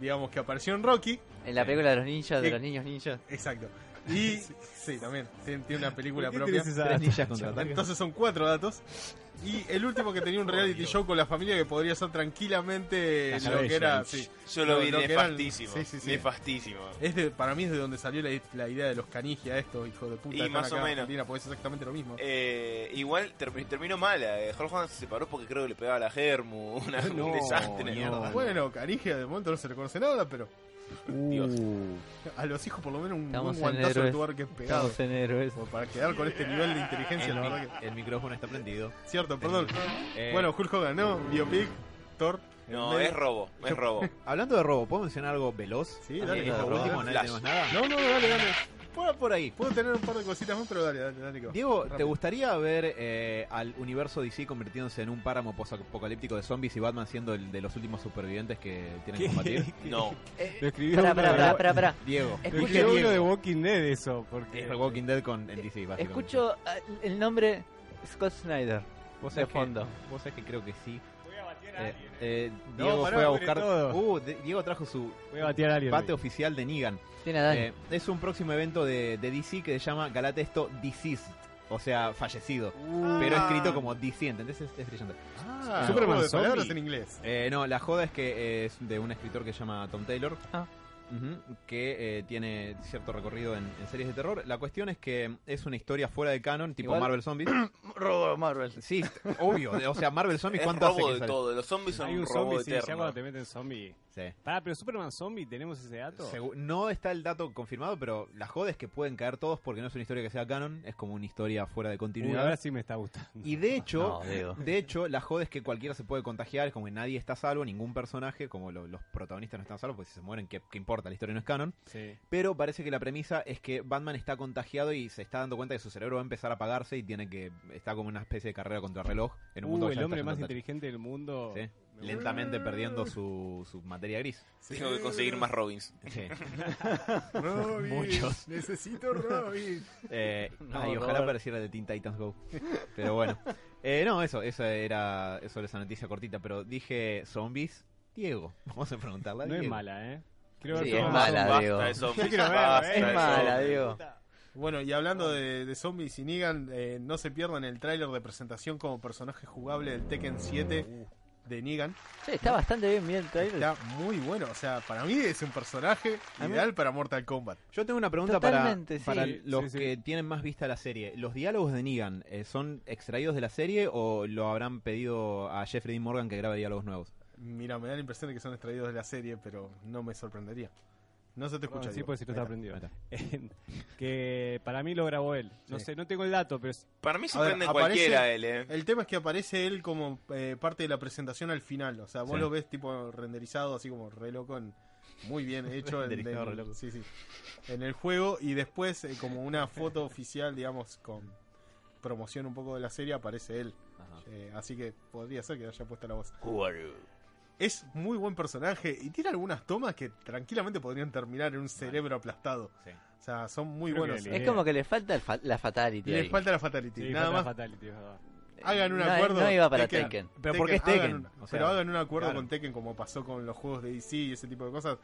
Speaker 2: digamos, que apareció en Rocky.
Speaker 4: En la película de los ninjas, de
Speaker 2: Eh,
Speaker 4: los niños ninjas.
Speaker 2: Exacto. Y sí, también. Tiene, tiene una película
Speaker 6: ¿Por qué
Speaker 2: propia.
Speaker 6: tenés esa
Speaker 5: Tres ninjas
Speaker 6: data,
Speaker 5: contra
Speaker 6: chabón?
Speaker 5: ataque.
Speaker 2: Entonces son cuatro datos. Y el último que tenía un reality show con la familia que podría ser tranquilamente
Speaker 6: La
Speaker 2: lo que era.
Speaker 6: Kardashian.
Speaker 2: sí.
Speaker 3: Yo lo,
Speaker 2: Lo-
Speaker 3: vi
Speaker 2: lo que era el-
Speaker 3: nefastísimo.
Speaker 2: sí, sí, sí.
Speaker 3: Nefastísimo.
Speaker 2: Es de- para mí es de donde salió la, la idea de los canigia estos hijos de puta.
Speaker 3: Y
Speaker 2: que están
Speaker 3: más
Speaker 2: acá
Speaker 3: o
Speaker 2: en
Speaker 3: menos.
Speaker 2: Argentina, porque es exactamente lo mismo.
Speaker 3: Eh, igual ter- terminó mala. eh, Hulk Hogan se separó porque creo que le pegaba a la Germu. una- un desastre.
Speaker 5: mierda.
Speaker 2: bueno, canigia de momento no se le conoce nada, pero
Speaker 3: Dios.
Speaker 2: a los hijos por lo menos un,
Speaker 4: Estamos
Speaker 2: buen
Speaker 4: en
Speaker 2: guantazo de
Speaker 4: héroes.
Speaker 2: tu que es pegado.
Speaker 4: Estamos en héroes.
Speaker 2: Como Para quedar con este nivel de inteligencia,
Speaker 5: El,
Speaker 2: la
Speaker 5: mi-
Speaker 2: verdad
Speaker 5: el micrófono está prendido.
Speaker 2: que. Cierto, perdón.
Speaker 5: Eh,
Speaker 2: Bueno, Hulk Hogan, ¿no? Biopic, Thor.
Speaker 3: No, es robo, es robo.
Speaker 5: hablando de robo, ¿puedo mencionar algo veloz?
Speaker 2: Sí,
Speaker 4: Ah,
Speaker 2: dale,
Speaker 4: mira,
Speaker 2: por
Speaker 5: Lo
Speaker 4: robo.
Speaker 2: favor.
Speaker 5: último,
Speaker 3: Flash.
Speaker 5: no tenemos nada.
Speaker 2: No, no, dale, dale.
Speaker 5: Por, por ahí.
Speaker 2: Puedo tener un par de cositas más, pero dale, dale, dale. que va.
Speaker 5: Diego, ¿te
Speaker 2: Rápido.
Speaker 5: gustaría ver eh, al universo DC convirtiéndose en un páramo apocalíptico de zombies y Batman siendo el de los últimos supervivientes que tienen que combatir?
Speaker 3: No,
Speaker 6: Lo escribió
Speaker 4: Pará,
Speaker 6: uno de-
Speaker 4: pará, pará, pará, pará.
Speaker 5: Diego.
Speaker 6: Lo
Speaker 4: Escucha,
Speaker 6: escribió uno
Speaker 4: Diego.
Speaker 6: de Walking Dead eso, porque
Speaker 5: Es el Walking Dead con en DC, básicamente.
Speaker 4: Escucho eh, el nombre Scott Snyder.
Speaker 5: ¿Vos
Speaker 4: de
Speaker 5: sabés que-
Speaker 4: fondo.
Speaker 5: vos sabés que creo que sí.
Speaker 3: era
Speaker 5: Eh,
Speaker 3: Alien, eh.
Speaker 5: eh,
Speaker 6: No,
Speaker 5: Diego
Speaker 6: pará,
Speaker 5: fue a
Speaker 6: viene
Speaker 5: buscar.
Speaker 6: todo.
Speaker 5: Uh, de- Diego trajo su
Speaker 6: Voy a batear a alguien.
Speaker 5: bate oficial de Negan.
Speaker 4: Tiene a Dani.
Speaker 5: Eh, es un próximo evento de, de DC que se llama Galatesto Deceased, o sea, fallecido.
Speaker 6: Ah.
Speaker 5: Pero escrito como Deceased, ¿entendés? Es, es brillante.
Speaker 2: Ah,
Speaker 5: Superman
Speaker 2: juego de
Speaker 5: Zombie.
Speaker 2: palabras en inglés.
Speaker 5: Eh, no, la joda es que eh, es de un escritor que se llama Tom Taylor.
Speaker 4: Ah.
Speaker 5: Ujú, que eh, tiene cierto recorrido en, en series de terror. La cuestión es que es una historia fuera de canon, tipo
Speaker 4: Igual-
Speaker 5: Marvel Zombies.
Speaker 4: Robo Marvel.
Speaker 5: sí, obvio. O sea, Marvel Zombies,
Speaker 3: Es
Speaker 5: ¿cuánto hace
Speaker 3: robo
Speaker 5: que
Speaker 3: de
Speaker 5: sale?
Speaker 3: todo. Los zombies son
Speaker 6: Hay
Speaker 3: un
Speaker 6: un
Speaker 3: robo
Speaker 6: zombie, sí, ya
Speaker 3: eterno.
Speaker 6: cuando te meten zombie.
Speaker 5: Sí.
Speaker 6: Pará, pero Superman zombie, ¿tenemos ese dato?
Speaker 5: Segu- No está el dato confirmado, pero la joda es que pueden caer todos porque no es una historia que sea canon, es como una historia fuera de
Speaker 6: Uy,
Speaker 5: continuidad.
Speaker 6: ahora sí me está gustando.
Speaker 5: Y de hecho,
Speaker 4: No, Diego.
Speaker 5: de hecho, la joda es que cualquiera se puede contagiar, es como que nadie está a salvo, ningún personaje, como lo- los protagonistas no están a salvo, pues si se mueren, ¿qué, qué importa? La historia no es canon.
Speaker 6: Sí.
Speaker 5: Pero parece que la premisa es que Batman está contagiado y se está dando cuenta que su cerebro va a empezar a apagarse y tiene que. está como una especie de carrera contra reloj en un mundo
Speaker 6: Uh,
Speaker 5: que ya
Speaker 6: el hombre
Speaker 5: está
Speaker 6: más
Speaker 5: yendo
Speaker 6: inteligente del mundo.
Speaker 5: al- Sí. Lentamente perdiendo su, su materia gris.
Speaker 3: Tengo que conseguir más Robins.
Speaker 5: Sí.
Speaker 2: Robin,
Speaker 5: Muchos.
Speaker 2: Necesito Robin.
Speaker 5: Eh,
Speaker 4: No,
Speaker 5: ay, ojalá
Speaker 4: Robert.
Speaker 5: apareciera de Teen Titans Go. Pero bueno. Eh, no, eso, eso era, eso era esa noticia cortita, pero dije zombies, Diego. Vamos a preguntarla. a
Speaker 6: No es
Speaker 5: Diego.
Speaker 6: mala, ¿eh? Creo
Speaker 4: Sí,
Speaker 6: que
Speaker 4: es
Speaker 6: no.
Speaker 4: mala,
Speaker 3: basta
Speaker 4: Diego.
Speaker 3: de zombies,
Speaker 6: quiero verlo,
Speaker 3: basta
Speaker 6: eh.
Speaker 3: de
Speaker 4: Es mala,
Speaker 3: zombies.
Speaker 4: Diego.
Speaker 2: Bueno, y hablando de, de zombies y Negan, eh, no se pierdan el tráiler de presentación como personaje jugable del Tekken 7 de Negan.
Speaker 4: Che, está bastante bien, bien el trailer.
Speaker 2: Está muy bueno, o sea, para mí es un personaje
Speaker 5: A mí-
Speaker 2: ideal para Mortal Kombat.
Speaker 5: Yo tengo una pregunta para,
Speaker 4: Totalmente, sí.
Speaker 5: para
Speaker 6: Sí,
Speaker 5: los
Speaker 6: sí, sí.
Speaker 5: que tienen más vista la serie. ¿Los diálogos de Negan eh, son extraídos de la serie o lo habrán pedido a Jeffrey Dean Morgan que grabe diálogos nuevos?
Speaker 2: Mira, me da la impresión de que son extraídos de la serie, pero no me sorprendería. No
Speaker 5: Ah,
Speaker 2: se te escucha.
Speaker 6: No, sí,
Speaker 2: Diego.
Speaker 6: pues si no está
Speaker 2: Ahí
Speaker 6: aprendido.
Speaker 5: Ahí
Speaker 6: que para mí lo grabó él. No
Speaker 2: Sí.
Speaker 6: sé, no tengo el dato, pero es-
Speaker 3: Para mí se
Speaker 2: A ver,
Speaker 3: prende
Speaker 2: aparece-
Speaker 3: cualquiera él, eh.
Speaker 2: El tema es que aparece él como eh, parte de la presentación al final. O sea, vos
Speaker 5: Sí.
Speaker 2: lo ves tipo renderizado, así como re loco, en- muy bien hecho en,
Speaker 5: Renderizado,
Speaker 2: en-
Speaker 5: re loco.
Speaker 2: sí, sí, en el juego. Y después, eh, como una foto oficial, digamos, con promoción un poco de la serie, aparece él.
Speaker 5: Ajá.
Speaker 2: Eh, así que podría ser que haya puesto la voz. Es muy buen personaje y tiene algunas tomas que tranquilamente podrían terminar en un cerebro aplastado.
Speaker 5: Sí.
Speaker 2: O sea, son muy
Speaker 6: Creo que
Speaker 2: buenos.
Speaker 6: la
Speaker 4: Es
Speaker 6: idea.
Speaker 4: como que le falta el fa- la fatality.
Speaker 2: Les
Speaker 4: ahí.
Speaker 2: falta la Fatality.
Speaker 6: sí,
Speaker 2: Nada
Speaker 6: Fatal
Speaker 2: más
Speaker 6: Fatality, es verdad.
Speaker 2: Hagan un
Speaker 4: No,
Speaker 2: acuerdo.
Speaker 4: no iba para
Speaker 2: Tekken.
Speaker 4: Tekken.
Speaker 5: Pero ¿por qué es Tekken?
Speaker 2: hagan un-
Speaker 5: O sea,
Speaker 2: pero hagan un acuerdo
Speaker 5: claro.
Speaker 2: con Tekken como pasó con los juegos de DC y ese tipo de cosas.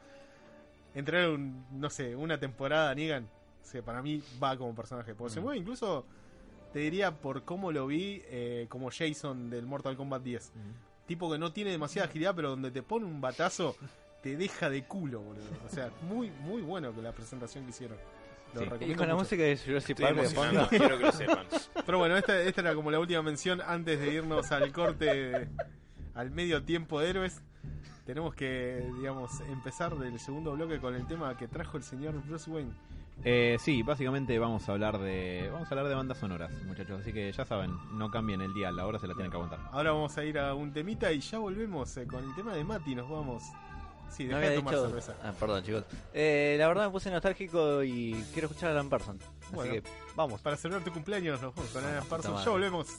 Speaker 2: Entrar un, no sé, una temporada a Negan, o sea, para mí va como personaje. Porque se
Speaker 5: Mm.
Speaker 2: mueve incluso, te diría por cómo lo vi, eh, como Jason del Mortal Kombat 10.
Speaker 5: Mm.
Speaker 2: Tipo que no tiene demasiada agilidad, pero donde te pone un batazo, te deja de culo, boludo. O sea, muy, muy bueno que la presentación que hicieron. Lo
Speaker 5: Sí.
Speaker 4: Y
Speaker 2: recomiendo
Speaker 4: con la
Speaker 2: mucho.
Speaker 4: música de Jurassic
Speaker 3: Estoy
Speaker 4: Park de
Speaker 3: emocionado,
Speaker 4: fondo.
Speaker 3: quiero que lo sepan.
Speaker 2: Pero bueno, esta, esta era como la última mención antes de irnos al corte, de- al medio tiempo de héroes. Tenemos que, digamos, empezar del segundo bloque con el tema que trajo el señor Bruce Wayne.
Speaker 5: Eh, sí, básicamente vamos a hablar de vamos a hablar de bandas sonoras, muchachos. Así que ya saben, no cambien el día, la hora se la tienen que aguantar.
Speaker 2: Ahora vamos a ir a un temita y ya volvemos eh, con el tema de Mati. Nos vamos. Sí,
Speaker 4: No
Speaker 2: deja
Speaker 4: había
Speaker 2: de tomar
Speaker 4: dicho.
Speaker 2: cerveza.
Speaker 4: Ah, perdón, chicos. Eh, la verdad me puse nostálgico y quiero escuchar a Alan Parsons. Así
Speaker 2: Bueno.
Speaker 4: que, vamos.
Speaker 2: Para celebrar tu cumpleaños, nos vamos con Ana Parsons.
Speaker 4: madre.
Speaker 2: Ya volvemos.